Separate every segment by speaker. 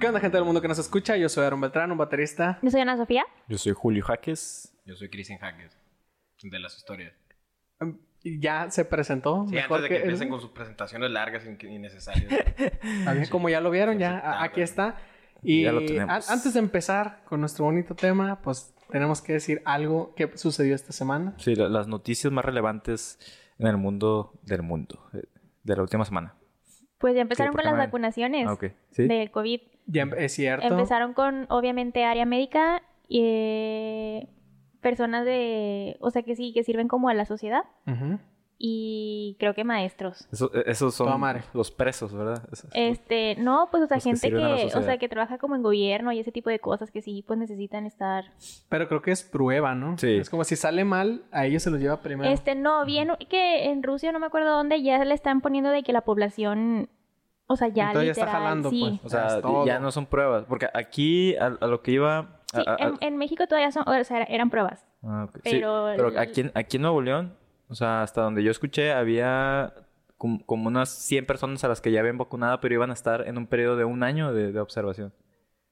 Speaker 1: ¿Qué onda, gente del mundo que nos escucha? Yo soy Aaron Beltrán, un baterista.
Speaker 2: Yo soy Ana Sofía.
Speaker 3: Yo soy Julio Jaques.
Speaker 4: Yo soy Cristian Hackers, de las historias.
Speaker 1: Um, Ya se presentó.
Speaker 4: Sí,
Speaker 1: mejor
Speaker 4: antes de que
Speaker 1: él.
Speaker 4: empiecen con sus presentaciones largas y innecesarias.
Speaker 1: Está bien, Como ya lo vieron, ya a- aquí está. Y
Speaker 3: Ya lo tenemos.
Speaker 1: an- antes de empezar con nuestro bonito tema, pues tenemos que decir algo que sucedió esta semana.
Speaker 3: Sí, la- las noticias más relevantes en el mundo del mundo. eh, De la última semana.
Speaker 2: Pues ya empezaron
Speaker 3: ¿por
Speaker 2: con
Speaker 3: qué
Speaker 2: las
Speaker 3: me-
Speaker 2: vacunaciones
Speaker 3: Ah, ok. Sí.
Speaker 2: del COVID.
Speaker 1: Ya em- es cierto.
Speaker 2: Empezaron con, obviamente, área médica y eh, personas de, o sea, que sí, que sirven como a la sociedad
Speaker 1: Ujú.
Speaker 2: y creo que maestros.
Speaker 3: Eso- eh, esos
Speaker 1: Toda
Speaker 3: son
Speaker 1: madre.
Speaker 3: los presos, ¿verdad? Esos-
Speaker 2: Este, no, pues, o sea,
Speaker 3: Los que
Speaker 2: gente que,
Speaker 3: sirven a la
Speaker 2: o sea,
Speaker 3: sociedad.
Speaker 2: que trabaja como en gobierno y ese tipo de cosas que sí, pues, necesitan estar.
Speaker 1: Pero creo que es prueba, ¿no?
Speaker 3: Sí.
Speaker 1: Es como si sale mal, a ellos se los lleva primero.
Speaker 2: Este, no, bien que en Rusia, no me acuerdo dónde, ya le están poniendo de que la población, o sea, ya
Speaker 1: Entonces ya está
Speaker 2: literal,
Speaker 1: jalando,
Speaker 2: sí.
Speaker 1: pues.
Speaker 3: O sea,
Speaker 1: Es todo.
Speaker 3: ya no son pruebas. Porque aquí, a, a lo que iba...
Speaker 2: Sí,
Speaker 3: a- a-
Speaker 2: en, en México todavía son, o sea, eran pruebas.
Speaker 3: Ah, ok. Sí,
Speaker 2: Pero
Speaker 3: pero
Speaker 2: el-
Speaker 3: aquí, en- aquí en Nuevo León, o sea, hasta donde yo escuché, había com- como, unas 100 personas a las que ya habían vacunado, pero iban a estar en un periodo de un año de, de observación.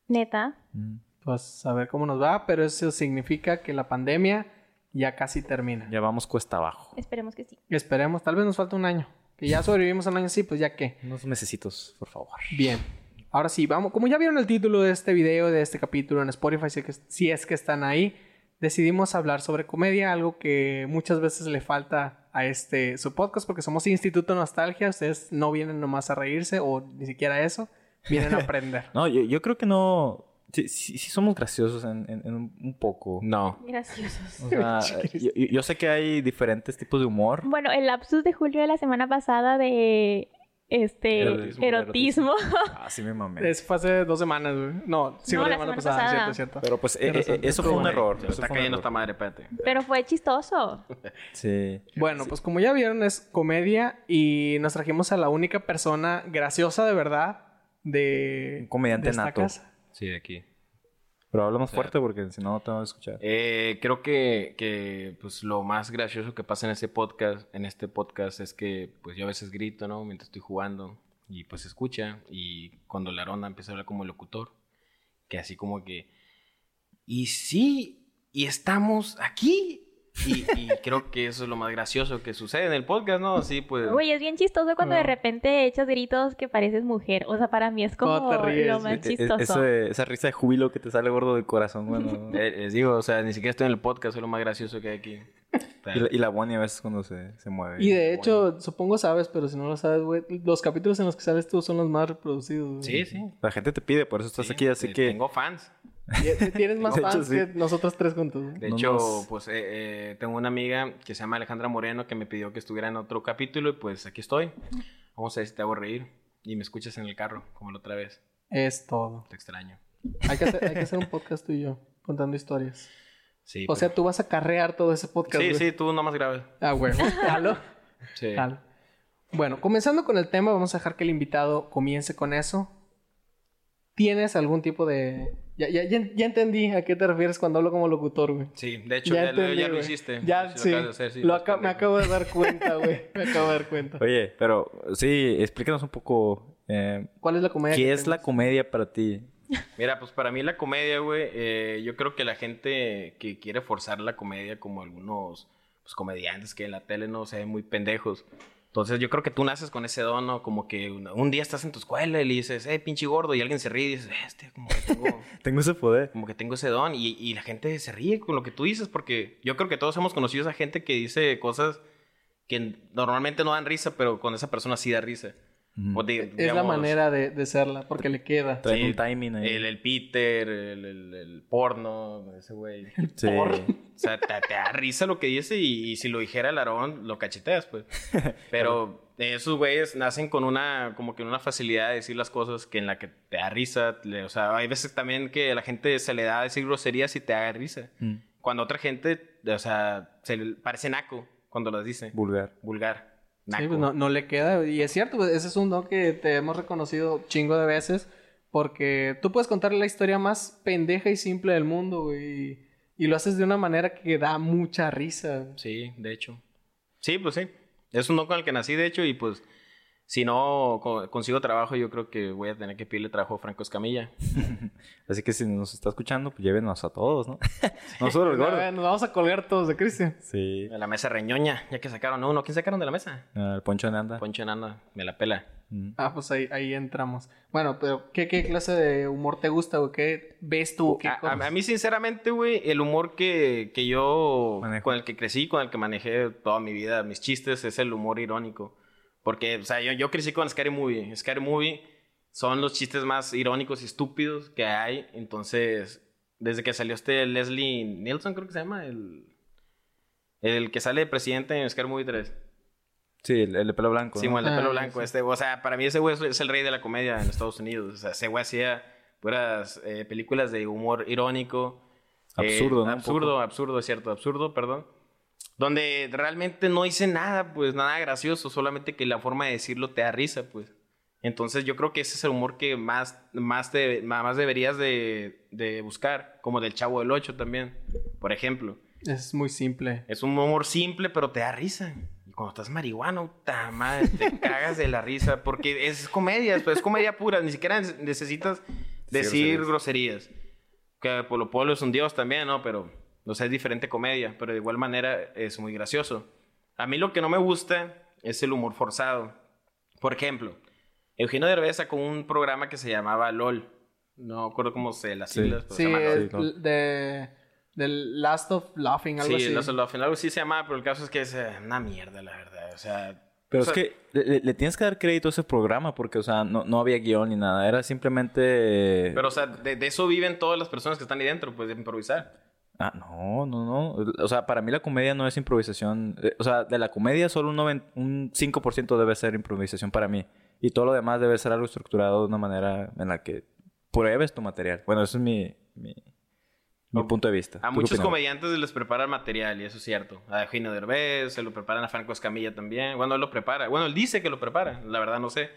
Speaker 2: Neta.
Speaker 3: Mm.
Speaker 1: Pues a ver cómo nos va, pero eso significa que la pandemia ya casi termina.
Speaker 3: Ya vamos cuesta abajo.
Speaker 2: Esperemos que sí.
Speaker 1: Esperemos, tal vez nos falta un año. Que ya sobrevivimos al año, sí, pues ya que.
Speaker 3: Unos mesecitos, por favor.
Speaker 1: Bien. Ahora sí, vamos. Como ya vieron el título de este video, de este capítulo en Spotify, si, que- si es que están ahí, decidimos hablar sobre comedia, algo que muchas veces le falta a este su podcast, porque somos Instituto Nostalgia. Ustedes no vienen nomás a reírse o ni siquiera eso, vienen a aprender.
Speaker 3: No, yo, yo creo que no... Sí, sí- sí somos graciosos en, en- en un, un poco.
Speaker 4: No.
Speaker 2: Graciosos.
Speaker 3: O sea, eh, yo, yo- yo sé que hay diferentes tipos de humor.
Speaker 2: Bueno, el lapsus de julio de la semana pasada de este
Speaker 3: Erotismo.
Speaker 2: erotismo.
Speaker 3: Ah, sí me mamé.
Speaker 1: Eso fue hace dos semanas, güey. No, sí,
Speaker 2: No,
Speaker 1: fue
Speaker 2: la semana pasada.
Speaker 1: cierto, cierto.
Speaker 3: Pero pues eh,
Speaker 1: Tienes
Speaker 3: eh,
Speaker 1: razón.
Speaker 3: eso fue un
Speaker 1: Hombre,
Speaker 3: error.
Speaker 4: Se
Speaker 3: eso
Speaker 4: está
Speaker 3: fue un
Speaker 4: cayendo esta
Speaker 3: error.
Speaker 4: madre, espérate.
Speaker 2: Pero fue chistoso.
Speaker 3: Sí.
Speaker 1: Bueno, pues como ya vieron, es comedia y nos trajimos a la única persona graciosa de verdad de.
Speaker 3: Un comediante
Speaker 1: de esta
Speaker 3: nato.
Speaker 1: casa.
Speaker 4: Sí, de aquí.
Speaker 3: Pero habla más fuerte porque si no, no te van a escuchar.
Speaker 4: Eh, creo que, que, pues, lo más gracioso que pasa en este podcast, en este podcast es que pues yo a veces grito, ¿no? Mientras estoy jugando y pues se escucha y cuando la ronda empieza a hablar como locutor, que así como que y sí, y estamos aquí. Y, y creo que eso es lo más gracioso que sucede en el podcast, ¿no? Así pues
Speaker 2: Ah, Güey, es bien chistoso cuando de
Speaker 1: No.
Speaker 2: repente echas gritos que pareces mujer. O sea, para mí es como
Speaker 1: No te ríes,
Speaker 2: lo
Speaker 3: E-
Speaker 2: más
Speaker 3: e-
Speaker 2: chistoso.
Speaker 3: ese- esa risa de júbilo que te sale gordo del corazón, bueno.
Speaker 4: eh, les digo, o sea, ni siquiera estoy en el podcast, es lo más gracioso que hay aquí.
Speaker 3: y, la, y la Bonnie a veces cuando se, se mueve.
Speaker 1: Y de hecho, supongo sabes, pero si no lo sabes, güey, los capítulos en los que sales tú son los más reproducidos. güey.
Speaker 4: Sí, sí.
Speaker 3: La gente te pide, por eso estás
Speaker 4: Sí,
Speaker 3: aquí, así
Speaker 4: te-
Speaker 3: que...
Speaker 4: Tengo fans.
Speaker 1: Y- Tienes más
Speaker 3: De hecho,
Speaker 1: fans
Speaker 3: sí.
Speaker 1: que nosotros tres juntos. güey.
Speaker 4: De
Speaker 3: No
Speaker 4: hecho,
Speaker 3: nos-
Speaker 4: pues eh, eh, tengo una amiga que se llama Alejandra Moreno que me pidió que estuviera en otro capítulo y pues aquí estoy. Vamos a ver si te hago reír y me escuchas en el carro como la otra vez.
Speaker 1: Es todo.
Speaker 4: Te extraño.
Speaker 1: Hay que, hacer, hay que hacer un podcast tú y yo, contando historias.
Speaker 4: Sí,
Speaker 1: O
Speaker 4: pues-
Speaker 1: sea, tú vas a carrear todo ese podcast.
Speaker 4: sí,
Speaker 1: güey.
Speaker 4: sí, tú nomás grabas.
Speaker 1: Ah, güey. Jalo.
Speaker 4: Sí.
Speaker 1: Jalo. Bueno, comenzando con el tema, vamos a dejar que el invitado comience con eso. ¿Tienes algún tipo de...? Ya, ya, ya, ya entendí a qué te refieres cuando hablo como locutor, güey.
Speaker 4: Sí, de hecho, ya, lo-
Speaker 1: entendí,
Speaker 4: ya lo
Speaker 1: güey.
Speaker 4: hiciste.
Speaker 1: Ya, sí.
Speaker 4: lo acabas de hacer, sí,
Speaker 1: Lo
Speaker 4: estás
Speaker 1: aca- me
Speaker 4: pendejo.
Speaker 1: acabo de dar cuenta, güey. Me acabo de dar cuenta.
Speaker 3: Oye, pero sí, explícanos un poco... eh,
Speaker 1: ¿Cuál es la comedia?
Speaker 3: ¿Qué
Speaker 1: que
Speaker 3: es la
Speaker 1: tenemos?
Speaker 3: comedia para ti?
Speaker 4: Mira, pues para mí la comedia, güey, eh, yo creo que la gente que quiere forzar la comedia como algunos pues, comediantes que en la tele no se ven muy pendejos. Entonces yo creo que tú naces con ese don, ¿no? Como que un, un día estás en tu escuela y le dices, eh, pinche gordo, y alguien se ríe y dices, este, como que tengo,
Speaker 3: Tengo ese poder.
Speaker 4: como que tengo ese don. Y, y la gente se ríe con lo que tú dices, porque yo creo que todos hemos conocido a esa gente que dice cosas que normalmente no dan risa, pero con esa persona sí da risa. O di-
Speaker 1: Es la
Speaker 4: digamos,
Speaker 1: manera de, de serla, porque le queda.
Speaker 3: Traen un timing ahí.
Speaker 4: El, el Peter, el, el- el porno, ese güey.
Speaker 3: Sí.
Speaker 4: O sea, te, te da risa lo que dice y, y si lo dijera el Aarón, lo cacheteas, pues. Pero esos güeyes nacen con una, como que una facilidad de decir las cosas que en la que te da risa. le- o sea, hay veces también que a la gente se le da decir groserías y te da risa.
Speaker 3: Mm,
Speaker 4: Cuando otra gente, o sea, se le parece naco cuando las dice.
Speaker 3: Vulgar.
Speaker 4: Vulgar. Naco.
Speaker 1: Sí, pues no, no le queda. Y es cierto, pues, ese es un don que te hemos reconocido chingo de veces. Porque tú puedes contar la historia más pendeja y simple del mundo, güey. Y, y lo haces de una manera que da mucha risa.
Speaker 4: Sí, de hecho. Sí, pues sí. Es un don con el que nací, de hecho, y pues Si no co- consigo trabajo, yo creo que voy a tener que pedirle trabajo a Franco Escamilla.
Speaker 3: Así que si nos está escuchando, pues llévenos a todos, ¿no? no solo el
Speaker 1: A
Speaker 3: gordo.
Speaker 1: ver, nos vamos a colgar todos de Cristian.
Speaker 3: Sí.
Speaker 4: De la mesa reñoña, ya que sacaron uno. ¿Quién sacaron de la mesa?
Speaker 3: Ah, El poncho de anda.
Speaker 4: Poncho Nanda, me la pela.
Speaker 1: Ah, pues ahí, ahí entramos. Bueno, pero ¿qué, qué clase de humor te gusta, güey? ¿Qué ves tú? ¿Qué
Speaker 4: A, a-
Speaker 1: cosas?
Speaker 4: a mí, sinceramente, güey, el humor que, que yo,
Speaker 3: Manejo.
Speaker 4: con el que crecí, con el que manejé toda mi vida, mis chistes, es el humor irónico. Porque, o sea, yo, yo crecí con Scary Movie. Scary Movie son los chistes más irónicos y estúpidos que hay. Entonces, desde que salió este Leslie Nielsen, creo que se llama, el, el que sale de presidente en Scary Movie 3.
Speaker 3: Sí, el, el de pelo blanco.
Speaker 4: Sí,
Speaker 3: ¿no?
Speaker 4: el de
Speaker 1: Ah,
Speaker 4: pelo blanco.
Speaker 1: sí.
Speaker 4: Este, o sea, para mí ese güey es, es el rey de la comedia en Estados Unidos. O sea, ese güey hacía puras eh, películas de humor irónico. eh,
Speaker 3: Absurdo, ¿no? Un
Speaker 4: Absurdo, absurdo, es cierto, absurdo, perdón. Donde realmente no hice nada, pues nada gracioso, solamente que la forma de decirlo te da risa, pues. Entonces yo creo que ese es el humor que más, más, te, ma- más deberías de, de buscar, como del Chavo del Ocho también, por ejemplo.
Speaker 1: Es muy simple.
Speaker 4: Es un humor simple, pero te da risa. Y cuando estás marihuano, ta madre, te cagas de la risa. Porque es comedia, pues, es comedia pura. Ni siquiera neces- necesitas decir groserías. Que Polo Polo es un dios también, ¿no? Pero, no sé, es diferente comedia. Pero de igual manera es muy gracioso. A mí lo que no me gusta es el humor forzado. Por ejemplo, Eugenio Derbez sacó un programa que se llamaba LOL. No acuerdo cómo se las
Speaker 3: Sí.
Speaker 4: siglas. pero Pues, se
Speaker 1: Sí,
Speaker 4: llama LOL.
Speaker 1: es
Speaker 3: claro.
Speaker 1: de, del Last of Laughing, algo
Speaker 4: Sí,
Speaker 1: así.
Speaker 4: los al final algo sí se llamaba, pero el caso es que es eh, una mierda, la verdad. O sea,
Speaker 3: Pero
Speaker 4: o sea,
Speaker 3: es que le, le- le tienes que dar crédito a ese programa porque, o sea, no, no había guión ni nada. Era simplemente...
Speaker 4: Pero, o sea, de, de eso viven todas las personas que están ahí dentro, pues de improvisar.
Speaker 3: Ah, no, no, no. O sea, para mí la comedia no es improvisación. Eh, O sea, de la comedia solo un, noven- un 5% debe ser improvisación para mí. Y todo lo demás debe ser algo estructurado de una manera en la que pruebes tu material. Bueno, eso es mi, mi, mi
Speaker 4: A-
Speaker 3: punto de vista.
Speaker 4: A
Speaker 3: ¿Tú qué
Speaker 4: muchos
Speaker 3: opinas?
Speaker 4: comediantes les preparan material, y eso es cierto. A Eugenio Derbez, se lo preparan a Franco Escamilla también. Bueno, él lo prepara. Bueno, él dice que lo prepara, la verdad no sé.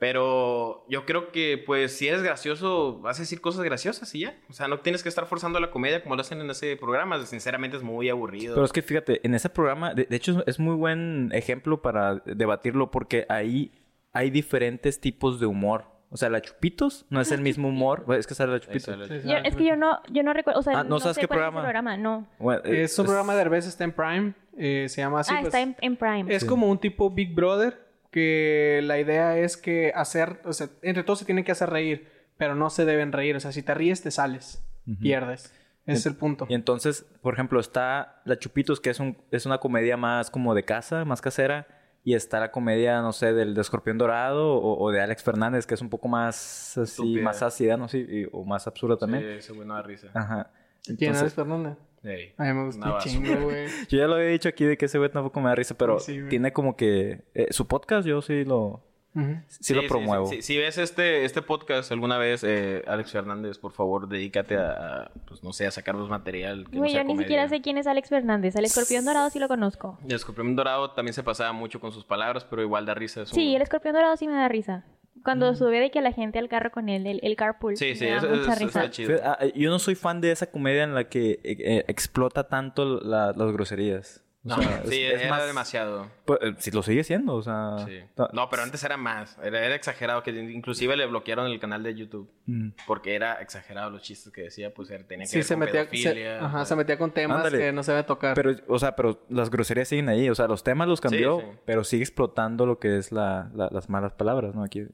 Speaker 4: Pero yo creo que, pues, si eres gracioso, vas a decir cosas graciosas y ya. O sea, no tienes que estar forzando la comedia como lo hacen en ese programa. Sinceramente es muy aburrido.
Speaker 3: Pero es que fíjate, en ese programa, de, de hecho, es muy buen ejemplo para debatirlo porque ahí hay diferentes tipos de humor. O sea, la Chupitos no es el mismo humor. Bueno, Es que sale la
Speaker 4: Ahí
Speaker 3: Chupitos.
Speaker 4: sale el-
Speaker 2: Yo- es que yo no, yo no recuerdo, o sea,
Speaker 3: Ah, ¿no
Speaker 2: no,
Speaker 3: sabes
Speaker 2: sé
Speaker 3: qué
Speaker 2: cuál es ese
Speaker 3: programa?
Speaker 2: programa, no.
Speaker 3: Bueno, eh,
Speaker 1: Es un programa de Herbes, está en Prime. eh, se llama así.
Speaker 2: ah,
Speaker 1: pues,
Speaker 2: está en, en Prime.
Speaker 1: Es como un tipo Big Brother que la idea es que hacer, o sea, entre todos se tienen que hacer reír, pero no se deben reír. O sea, si te ríes, te sales,
Speaker 3: Ujú.
Speaker 1: pierdes. Ese es el punto.
Speaker 3: Y entonces, por ejemplo, está La Chupitos, que es, un, es una comedia más como de casa, más casera. Y está la comedia, no sé, del de Escorpión Dorado o, o de Alex Fernández, que es un poco más así,
Speaker 4: Estúpida.
Speaker 3: más ácida, ¿no? Sí, y- o más absurda también. Ah.
Speaker 4: Sí, ese güey no da risa.
Speaker 3: Ajá.
Speaker 1: ¿Quién
Speaker 3: Entonces,
Speaker 1: Alex Fernández?
Speaker 4: Ey.
Speaker 1: A mí me gusta
Speaker 4: Una
Speaker 1: un chingo, güey.
Speaker 3: Yo ya lo había dicho aquí de que ese güey tampoco me da risa, pero
Speaker 1: Sí, güey.
Speaker 3: tiene como que... eh, su podcast yo sí lo...
Speaker 1: Ujú.
Speaker 3: Sí, lo promuevo.
Speaker 4: sí, sí. Si ves este, este podcast alguna vez, eh, Alex Fernández, por favor, dedícate a, a, pues no sé, a sacarnos material. Que no
Speaker 2: Güey,
Speaker 4: sea
Speaker 2: yo ni
Speaker 4: comedia.
Speaker 2: siquiera sé quién es Alex Fernández. El escorpión dorado sí lo conozco.
Speaker 4: El escorpión dorado también se pasaba mucho con sus palabras, pero igual da risa. es un-
Speaker 2: Sí, el escorpión dorado sí me da risa. Cuando sube de que la gente al carro con él, el, el carpool.
Speaker 4: Sí, sí,
Speaker 2: me da
Speaker 4: eso,
Speaker 2: mucha
Speaker 4: eso
Speaker 2: risa.
Speaker 4: está chido.
Speaker 3: Fíjate, ah, eh, yo no soy fan de esa comedia en la que eh, eh, explota tanto la- las groserías. O
Speaker 4: No,
Speaker 3: sea,
Speaker 4: sí,
Speaker 3: es- es
Speaker 4: era
Speaker 3: más-
Speaker 4: demasiado.
Speaker 3: Pues, eh, si lo sigue siendo, o sea...
Speaker 1: Ah,
Speaker 4: sí.
Speaker 3: ta-
Speaker 4: No, pero antes era más. Era, era exagerado, que inclusive le bloquearon el canal de YouTube.
Speaker 3: Mm.
Speaker 4: Porque era exagerado los chistes que decía, pues era- tenía que
Speaker 1: Sí,
Speaker 4: ver
Speaker 1: se
Speaker 4: con
Speaker 1: metía, se,
Speaker 4: pedofilia, o
Speaker 1: ajá,
Speaker 4: sea,
Speaker 1: se metía con temas
Speaker 3: Ándale.
Speaker 1: que no se debe tocar.
Speaker 3: Pero, o sea, pero las groserías siguen ahí. O sea, los temas los cambió,
Speaker 4: Sí, sí.
Speaker 3: pero sigue explotando lo que es la- la- las malas palabras, ¿no? Aquí.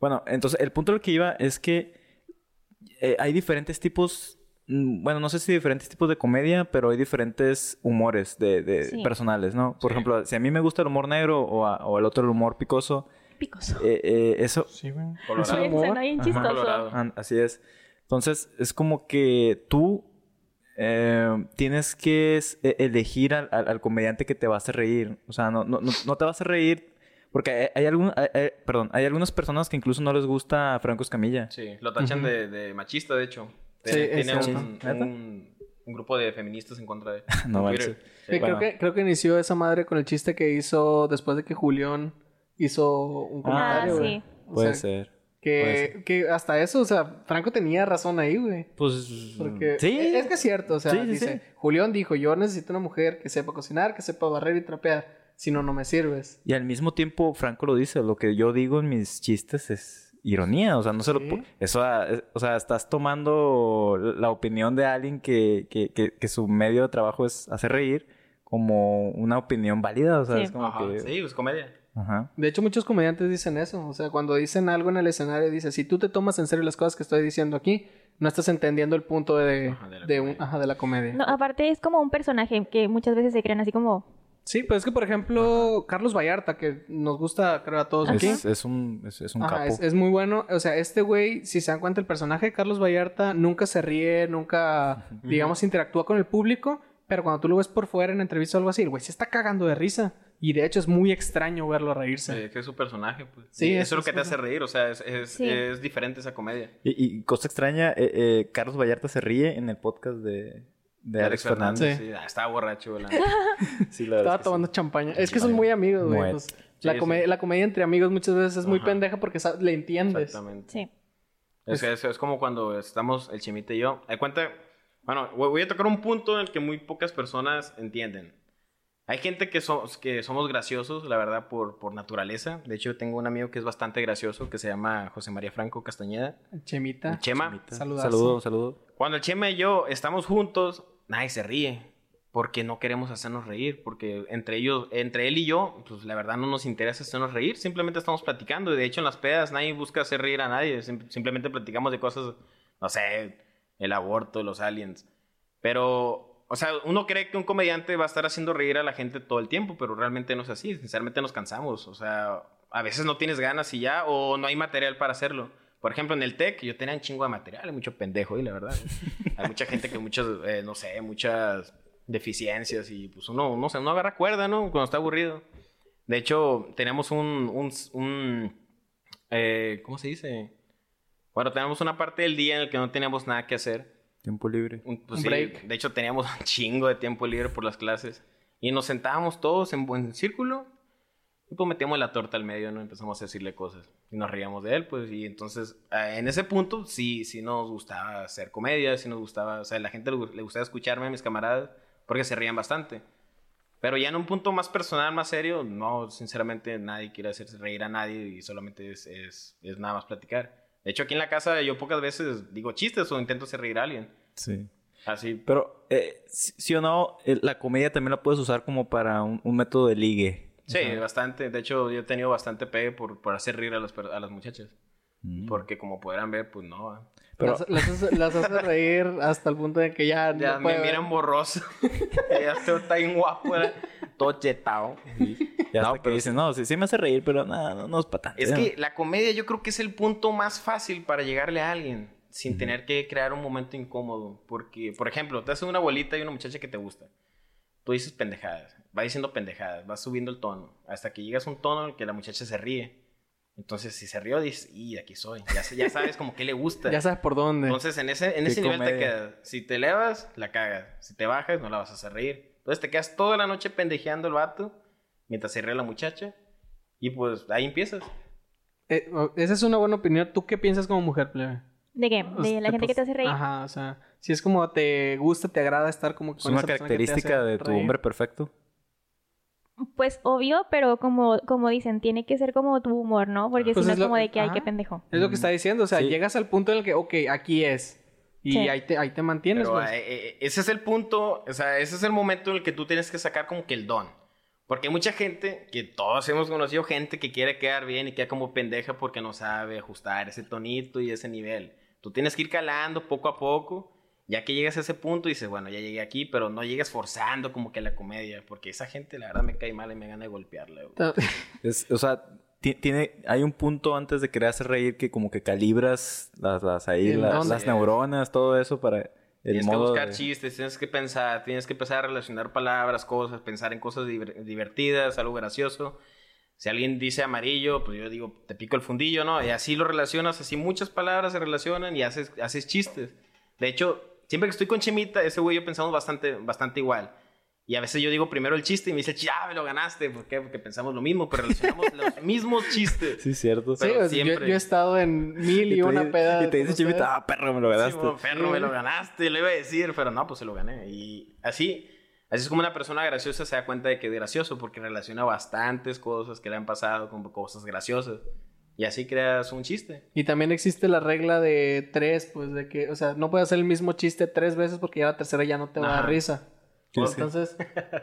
Speaker 3: Bueno, entonces, el punto de lo que iba es que eh, hay diferentes tipos. mm, Bueno, no sé si diferentes tipos de comedia, pero hay diferentes humores de, de-
Speaker 2: Sí.
Speaker 3: personales, ¿no? Por
Speaker 4: Sí.
Speaker 3: ejemplo, si a mí me gusta el humor negro o, a- o el otro el humor picoso,
Speaker 2: Picoso.
Speaker 3: eh, eh, eso,
Speaker 1: Sí, güey.
Speaker 4: Colorado.
Speaker 1: Es un humor.
Speaker 2: Suena bien
Speaker 3: Ajá.
Speaker 2: chistoso.
Speaker 4: Colorado.
Speaker 3: An- Así es. Entonces, es como que tú eh, tienes que es- e- elegir al, al- al comediante que te va a hacer reír. O sea, no, no, no, no te vas a hacer reír. Porque hay, hay, algún- hay- hay- perdón, hay algunas personas que incluso no les gusta Franco Escamilla.
Speaker 4: Sí, lo tachan
Speaker 1: Ujú.
Speaker 4: de, de machista, de hecho.
Speaker 1: Sí,
Speaker 4: Tiene,
Speaker 1: es
Speaker 4: tiene
Speaker 1: cierto.
Speaker 4: un,
Speaker 3: ¿Neta?
Speaker 4: un- un grupo de feministas en contra de
Speaker 3: No
Speaker 4: en
Speaker 3: manches.
Speaker 4: Twitter.
Speaker 1: Sí,
Speaker 4: Sí.
Speaker 3: Bueno.
Speaker 1: Eh, creo, que, creo que inició esa madre con el chiste que hizo después de que Julián hizo un
Speaker 2: Ah,
Speaker 1: comentario, güey.
Speaker 2: sí.
Speaker 1: O
Speaker 3: Puede
Speaker 1: sea,
Speaker 3: ser. puede
Speaker 1: Que, que hasta eso, o sea, Franco tenía razón ahí, güey.
Speaker 3: Pues.
Speaker 1: Porque e,
Speaker 3: sí.
Speaker 1: es que es cierto, o sea,
Speaker 3: Sí, sí,
Speaker 1: dice,
Speaker 3: sí.
Speaker 1: Julián dijo, yo necesito una mujer que sepa cocinar, que sepa barrer y trapear. si no, no me sirves.
Speaker 3: Y al mismo tiempo, Franco lo dice, lo que yo digo en mis chistes es ironía, o sea, no se lo...
Speaker 1: Sí.
Speaker 3: pu- Eso, ah, es- o sea, estás tomando la opinión de alguien que, que, que, que su medio de trabajo es hacer reír como una opinión válida, o sea,
Speaker 2: Sí.
Speaker 3: es como
Speaker 4: Ajá,
Speaker 3: que...
Speaker 4: Sí, pues comedia.
Speaker 3: Ajá.
Speaker 1: De hecho, muchos comediantes dicen eso. O sea, cuando dicen algo en el escenario, dice, si tú te tomas en serio las cosas que estoy diciendo aquí, no estás entendiendo el punto de,
Speaker 4: Ajá, de la
Speaker 1: de un-
Speaker 4: comedia.
Speaker 1: ajá, de la comedia.
Speaker 2: No, ah. aparte es como un personaje que muchas veces se crean así como...
Speaker 1: Sí, pero es que, por ejemplo, Carlos Vallarta, que nos gusta, creo, a todos aquí.
Speaker 3: Es, es un, es, es un
Speaker 1: Ajá,
Speaker 3: capo.
Speaker 1: es, es muy bueno. O sea, este güey, si se dan cuenta, el personaje de Carlos Vallarta nunca se ríe, nunca, digamos, interactúa con el público. Pero cuando tú lo ves por fuera en entrevista o algo así, el güey se está cagando de risa. Y de hecho es muy extraño verlo reírse.
Speaker 4: Eh, que es su personaje, pues.
Speaker 1: Sí,
Speaker 4: Y
Speaker 1: es-
Speaker 4: eso es lo que
Speaker 1: es-
Speaker 4: te hace reír, o sea, es, es,
Speaker 2: Sí.
Speaker 4: es diferente esa comedia.
Speaker 3: Y, y cosa extraña, eh, eh, Carlos Vallarta se ríe en el podcast de, de Alex Fernández.
Speaker 1: Sí.
Speaker 4: sí. Ah, estaba borracho, ¿verdad?
Speaker 3: Sí, la
Speaker 1: Estaba
Speaker 3: verdad es que sí.
Speaker 1: tomando champaña. Es que son muy amigos, güey.
Speaker 3: Muy.
Speaker 1: Pues, la,
Speaker 4: Sí,
Speaker 1: come-
Speaker 4: sí.
Speaker 1: la comedia entre amigos muchas veces es muy
Speaker 4: Ajá.
Speaker 1: pendeja porque sa- le entiendes.
Speaker 4: Exactamente.
Speaker 2: Sí.
Speaker 4: Es, es, es como cuando estamos el chimite y yo. Hay cuenta. Bueno, voy voy a tocar un punto en el que muy pocas personas entienden. Hay gente que, so- que somos graciosos, la verdad, por, por naturaleza. De hecho, tengo un amigo que es bastante gracioso que se llama José María Franco Castañeda.
Speaker 1: Chemita.
Speaker 4: Chema.
Speaker 3: Chimita.
Speaker 1: Saludazo.
Speaker 3: Saludo, saludo.
Speaker 4: Cuando el Chema y yo estamos juntos, nadie se ríe. Porque no queremos hacernos reír. Porque entre ellos, entre él y yo, pues la verdad no nos interesa hacernos reír. Simplemente estamos platicando. Y de hecho en las pedas nadie busca hacer reír a nadie. sim- Simplemente platicamos de cosas, no sé, el aborto, los aliens. Pero, o sea, uno cree que un comediante va a estar haciendo reír a la gente todo el tiempo, pero realmente no es así. Sinceramente nos cansamos. O sea, a veces no tienes ganas y ya, o no hay material para hacerlo. Por ejemplo, en el TEC yo tenía un chingo de material, mucho pendejo, y la verdad. Hay mucha gente que muchas, eh, no sé, muchas deficiencias y pues uno, no sé, uno agarra cuerda, ¿no? Cuando está aburrido. De hecho, tenemos un, un, un, eh, ¿cómo se dice? Bueno, tenemos una parte del día en la que no teníamos nada que hacer.
Speaker 3: Tiempo libre.
Speaker 4: Un, pues
Speaker 1: Un
Speaker 4: sí,
Speaker 1: break.
Speaker 4: De hecho, teníamos un chingo de tiempo libre por las clases. Y nos sentábamos todos en buen círculo. Y pues metíamos la torta al medio, ¿no? Empezamos a decirle cosas. Y nos reíamos de él, pues. Y entonces, eh, en ese punto, sí, sí nos gustaba hacer comedia. Sí nos gustaba... O sea, a la gente le gu- le gustaba escucharme a mis camaradas. Porque se reían bastante. Pero ya en un punto más personal, más serio, no, sinceramente nadie quiere hacer reír a nadie y solamente es, es, es nada más platicar. De hecho, aquí en la casa yo pocas veces digo chistes o intento hacer reír a alguien.
Speaker 3: Sí.
Speaker 4: Así,
Speaker 3: Pero, eh, sí sí o no, eh, la comedia también la puedes usar como para un, un método de ligue.
Speaker 4: Sí, bastante. De hecho, yo he tenido bastante pegue por, por hacer reír a, las per- a las muchachas.
Speaker 3: Mm.
Speaker 4: Porque como podrán ver, pues no. ah.
Speaker 3: Pero-
Speaker 1: Las, las hace, las hace reír hasta el punto de que ya,
Speaker 4: Ya
Speaker 1: no
Speaker 4: me
Speaker 1: puede-
Speaker 4: miran borroso. ya estoy tan guapo, ¿verdad? todo chetado.
Speaker 3: Ya
Speaker 4: No,
Speaker 3: hasta que
Speaker 4: pero
Speaker 3: dicen, no, sí, sí me hace reír, pero nada, no, no es para tanto.
Speaker 4: Es que la comedia yo creo que es el punto más fácil para llegarle a alguien sin tener que crear un momento incómodo. Porque, por ejemplo, te hace una abuelita y una muchacha que te gusta. Tú dices pendejadas, va diciendo pendejadas, va subiendo el tono, hasta que llegas a un tono en el que la muchacha se ríe. Entonces, si se rió, dices, y aquí soy. Ya, sé- ya sabes como que le gusta.
Speaker 1: Ya sabes por dónde.
Speaker 4: Entonces, en ese, en
Speaker 3: Qué
Speaker 4: ese nivel te
Speaker 3: comedia.
Speaker 4: quedas. Si te elevas, la cagas. Si te bajas, no la vas a hacer reír. Entonces, te quedas toda la noche pendejeando el vato mientras se ríe la muchacha. Y pues ahí empiezas.
Speaker 1: Eh, o- esa es una buena opinión. ¿Tú qué piensas como mujer, plebe?
Speaker 2: ¿De qué?
Speaker 1: O sea,
Speaker 2: De la gente que te hace reír.
Speaker 1: Pues, Ajá, o sea, si es como te gusta, te agrada estar como
Speaker 3: Es una
Speaker 1: esa persona que te hace
Speaker 3: característica de tu
Speaker 1: reír.
Speaker 3: hombre perfecto.
Speaker 2: Pues obvio, pero como, como dicen, tiene que ser como tu humor, ¿no? Porque
Speaker 1: Pues
Speaker 2: si
Speaker 1: es
Speaker 2: no es
Speaker 1: lo-
Speaker 2: como de que hay
Speaker 1: ajá.
Speaker 2: que pendejo.
Speaker 1: Es lo que está diciendo, o sea,
Speaker 3: Mm, Sí.
Speaker 1: llegas al punto en el que, ok, aquí es. Y
Speaker 2: Sí.
Speaker 1: ahí, te, ahí te mantienes.
Speaker 4: Pero,
Speaker 1: pues.
Speaker 4: eh, eh, ese es el punto, o sea, ese es el momento en el que tú tienes que sacar como que el don. Porque hay mucha gente, que todos hemos conocido gente que quiere quedar bien y queda como pendeja porque no sabe ajustar ese tonito y ese nivel. Tú tienes que ir calando poco a poco, ya que llegas a ese punto y dices, bueno, ya llegué aquí, pero no llegas forzando como que la comedia, porque esa gente la verdad me cae mal y me gana de golpearla. güey.
Speaker 1: Ta-
Speaker 3: Es, o sea, ti- tiene, hay un punto antes de querer hacer reír que como que calibras las, las ahí,
Speaker 1: El
Speaker 3: las-
Speaker 1: don.
Speaker 3: las neuronas, todo eso para el
Speaker 4: tienes que
Speaker 3: modo
Speaker 4: buscar
Speaker 3: de-
Speaker 4: chistes, tienes que pensar, tienes que empezar a relacionar palabras, cosas, pensar en cosas diver- divertidas, algo gracioso. Si alguien dice amarillo, pues yo digo, te pico el fundillo, ¿no? Y así lo relacionas, así muchas palabras se relacionan y haces, haces chistes. De hecho, siempre que estoy con Chimita, ese güey yo pensamos bastante, bastante igual. Y a veces yo digo primero el chiste y me dice, ya me lo ganaste. ¿Por qué? Porque pensamos lo mismo, pero relacionamos los mismos chistes.
Speaker 3: Sí, cierto.
Speaker 1: sí,
Speaker 4: Pero
Speaker 1: o sea, yo,
Speaker 4: siempre.
Speaker 1: yo he estado en mil y,
Speaker 3: te
Speaker 1: una
Speaker 3: di-
Speaker 1: peda.
Speaker 3: Y te dice
Speaker 1: con ustedes.
Speaker 3: Chimita, ah, perro, me lo
Speaker 4: Sí,
Speaker 3: ganaste.
Speaker 4: bueno, perro, me lo ganaste, lo iba a decir, pero no, pues se lo gané. Y así, Así es como una persona graciosa se da cuenta de que es gracioso porque relaciona bastantes cosas que le han pasado con cosas graciosas. Y así creas un chiste.
Speaker 1: Y también existe la regla de tres, pues de que, o sea, no puedes hacer el mismo chiste tres veces porque ya la tercera ya no te va a dar
Speaker 4: Ajá.
Speaker 1: risa.
Speaker 3: Tienes que-
Speaker 1: Entonces,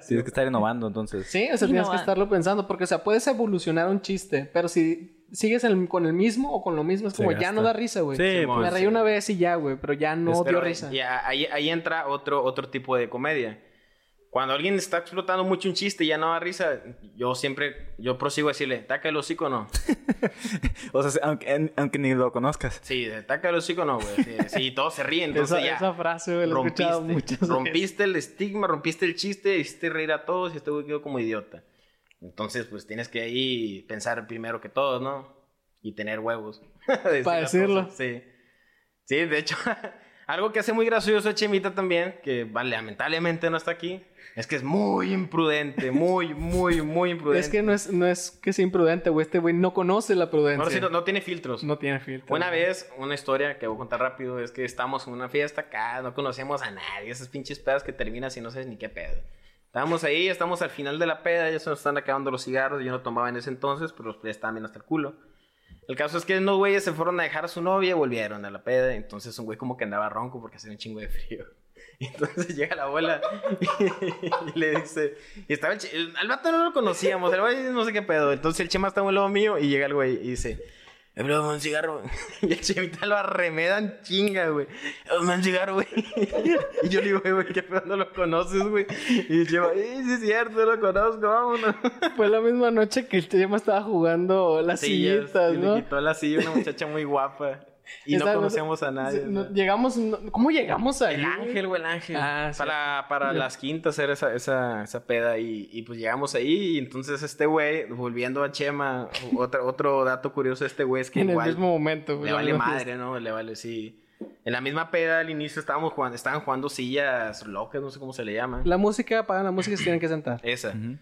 Speaker 3: Tienes que estar innovando, entonces.
Speaker 1: sí, o sea,
Speaker 2: Y
Speaker 1: tienes
Speaker 2: no
Speaker 1: que
Speaker 2: va-
Speaker 1: estarlo pensando porque, o sea, puedes evolucionar un chiste, pero si sigues el- con el mismo o con lo mismo, es
Speaker 3: Se
Speaker 1: como ya no da
Speaker 3: gasta.
Speaker 1: risa, güey.
Speaker 3: Sí,
Speaker 4: Simón.
Speaker 1: Me
Speaker 3: pues,
Speaker 1: reí una vez y ya, güey, pero ya no
Speaker 4: Pero
Speaker 1: dio risa.
Speaker 4: Y a- ahí, ahí entra otro, otro tipo de comedia. Cuando alguien está explotando mucho un chiste y ya no da risa, yo siempre, yo prosigo a decirle, taca el hocico o no.
Speaker 3: O sea, aunque, en- aunque ni lo conozcas.
Speaker 4: Sí, taca el hocico o no, güey. Sí, sí, todos se ríen, entonces
Speaker 1: esa,
Speaker 4: ya.
Speaker 1: esa frase, güey, la he escuchado
Speaker 4: rompiste,
Speaker 1: muchas veces.
Speaker 4: rompiste el estigma, rompiste el chiste, hiciste reír a todos y este güey quedó como idiota. Entonces, pues tienes que ahí pensar primero que todos, ¿no? Y tener huevos. De
Speaker 1: Para
Speaker 4: decir las
Speaker 1: decirlo.
Speaker 4: cosas, Sí. Sí, de hecho, algo que hace muy gracioso a Chemita también, que vale, lamentablemente no está aquí, es que es muy imprudente, muy, muy, muy imprudente.
Speaker 1: Es que no es, no es que sea imprudente, güey. Este güey no conoce la prudencia.
Speaker 4: Ahora sí, no, no tiene filtros.
Speaker 1: No tiene filtro.
Speaker 4: Una
Speaker 1: güey.
Speaker 4: vez, una historia que voy a contar rápido es que estamos en una fiesta acá, no conocemos a nadie, esas pinches pedas que terminas y no sabes ni qué pedo. Estábamos ahí, estamos al final de la peda, ya se nos están acabando los cigarros, yo no tomaba en ese entonces, pero los estaban bien hasta el culo. El caso es que unos güeyes se fueron a dejar a su novia y volvieron a la peda, entonces un güey como que andaba ronco porque hacía un chingo de frío. Y Entonces llega la bola y, y le dice. Y estaba el, che- el- Al vato no lo conocíamos, el güey no sé qué pedo. Entonces el chema está muy lado mío y llega el güey y dice: eh, bro, dame un cigarro. Y el chemita lo arremedan chinga, güey. "Eh, Dame un cigarro, güey. Y yo le digo, "Eh, güey, qué pedo no lo conoces, güey. Y el chema, eh, sí es cierto, lo conozco, vámonos.
Speaker 1: Fue la misma noche que el tema estaba jugando las sillitas,
Speaker 4: y
Speaker 1: ¿no?
Speaker 4: Le quitó la silla una muchacha muy guapa. Y
Speaker 1: Esa-
Speaker 4: no conocemos a nadie.
Speaker 1: No,
Speaker 4: ¿no?
Speaker 1: llegamos. no- ¿Cómo llegamos ahí?
Speaker 4: El ángel, güey, el ángel.
Speaker 1: Ah, sí.
Speaker 4: Para, para las quintas era esa, esa, esa peda. Y, y pues llegamos ahí. Y entonces este güey, volviendo a Chema, otra- otro dato curioso de este güey es que
Speaker 1: En
Speaker 4: igual.
Speaker 1: el mismo momento, güey.
Speaker 4: Le
Speaker 1: la
Speaker 4: vale
Speaker 1: misma
Speaker 4: madre, ¿no? Le vale, sí. En la misma peda al inicio estábamos jugando, estaban jugando sillas locas, no sé cómo se le llama.
Speaker 1: fiesta. La música, apagan la música y se tienen que sentar.
Speaker 4: Esa.
Speaker 3: Ujú.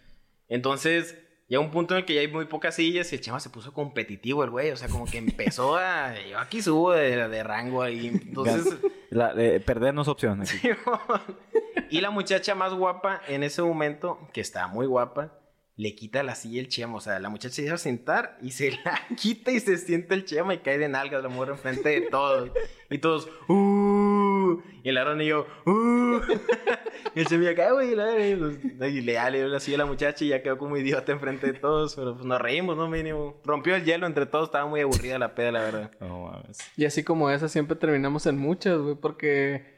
Speaker 4: Entonces, llega un punto en el que ya hay muy pocas sillas y el chama se puso competitivo el güey. O sea, como que empezó a. Yo aquí subo de, de rango ahí. Entonces.
Speaker 3: La- eh, perdernos opciones. aquí.
Speaker 4: y la muchacha más guapa en ese momento, que está muy guapa, le quita la silla el chema. O sea, la muchacha se iba a sentar y se la quita y se sienta el chema y cae de nalgas la morra enfrente de todos. Y todos, ¡uh! Y el Aaron y yo, ¡uh! Y el chema acá, güey, y la- y los- y le da, le dio la silla a la muchacha y ya quedó como idiota enfrente de todos. Pero pues nos reímos, ¿no? Mínimo. Rompió el hielo entre todos, estaba muy aburrida la peda, la verdad.
Speaker 3: No mames.
Speaker 1: Y así como esa, siempre terminamos en muchas, güey, porque.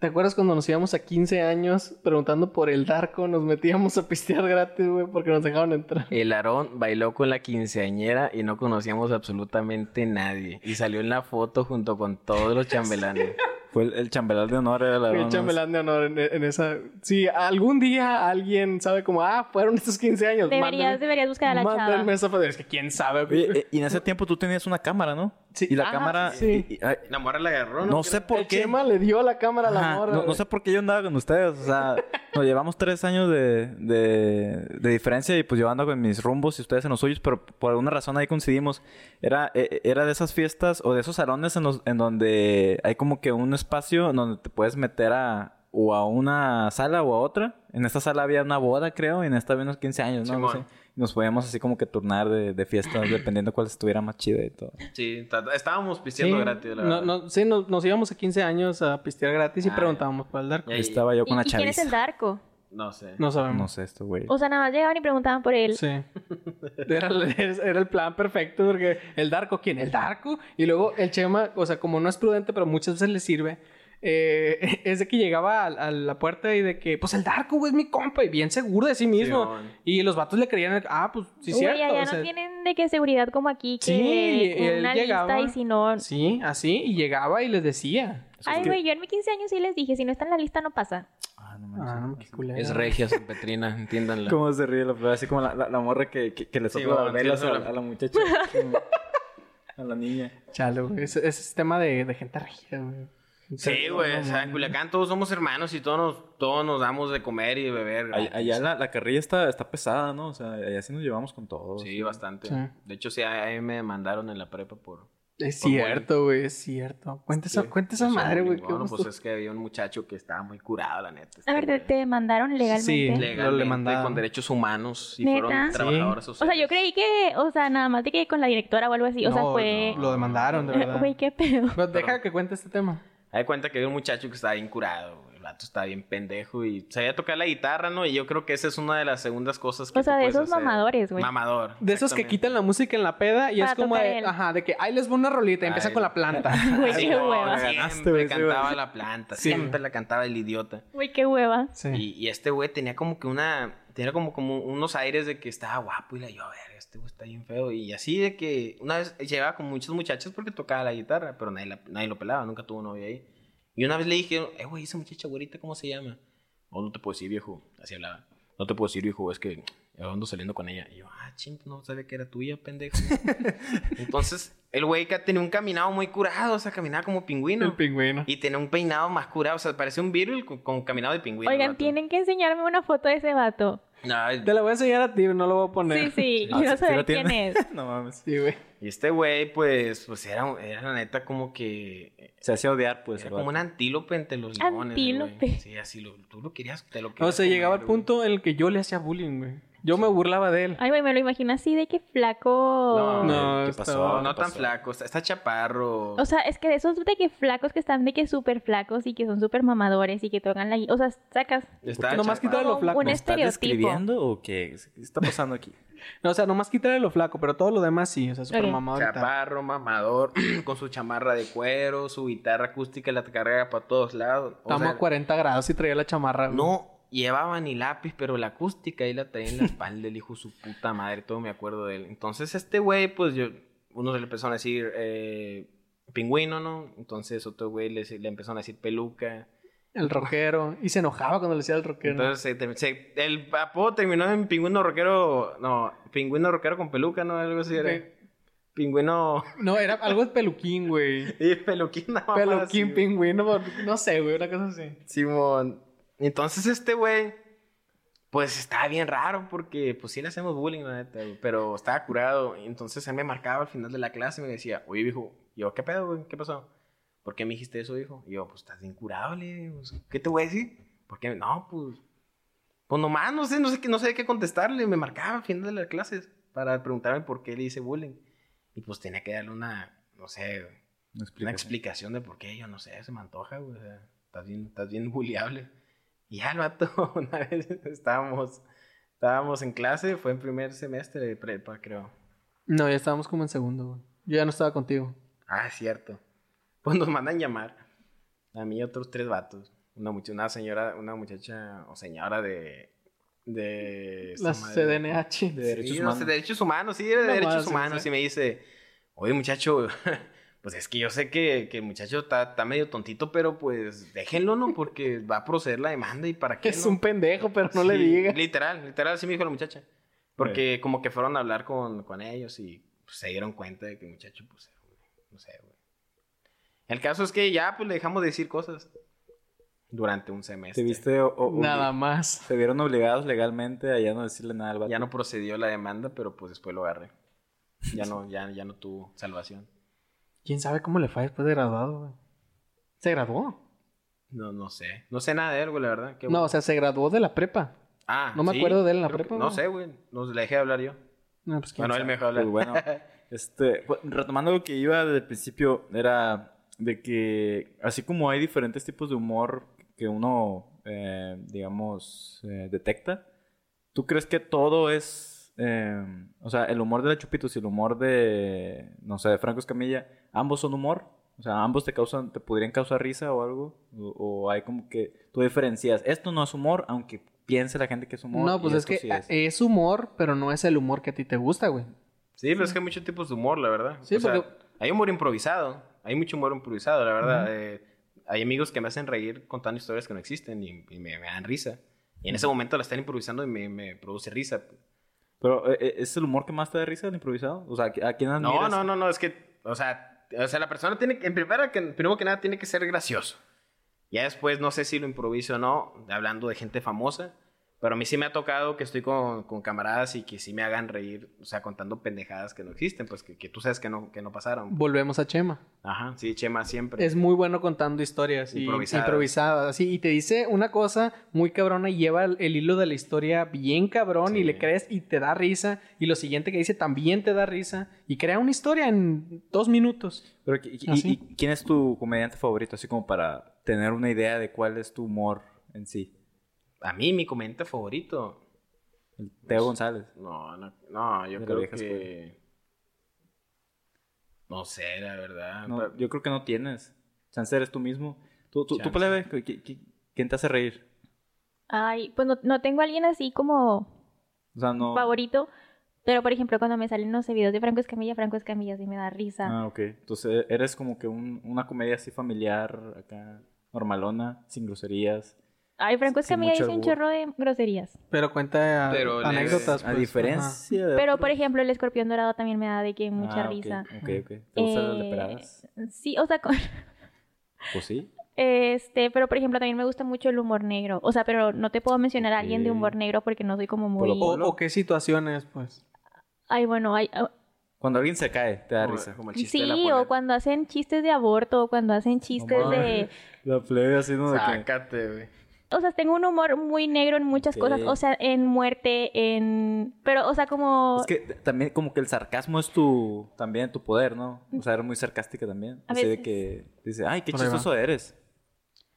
Speaker 1: ¿Te acuerdas cuando nos íbamos a 15 años preguntando por el Darko? Nos metíamos a pistear gratis, güey, porque nos dejaban entrar.
Speaker 4: El Aarón bailó con la quinceañera y no conocíamos absolutamente nadie. Y salió en la foto junto con todos los chambelanes.
Speaker 3: Fue el, el chambelán de honor, era la
Speaker 1: Fui el
Speaker 3: verdad, ¿no?
Speaker 1: chambelán de honor en, en esa. Si algún día alguien sabe como, ah, fueron estos 15 años.
Speaker 2: Deberías, deberías buscar a la
Speaker 1: Mándenme
Speaker 2: chava.
Speaker 1: esa foto. Es que quién sabe. güey.
Speaker 3: Oye, eh, y en ese tiempo tú tenías una cámara, ¿no?
Speaker 1: Sí.
Speaker 3: Y la
Speaker 1: Ah,
Speaker 3: cámara.
Speaker 1: sí.
Speaker 3: y- y- ay,
Speaker 4: La morra la agarró,
Speaker 3: no sé por
Speaker 1: el
Speaker 3: qué.
Speaker 1: Chema le dio la cámara a la
Speaker 3: Ajá,
Speaker 1: morra.
Speaker 3: no, no
Speaker 1: güey.
Speaker 3: sé por qué yo andaba con ustedes. O sea, nos llevamos tres años de, de, de diferencia y pues yo ando con mis rumbos y ustedes en los suyos, pero por alguna razón ahí coincidimos. Era, eh, era de esas fiestas o de esos salones en, los, en donde hay como que un espacio en donde te puedes meter a o a una sala o a otra. En esta sala había una boda, creo, y en esta había unos 15 años, ¿no? No
Speaker 4: Simón.
Speaker 3: sé. Nos podíamos así como que turnar de, de fiestas dependiendo cuál estuviera más chida y todo.
Speaker 4: Sí, ta- estábamos pisteando
Speaker 1: Sí,
Speaker 4: gratis, la
Speaker 1: no,
Speaker 4: verdad.
Speaker 1: no, sí, nos, nos íbamos a 15 años a pistear gratis y
Speaker 4: Ah.
Speaker 1: preguntábamos por el Darko.
Speaker 4: Ya,
Speaker 3: Ahí Estaba yo
Speaker 2: ¿Y,
Speaker 3: con la
Speaker 2: y quién es
Speaker 3: chaviza.
Speaker 2: el Darko?
Speaker 4: No sé.
Speaker 1: No
Speaker 3: No
Speaker 1: sabemos.
Speaker 3: sé esto, güey.
Speaker 2: O sea, nada más llegaban y preguntaban por él.
Speaker 1: Sí. Era, era el plan perfecto porque el Darko, ¿quién? El Darko. Y luego el Chema, o sea, como no es prudente, pero muchas veces le sirve. eh, es de que llegaba a, a la puerta y de que, pues el Darko, güey, es mi compa y bien seguro de sí mismo.
Speaker 4: Simón.
Speaker 1: y los vatos le creían, ah, pues sí,
Speaker 2: Uy,
Speaker 1: cierto.
Speaker 2: allá
Speaker 1: o sea,
Speaker 2: no tienen de qué seguridad como aquí, que
Speaker 1: Sí, y él
Speaker 2: una
Speaker 1: llegaba.
Speaker 2: lista y si no...
Speaker 1: Sí, así. Y llegaba y les decía.
Speaker 2: Ay, güey, yo en mis 15 años sí les dije, si no está en la lista no pasa.
Speaker 3: Ah, no manches.
Speaker 1: Ah, qué culero.
Speaker 4: Es regia, San Petrina, entiéndanla.
Speaker 3: ¿Cómo se ríe la así como la, la, la morra que, que, que le
Speaker 4: Sí,
Speaker 3: sopla
Speaker 4: bueno,
Speaker 3: las velas
Speaker 4: sí,
Speaker 3: a,
Speaker 4: eso la-
Speaker 3: a la muchacha. a la niña.
Speaker 1: Chale, güey. Ese, ese es tema de, de gente regida, güey.
Speaker 4: Sí, güey. O sea, en Culiacán todos somos hermanos y todos nos, todos nos damos de comer y de beber.
Speaker 3: Allá, allá la, la carrilla está, está pesada, ¿no? O sea, allá sí nos llevamos con todos.
Speaker 4: Sí, bastante.
Speaker 1: Sí.
Speaker 4: De hecho, sí, a a mí me mandaron en la prepa por,
Speaker 1: Es
Speaker 4: Por
Speaker 1: cierto, güey, es cierto. Cuenta esa,
Speaker 4: Sí.
Speaker 1: cuenta esa
Speaker 4: Eso,
Speaker 1: madre, güey. qué
Speaker 4: Bueno,
Speaker 1: gusto.
Speaker 4: pues es que había un muchacho que estaba muy curado, la neta. este
Speaker 2: A ver, ¿te, te mandaron legalmente?
Speaker 1: Sí, le-
Speaker 4: Legal,
Speaker 1: le mandaban.
Speaker 4: con derechos humanos y
Speaker 2: ¿Neta?
Speaker 4: fueron
Speaker 2: Sí.
Speaker 4: trabajadores
Speaker 2: O sea,
Speaker 4: sociales.
Speaker 2: yo creí que, o sea, nada más de que con la directora o algo así. O sea,
Speaker 1: No,
Speaker 2: fue. Eh,
Speaker 1: no, Lo demandaron, de verdad.
Speaker 2: Güey, qué pedo.
Speaker 1: Pero deja que cuente este tema.
Speaker 4: Hay cuenta que había un muchacho que estaba bien curado, güey. el vato estaba bien pendejo y sabía tocar la guitarra, ¿no? Y yo creo que esa es una de las segundas cosas que
Speaker 2: O sea,
Speaker 4: tú
Speaker 2: de
Speaker 4: puedes
Speaker 2: esos
Speaker 4: hacer.
Speaker 2: mamadores, güey.
Speaker 4: Mamador.
Speaker 1: De esos que quitan la música en la peda y
Speaker 2: Para
Speaker 1: es como
Speaker 2: tocar
Speaker 1: de,
Speaker 2: él.
Speaker 1: ajá, de que ahí les va una rolita, empieza
Speaker 4: Ay.
Speaker 1: con la planta.
Speaker 2: Güey,
Speaker 4: Sí,
Speaker 2: qué
Speaker 4: no,
Speaker 2: hueva.
Speaker 4: Siempre
Speaker 3: Ganaste, güey, sí, güey.
Speaker 4: cantaba la planta,
Speaker 1: Sí.
Speaker 4: siempre la cantaba el idiota.
Speaker 2: Güey, qué hueva.
Speaker 1: Sí.
Speaker 4: Y, y este güey tenía como que una. Tenía como, como unos aires de que estaba guapo y la yo, a ver, este güey está bien feo. Y así de que una vez llegaba con muchos muchachos porque tocaba la guitarra, pero nadie, la- nadie lo pelaba, nunca tuvo novia ahí. Y una vez le dije, eh, güey, esa muchacha güerita, ¿cómo se llama? No, no te puedo decir, viejo. Así hablaba. No te puedo decir, viejo, es que yo ando saliendo con ella. Y yo, ah, ching, no sabía que era tuya, pendejo. Entonces, el güey que tenía un caminado muy curado, o sea, caminaba como pingüino.
Speaker 1: El pingüino.
Speaker 4: Y tenía un peinado más curado, o sea, parecía un Beatle con, con caminado de pingüino. el
Speaker 2: Oigan,
Speaker 4: vato.
Speaker 2: tienen que enseñarme una foto de ese vato.
Speaker 4: No, el-
Speaker 1: Te la voy a enseñar a ti, no lo voy a
Speaker 2: Sí,
Speaker 1: poner.
Speaker 2: sí,
Speaker 3: Ah,
Speaker 2: quiero
Speaker 3: ¿sí- sí
Speaker 2: saber
Speaker 3: lo
Speaker 2: quién
Speaker 3: tiene?
Speaker 2: es.
Speaker 3: no mames.
Speaker 1: Sí, güey.
Speaker 4: y este güey, pues, pues era, un- era la neta como que...
Speaker 3: Se hace odiar, pues.
Speaker 4: Era
Speaker 3: el
Speaker 4: como un
Speaker 3: vato.
Speaker 4: antílope entre los leones. el güey.
Speaker 2: Antílope.
Speaker 4: Sí, así lo, tú lo querías, te lo
Speaker 1: O
Speaker 4: querías
Speaker 1: sea, llegaba el
Speaker 4: comer, güey.
Speaker 1: punto en el que yo le hacía bullying, güey. Yo me burlaba de él.
Speaker 2: Ay, güey, me lo imagino así de que flaco.
Speaker 4: No,
Speaker 1: No,
Speaker 3: ¿Qué
Speaker 1: está-
Speaker 3: pasó?
Speaker 4: No, no
Speaker 3: ¿Qué
Speaker 4: tan
Speaker 3: pasó?
Speaker 4: flaco, está, está chaparro.
Speaker 2: O sea, es que de esos de que flacos que están de que súper flacos y que son súper mamadores y que tocan la... O sea, sacas...
Speaker 4: está
Speaker 1: Nomás
Speaker 4: chaparro.
Speaker 1: quítale lo
Speaker 2: Como
Speaker 1: flaco.
Speaker 2: un
Speaker 3: ¿Me estás
Speaker 2: estereotipo.
Speaker 3: describiendo o qué? ¿Qué está pasando aquí?
Speaker 1: No, o sea, nomás quitarle lo flaco, pero todo lo demás sí. O sea, súper
Speaker 2: Ok.
Speaker 1: mamado ahorita.
Speaker 4: Chaparro, mamador, con su chamarra de cuero, su guitarra acústica, la carga para todos lados. O
Speaker 1: Estamos
Speaker 4: sea,
Speaker 1: a 40 grados y traía la chamarra. güey.
Speaker 4: No llevaba ni lápiz, pero la acústica ahí la traía en la espalda el hijo de su puta madre, todo me acuerdo de él. Entonces este güey, pues yo, uno se le empezaron a decir eh, pingüino, ¿no? Entonces otro güey le, le empezaron a decir peluca.
Speaker 1: El rockero. Y se enojaba cuando le decía el rockero.
Speaker 4: Entonces se termi- se- el apodo terminó en pingüino rockero, no, pingüino rockero con peluca, ¿no? Algo así era.
Speaker 1: Ok.
Speaker 4: Pingüino
Speaker 1: No, era algo de peluquín, güey.
Speaker 4: y peluquín. nada más así,
Speaker 1: Peluquín,
Speaker 4: güey.
Speaker 1: pingüino, por- no sé, güey, una cosa así.
Speaker 4: Simón. Entonces este güey, pues estaba bien raro porque pues sí le hacemos bullying, la neta, güey, pero estaba curado. Entonces él me marcaba al final de la clase y me decía, oye, viejo, Y yo, ¿qué pedo, güey? ¿Qué pasó? ¿Por qué me dijiste eso, hijo? Y yo, pues estás incurable, ¿qué te voy a decir? ¿Por qué? No, pues, pues nomás, no sé, no sé, qué- no sé qué contestarle. Me marcaba al final de las clases para preguntarme por qué le hice bullying. Y pues tenía que darle una, no sé, güey,
Speaker 3: No
Speaker 4: una
Speaker 3: explico.
Speaker 4: explicación de por qué, yo no sé, se me antoja, güey. O sea, estás bien, estás bien buleable. Y ya el vato, una vez estábamos, estábamos en clase, fue en primer semestre de prepa, creo.
Speaker 1: No, ya estábamos como en segundo, güey. Yo ya no estaba contigo.
Speaker 4: Ah, es cierto. Pues nos mandan llamar. A mí y otros tres vatos. Una, much- una señora, una muchacha o señora de. de esta
Speaker 1: La
Speaker 4: madre.
Speaker 1: CDNH.
Speaker 3: De
Speaker 4: Sí,
Speaker 3: derechos
Speaker 4: no sé,
Speaker 3: humanos.
Speaker 4: derechos humanos, sí, de
Speaker 1: No
Speaker 4: derechos
Speaker 1: más, sí,
Speaker 4: humanos.
Speaker 1: sí.
Speaker 4: Y me dice, oye muchacho, pues es que yo sé que, que el muchacho está, está medio tontito, pero pues déjenlo, ¿no? Porque va a proceder la demanda y para qué.
Speaker 1: Es
Speaker 4: no?"
Speaker 1: un pendejo, pero no le
Speaker 4: Sí,
Speaker 1: digas.
Speaker 4: Literal, literal, así me dijo la muchacha. Porque como que fueron a hablar con, con ellos y pues, se dieron cuenta de que el muchacho, pues, era un- no sé, güey. El caso es que ya, pues, le dejamos de decir cosas durante un semestre.
Speaker 3: ¿Te viste o, o-
Speaker 1: Nada
Speaker 3: obli-
Speaker 1: más.
Speaker 3: Se vieron obligados legalmente a ya no decirle nada al vato.
Speaker 4: Ya no procedió la demanda, pero pues después lo agarré. Ya no, ya, ya no tuvo salvación.
Speaker 1: ¿Quién sabe cómo le fue después de graduado, güey? ¿Se graduó?
Speaker 4: No, no sé. No sé nada de él, güey, la verdad. Qué
Speaker 1: No,
Speaker 4: bueno.
Speaker 1: o sea, se graduó de la prepa.
Speaker 4: Ah,
Speaker 1: no me
Speaker 4: sí,
Speaker 1: acuerdo de él en la
Speaker 4: creo que-
Speaker 1: prepa,
Speaker 4: No
Speaker 1: güey.
Speaker 4: sé, güey. Nos le dejé de hablar yo.
Speaker 1: No, pues quién
Speaker 4: Bueno, él me
Speaker 1: sabe.
Speaker 4: dejó de hablar.
Speaker 3: Pues bueno, este, pues, retomando lo que iba desde el principio, era de que así como hay diferentes tipos de humor que uno, eh, digamos, eh, detecta, ¿tú crees que todo es, eh, o sea, el humor de la Chupitos y el humor de, no sé, de Franco Escamilla, ambos son humor? O sea, ambos te causan, te podrían causar risa o algo, o, o hay como que tú diferencias, esto no es humor, aunque piense la gente que es humor.
Speaker 1: No, pues
Speaker 3: y
Speaker 1: es
Speaker 3: esto
Speaker 1: que
Speaker 3: sí
Speaker 1: a- es. humor, pero no es el humor que a ti te gusta, güey.
Speaker 4: Sí, pero es que hay muchos tipos de humor, la verdad.
Speaker 1: Sí,
Speaker 4: O sea,
Speaker 1: porque-
Speaker 4: hay humor improvisado. Hay mucho humor improvisado, la verdad. Eh, hay amigos que me hacen reír contando historias que no existen y, y me, me dan risa. Y en ese momento la están improvisando y me, me produce risa.
Speaker 3: Pero eh, eh, ¿es el humor que más te da risa el improvisado? O sea, ¿a quién admiras?
Speaker 4: No, no, no, no, es que, o sea, o sea, la persona tiene que, en primera que, primero que nada, tiene que ser gracioso. Ya después, no sé si lo improviso o no, hablando de gente famosa, Pero a mí sí me ha tocado que estoy con, con camaradas y que sí me hagan reír, o sea, contando pendejadas que no existen, pues que, que tú sabes que no, que no pasaron.
Speaker 1: Volvemos a Chema.
Speaker 4: Ajá, sí, Chema siempre.
Speaker 1: Es muy bueno contando historias y- improvisadas.
Speaker 4: Improvisadas.
Speaker 1: sí, y te dice una cosa muy cabrona y lleva el, el hilo de la historia bien cabrón y
Speaker 4: Sí.
Speaker 1: le crees y te da risa. Y lo siguiente que dice también te da risa y crea una historia en dos minutos.
Speaker 3: Pero, ¿y, y-
Speaker 1: Ah, sí.
Speaker 3: y quién es tu comediante favorito? Así como para tener una idea de cuál es tu humor en sí.
Speaker 4: A mí, mi comediante favorito.
Speaker 3: El Teo González.
Speaker 4: No, no, no yo
Speaker 3: De la
Speaker 4: creo
Speaker 3: vieja
Speaker 4: que... No sé, la verdad.
Speaker 3: No,
Speaker 4: pero-
Speaker 3: yo creo que no tienes. Chance eres tú mismo. Tú, tú, tú
Speaker 4: Chance.
Speaker 3: plebe, ¿qui- qui- qui- ¿quién te hace reír?
Speaker 2: Ay, pues no, no tengo a alguien así como
Speaker 3: O sea, no.
Speaker 2: favorito. Pero, por ejemplo, cuando me salen, no sé, videos de Franco Escamilla, Franco Escamilla sí me da risa.
Speaker 3: Ah, ok. Entonces eres como que un- una comedia así familiar, acá, normalona, sin groserías.
Speaker 2: Ay, Franco
Speaker 3: Sí,
Speaker 2: Escamilla
Speaker 3: mucho
Speaker 2: dice un
Speaker 3: albur.
Speaker 2: chorro de groserías.
Speaker 1: Pero cuenta
Speaker 4: Pero le-
Speaker 1: anécdotas.
Speaker 3: A
Speaker 1: pues, ajá.
Speaker 3: diferencia de
Speaker 2: Pero,
Speaker 3: otros.
Speaker 2: por ejemplo, el escorpión dorado también me da de que mucha
Speaker 3: Ah, ok,
Speaker 2: risa.
Speaker 3: Ok, ok. ¿Te gustan las
Speaker 2: Eh,
Speaker 3: leperadas?
Speaker 2: Sí, o sea, con-
Speaker 3: Pues sí.
Speaker 2: este, pero por ejemplo, también me gusta mucho el humor negro. O sea, pero no te puedo mencionar a alguien de
Speaker 3: Ok.
Speaker 2: humor negro porque no soy como muy.
Speaker 3: Polo
Speaker 1: O, o qué situaciones, pues.
Speaker 2: Ay, bueno, ay, ah,
Speaker 3: Cuando alguien se cae, te da
Speaker 4: como-
Speaker 3: risa.
Speaker 4: como el chiste de la
Speaker 2: sí, o
Speaker 4: polera.
Speaker 2: cuando hacen chistes de aborto, o cuando hacen chistes de.
Speaker 3: mames. La plebe haciendo de que...
Speaker 4: Sácate, güey.
Speaker 2: O sea, tengo un humor muy negro en muchas
Speaker 3: Ok.
Speaker 2: cosas. O sea, en muerte, en. Pero, o sea, como.
Speaker 3: Es que t- también como que el sarcasmo es tu también tu poder, ¿no? O sea, eres muy sarcástica también.
Speaker 2: A
Speaker 3: Así de
Speaker 2: veces.
Speaker 3: que dice, ay, qué
Speaker 1: Por ahí va.
Speaker 3: chistoso eres.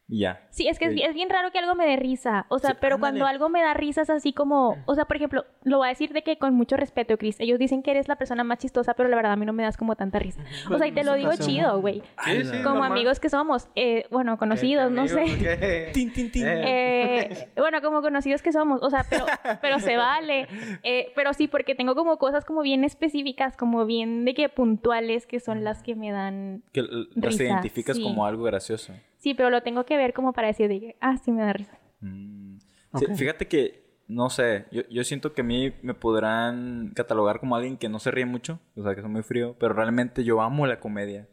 Speaker 3: Y ya.
Speaker 2: Sí, es que es,
Speaker 3: Sí.
Speaker 2: bi- es bien raro que algo me dé risa. O sea,
Speaker 3: Sí,
Speaker 2: pero
Speaker 3: ándale.
Speaker 2: cuando algo me da risa es así como. O sea, por ejemplo, lo voy a decir de que con mucho respeto, Chris. Ellos dicen que eres la persona más chistosa, pero la verdad a mí no me das como tanta risa. O sea, y te lo digo chido, güey.
Speaker 4: Sí, sí,
Speaker 2: Como
Speaker 4: normal.
Speaker 2: amigos que somos. eh, bueno,
Speaker 4: Que- que
Speaker 2: conocidos, no
Speaker 4: amigos,
Speaker 2: sé.
Speaker 4: ok.
Speaker 2: Eh, bueno, como conocidos que somos, o sea, pero, pero se vale. Eh, pero sí, porque tengo como cosas como bien específicas, como bien de que puntuales, que son las que me dan.
Speaker 3: Que l- las
Speaker 2: Risa,
Speaker 3: identificas
Speaker 2: sí.
Speaker 3: como algo gracioso.
Speaker 2: Sí, pero lo tengo que ver como para decir de que, ah, sí me da risa.
Speaker 3: Mm.
Speaker 1: Ok.
Speaker 3: Sí, fíjate que, no sé, yo, yo siento que a mí me podrán catalogar como alguien que no se ríe mucho, o sea, que soy muy frío, pero realmente yo amo la comedia.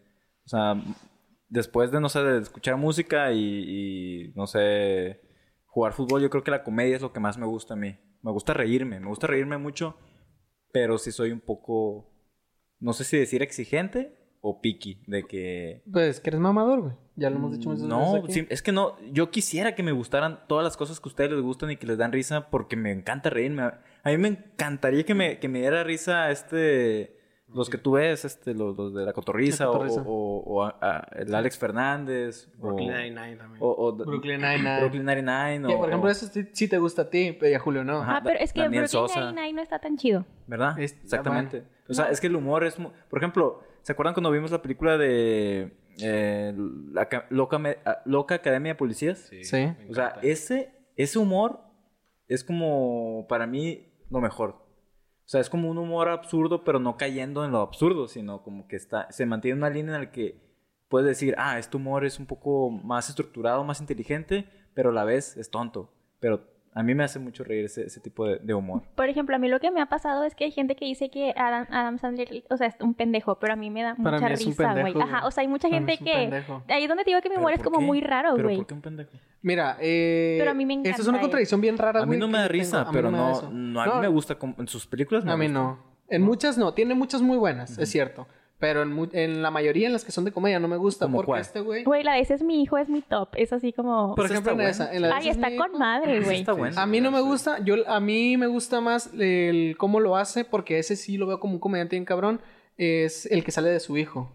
Speaker 3: O sea, después de, no sé, de escuchar música y, y, no sé, jugar fútbol, yo creo que la comedia es lo que más me gusta a mí. Me gusta reírme, me gusta reírme mucho, pero sí soy un poco, no sé si decir exigente o picky, de que...
Speaker 1: Pues que eres mamador, güey. Ya lo hemos dicho muchas veces.
Speaker 3: No,
Speaker 1: aquí.
Speaker 3: sí, es que no, yo quisiera que me gustaran todas las cosas que a ustedes les gustan y que les dan risa porque me encanta reírme. A a mí me encantaría que me, que me diera risa este, los que tú ves, este, los, los de La Cotorrisa,
Speaker 1: La
Speaker 3: o,
Speaker 1: Cotorrisa.
Speaker 3: o- o a- a- el Alex Fernández,
Speaker 4: Brooklyn
Speaker 3: o,
Speaker 4: 99 también.
Speaker 3: o- o-
Speaker 1: Brooklyn Nine-Nine.
Speaker 3: Brooklyn 99,
Speaker 1: Que,
Speaker 3: o-
Speaker 1: por ejemplo, eso sí, sí te gusta a ti, pero ya Julio no.
Speaker 3: Ajá,
Speaker 2: ah, pero es que
Speaker 3: Daniel
Speaker 2: Brooklyn
Speaker 3: Sosa.
Speaker 2: Nine-Nine no está tan chido.
Speaker 3: ¿Verdad?
Speaker 1: Es-
Speaker 3: Exactamente. O sea, es que el humor es... mu- Por ejemplo, ¿se acuerdan cuando vimos la película de eh, la ca- loca, Me- ah, loca Academia de Policías?
Speaker 1: Sí.
Speaker 4: me
Speaker 3: O sea,
Speaker 4: encanta.
Speaker 3: ese, ese humor es como para mí lo mejor. O sea, es como un humor absurdo, pero no cayendo en lo absurdo, sino como que está, se mantiene una línea en la que puedes decir, ah, este humor es un poco más estructurado, más inteligente, pero a la vez es tonto. Pero a mí me hace mucho reír ese, ese tipo de, de humor.
Speaker 2: Por ejemplo, a mí lo que me ha pasado es que hay gente que dice que Adam, Adam Sandler, o sea, es un pendejo, pero a mí me da
Speaker 1: Para
Speaker 2: mucha
Speaker 1: mí es un
Speaker 2: risa, güey.
Speaker 1: pendejo,
Speaker 2: Ajá,
Speaker 1: güey.
Speaker 2: o sea, hay mucha
Speaker 1: Para mí
Speaker 2: gente
Speaker 1: es un
Speaker 2: que...
Speaker 1: pendejo.
Speaker 2: Ahí es donde te digo que mi humor es
Speaker 3: ¿Pero por
Speaker 2: como
Speaker 3: qué?
Speaker 2: muy
Speaker 1: Ah,
Speaker 2: raro,
Speaker 3: ¿Pero
Speaker 2: güey.
Speaker 3: por qué un pendejo?
Speaker 1: Mira, eh,
Speaker 2: Pero a mí me encanta
Speaker 1: Eso es una contradicción bien rara,
Speaker 3: A mí
Speaker 1: güey,
Speaker 3: no
Speaker 1: que
Speaker 3: me da
Speaker 1: yo tengo.
Speaker 3: risa,
Speaker 1: A mí
Speaker 3: pero
Speaker 1: me da
Speaker 3: no,
Speaker 1: eso.
Speaker 3: no, a mí me gusta, como- en sus películas me
Speaker 1: A mí
Speaker 3: gusta.
Speaker 1: no. En muchas no. Tiene muchas muy buenas, es cierto. Pero en, mu- en la mayoría, en las que son de comedia, no me gusta.
Speaker 3: ¿Cómo
Speaker 1: Porque
Speaker 3: cuál?
Speaker 1: este güey...
Speaker 2: Güey, la de ese es mi hijo, es mi top. Es así como...
Speaker 1: Por
Speaker 3: Esa
Speaker 1: ejemplo,
Speaker 3: está
Speaker 1: en
Speaker 3: buena.
Speaker 1: esa. en la de
Speaker 2: Ay,
Speaker 1: ese es
Speaker 2: está
Speaker 1: mi
Speaker 2: con
Speaker 1: hijo.
Speaker 2: madre,
Speaker 3: Ese
Speaker 2: güey.
Speaker 3: está bueno.
Speaker 1: A mí no me
Speaker 4: Sí.
Speaker 1: gusta, yo a mí me gusta más el cómo lo hace porque ese sí lo veo como un comediante bien cabrón, es el que sale de su hijo.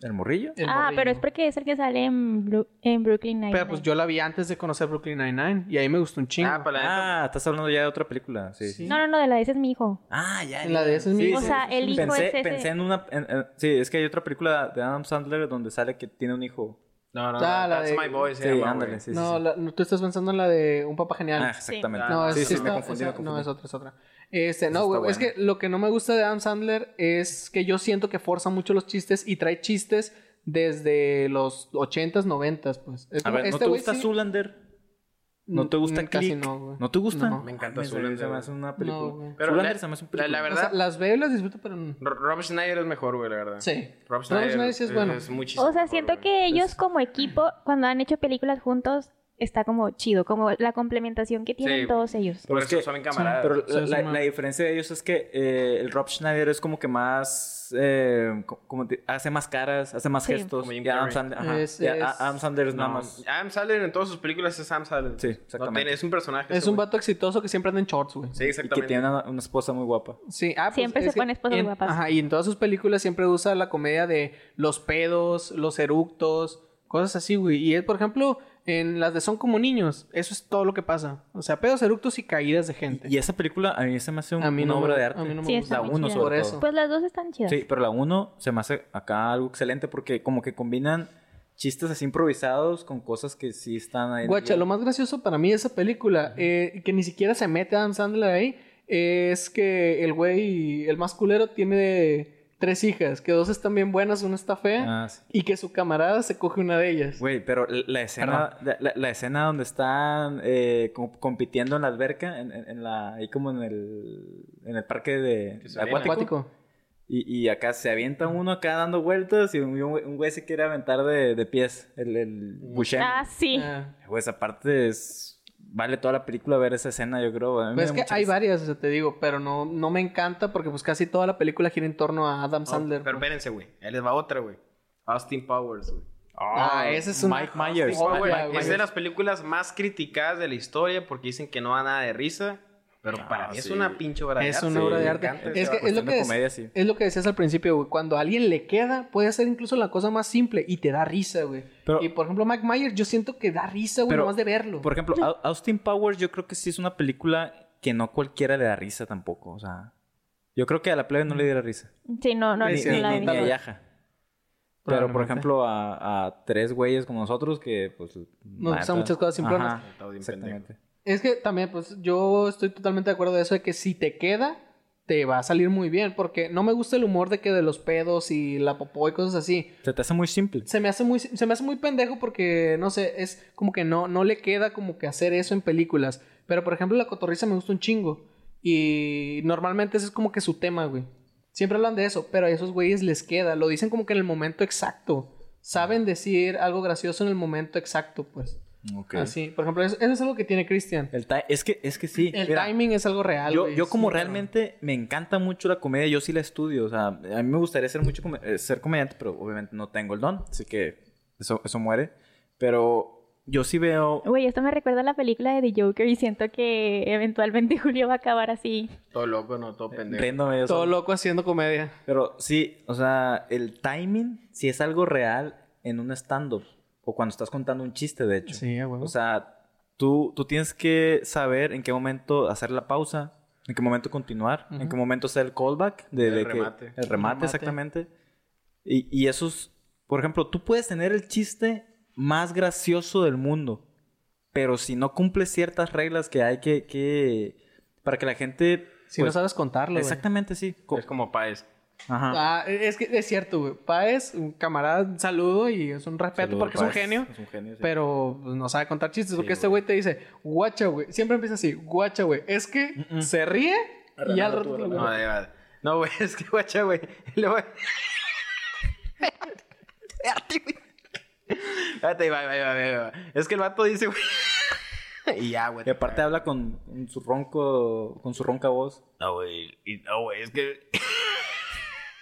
Speaker 3: ¿El morrillo?
Speaker 1: el
Speaker 2: Ah,
Speaker 1: morrillo.
Speaker 2: pero es porque es el que sale en, Bru- en Brooklyn Nine-Nine.
Speaker 1: Pero pues yo la vi antes de conocer Brooklyn Nine-Nine y ahí me gustó un chingo.
Speaker 4: Ah, para la neta,
Speaker 3: Ah, estás hablando ya de otra película. Sí, sí.
Speaker 2: No, no, no, de la de ese es mi hijo.
Speaker 3: Ah, ya.
Speaker 1: En la de ese es mi-
Speaker 2: O sea, el hijo
Speaker 3: pensé,
Speaker 2: es ese.
Speaker 3: Pensé en una... en- en- sí, es que hay otra película de Adam Sandler donde sale que tiene un hijo.
Speaker 4: No, no, no.
Speaker 1: Ah, la
Speaker 4: That's
Speaker 1: de-
Speaker 4: my boy, se
Speaker 3: Sí,
Speaker 4: llama,
Speaker 3: ándale,
Speaker 4: güey.
Speaker 3: sí, sí,
Speaker 1: no,
Speaker 3: sí.
Speaker 1: la- no, tú estás pensando en la de Un Papá Genial.
Speaker 3: Ah, exactamente.
Speaker 1: No,
Speaker 4: Ah,
Speaker 1: es,
Speaker 3: sí, sí,
Speaker 1: esta-
Speaker 3: me confundí,
Speaker 1: esa-
Speaker 3: me confundí.
Speaker 1: No, es otra, es otra. Este,
Speaker 3: Esa
Speaker 1: no, güey,
Speaker 3: está
Speaker 1: es que
Speaker 3: buena.
Speaker 1: lo que no me gusta de Adam Sandler es que yo siento que forza mucho los chistes y trae chistes desde los 80s, 90s, pues. Es
Speaker 3: A
Speaker 1: como,
Speaker 3: ver, ¿no
Speaker 1: este
Speaker 3: te
Speaker 1: güey
Speaker 3: gusta
Speaker 1: sí-
Speaker 3: Zoolander? ¿No te gusta
Speaker 1: Mm, casi
Speaker 3: Click?
Speaker 1: no, güey.
Speaker 3: ¿No te gusta?
Speaker 1: No.
Speaker 4: Me encanta
Speaker 3: Ah, se-
Speaker 4: Zoolander,
Speaker 3: Se me
Speaker 4: güey.
Speaker 3: hace una
Speaker 1: No,
Speaker 3: película.
Speaker 1: güey.
Speaker 3: Pero Zoolander
Speaker 4: la-
Speaker 3: se me hace un
Speaker 4: la- la
Speaker 3: película.
Speaker 1: O
Speaker 4: verdad-
Speaker 1: sea, las veo y las disfruto, pero... no.
Speaker 4: R- Rob Schneider es mejor, güey, la verdad.
Speaker 1: Sí.
Speaker 4: Rob
Speaker 1: Schneider
Speaker 4: Schneider
Speaker 1: sí es bueno.
Speaker 4: muchísimo
Speaker 2: O sea,
Speaker 4: mejor,
Speaker 2: siento
Speaker 4: güey.
Speaker 2: que ellos
Speaker 3: Es-
Speaker 2: como equipo, cuando han hecho películas juntos, está como chido, como la complementación que tienen
Speaker 4: Sí.
Speaker 2: todos ellos.
Speaker 4: Por
Speaker 3: es
Speaker 4: eso
Speaker 3: que-
Speaker 4: son camaradas.
Speaker 3: Pero
Speaker 1: Sí,
Speaker 3: la,
Speaker 1: es
Speaker 3: la-
Speaker 1: una-
Speaker 3: la diferencia de ellos es que eh, el Rob Schneider es como que más. eh, co- como te- hace más caras, hace más
Speaker 2: Sí.
Speaker 3: gestos.
Speaker 4: Como Jim
Speaker 3: Y Adam
Speaker 4: Carrey.
Speaker 3: Sandler. ajá.
Speaker 1: Es-
Speaker 3: Y a-
Speaker 1: es-
Speaker 3: a- Adam Sandler es nada
Speaker 4: No,
Speaker 3: más.
Speaker 4: Adam Sandler en todas sus películas es Adam Sandler.
Speaker 3: Sí,
Speaker 4: No
Speaker 3: exactamente.
Speaker 4: tiene- es un personaje.
Speaker 1: Es
Speaker 4: ese
Speaker 1: un
Speaker 4: güey.
Speaker 1: vato exitoso que siempre anda en shorts, güey.
Speaker 4: Sí,
Speaker 3: Y que
Speaker 4: exactamente.
Speaker 3: tiene una, una esposa muy guapa.
Speaker 1: Sí, ah, pues,
Speaker 2: Siempre se
Speaker 1: es que
Speaker 2: pone esposas
Speaker 1: en-
Speaker 2: guapas.
Speaker 1: Ajá, y en todas sus películas siempre usa la comedia de los pedos, los eructos, cosas así, güey. Y él, por ejemplo, en las de Son como niños, eso es todo lo que pasa. O sea, pedos, eructos y caídas de gente.
Speaker 3: Y esa película a mí se me hace un-
Speaker 1: a mí
Speaker 3: una
Speaker 1: no
Speaker 3: obra
Speaker 1: me,
Speaker 3: de arte.
Speaker 1: A mí no me
Speaker 2: Sí,
Speaker 1: gusta.
Speaker 2: está
Speaker 3: la
Speaker 2: muy
Speaker 3: uno
Speaker 2: chida.
Speaker 1: por
Speaker 3: sobre
Speaker 1: eso.
Speaker 3: todo.
Speaker 2: Pues las dos están chidas.
Speaker 3: Sí, pero la 1 se me hace acá algo excelente porque como que combinan chistes así improvisados con cosas que sí están ahí.
Speaker 1: Guacha, lo más gracioso para mí de esa película, eh, que ni siquiera se mete Adam Sandler ahí, eh, es que el güey, el más culero, tiene tres hijas, que dos están bien buenas, una está fea,
Speaker 3: Ah, sí.
Speaker 1: y que su camarada se coge una de ellas.
Speaker 3: Güey, pero la- la escena, la, la- la escena donde están eh, como compitiendo en la alberca, en, en- en la, ahí como en el, en el parque de
Speaker 4: Que se avientan.
Speaker 3: acuático,
Speaker 1: Acuático.
Speaker 3: Y, y acá se avienta uno acá dando vueltas y un, un güey- un güey se quiere aventar de, de pies, el, el
Speaker 4: Mm.
Speaker 3: Buscemi.
Speaker 2: Ah, sí.
Speaker 1: Ah.
Speaker 3: Güey, esa parte es, vale toda la película ver esa escena, yo creo. A mí me
Speaker 1: Pues es
Speaker 3: da
Speaker 1: que
Speaker 3: mucha
Speaker 1: hay
Speaker 3: risa.
Speaker 1: varias, o sea, te digo, pero no, no me encanta porque pues casi toda la película gira en torno a Adam
Speaker 4: No,
Speaker 1: Sandler.
Speaker 4: Pero espérense, güey. Ahí les va otra, güey. Austin Powers, güey.
Speaker 1: Ah, ese es un-
Speaker 3: Mike Myers.
Speaker 1: Oh, güey,
Speaker 3: Mike
Speaker 1: güey.
Speaker 4: Es de las películas más criticadas de la historia porque dicen que no da nada de risa. Pero
Speaker 3: Ah,
Speaker 4: para mí es
Speaker 3: sí.
Speaker 4: una pinche obra de
Speaker 1: Es
Speaker 4: arte.
Speaker 1: una
Speaker 4: güey.
Speaker 1: obra de
Speaker 4: Me
Speaker 1: arte.
Speaker 4: encanta
Speaker 1: Es
Speaker 4: esa
Speaker 1: que-
Speaker 4: obra.
Speaker 1: lo
Speaker 3: Cuestión de
Speaker 1: es-
Speaker 3: comedia, sí.
Speaker 1: Es lo que decías al principio, güey. Cuando a alguien le queda, puede hacer incluso la cosa más simple y te da risa, güey.
Speaker 3: Pero-
Speaker 1: y por ejemplo, Mike Myers, yo siento que da risa, güey,
Speaker 3: Pero-
Speaker 1: nomás de verlo.
Speaker 3: Por ejemplo, Au- Austin Powers yo creo que sí es una película que no cualquiera le da risa tampoco. O sea, yo creo que a la plebe no le diera risa.
Speaker 2: Sí, no, no,
Speaker 1: Sí,
Speaker 3: ni,
Speaker 2: no,
Speaker 1: sí,
Speaker 3: ni-
Speaker 2: la
Speaker 3: ni-
Speaker 2: vi.
Speaker 3: ni a Yaja. Pero, por
Speaker 1: Probablemente.
Speaker 3: ejemplo, a, a tres güeyes como nosotros que, pues... Nos
Speaker 1: gustan muchas cosas simplonas.
Speaker 4: Está bien
Speaker 3: Exactamente.
Speaker 1: Es que también, pues, yo estoy totalmente de acuerdo de eso, de que si te queda, te va a salir muy bien. Porque no me gusta el humor de que de los pedos y la popó y cosas así.
Speaker 3: Se te hace muy simple.
Speaker 1: se me hace muy se me hace muy pendejo porque no sé es como que no no le queda como que hacer eso en películas pero por ejemplo la cotorriza me gusta un chingo y normalmente ese es como que su tema güey siempre hablan de eso pero a esos güeyes les queda lo dicen como que en el momento exacto saben decir algo gracioso en el momento exacto pues
Speaker 3: Ok.
Speaker 1: así por ejemplo eso, eso es algo que tiene Christian
Speaker 3: El ti- es, que, es que sí.
Speaker 1: el
Speaker 3: mira,
Speaker 1: timing es algo real
Speaker 3: Yo,
Speaker 1: güey,
Speaker 3: yo
Speaker 1: es
Speaker 3: como
Speaker 1: muy cabrón.
Speaker 3: realmente me encanta mucho la comedia, yo sí la estudio. O sea, a mí me gustaría ser mucho come- eh, ser comediante, pero obviamente no tengo el don. Así que eso, eso muere. Pero yo sí veo...
Speaker 2: Güey, esto me recuerda a la película de The Joker y siento que eventualmente Julio va a acabar así.
Speaker 4: Todo loco, no, todo pendejo.
Speaker 3: riéndome yo
Speaker 1: todo
Speaker 3: solo.
Speaker 1: loco haciendo comedia
Speaker 3: Pero sí, o sea, el timing sí es algo real en un stand-up. O cuando estás contando un chiste, de hecho.
Speaker 1: a huevo.
Speaker 3: O sea, tú, tú tienes que saber en qué momento hacer la pausa, en qué momento continuar, en
Speaker 1: Ujú.
Speaker 3: qué momento hacer el callback. De,
Speaker 4: El
Speaker 3: de que-
Speaker 4: remate.
Speaker 3: el
Speaker 1: El
Speaker 3: remate.
Speaker 1: remate.
Speaker 3: exactamente. Y, y eso es, por ejemplo, tú puedes tener el chiste más gracioso del mundo, pero si no cumples ciertas reglas que hay que... que para que la gente...
Speaker 1: si no
Speaker 3: pues,
Speaker 1: sabes contarlo güey.
Speaker 3: Exactamente, sí. Co-
Speaker 4: Es como Paez.
Speaker 3: Ajá.
Speaker 1: Ah, es que es cierto, güey. Paez, un camarada, un saludo y es un respeto
Speaker 3: Saludos,
Speaker 1: porque es un
Speaker 3: Paez.
Speaker 1: genio.
Speaker 3: Es un genio, sí.
Speaker 1: Pero pues, no sabe contar chistes porque este
Speaker 4: güey.
Speaker 1: güey te dice, guacha, güey. Siempre empieza así, guacha, güey. Es que
Speaker 3: Mm-mm.
Speaker 1: se ríe y al rato...
Speaker 4: No, de verdad. No, güey, es que guacha, güey. Y luego- Espérate, güey. Espérate, ahí va, ahí va, ahí va, ahí va. Es que el vato dice, güey. Y ya, güey.
Speaker 3: Y aparte habla con, con su ronco, con su ronca voz.
Speaker 4: No, güey. y- No, güey, es que.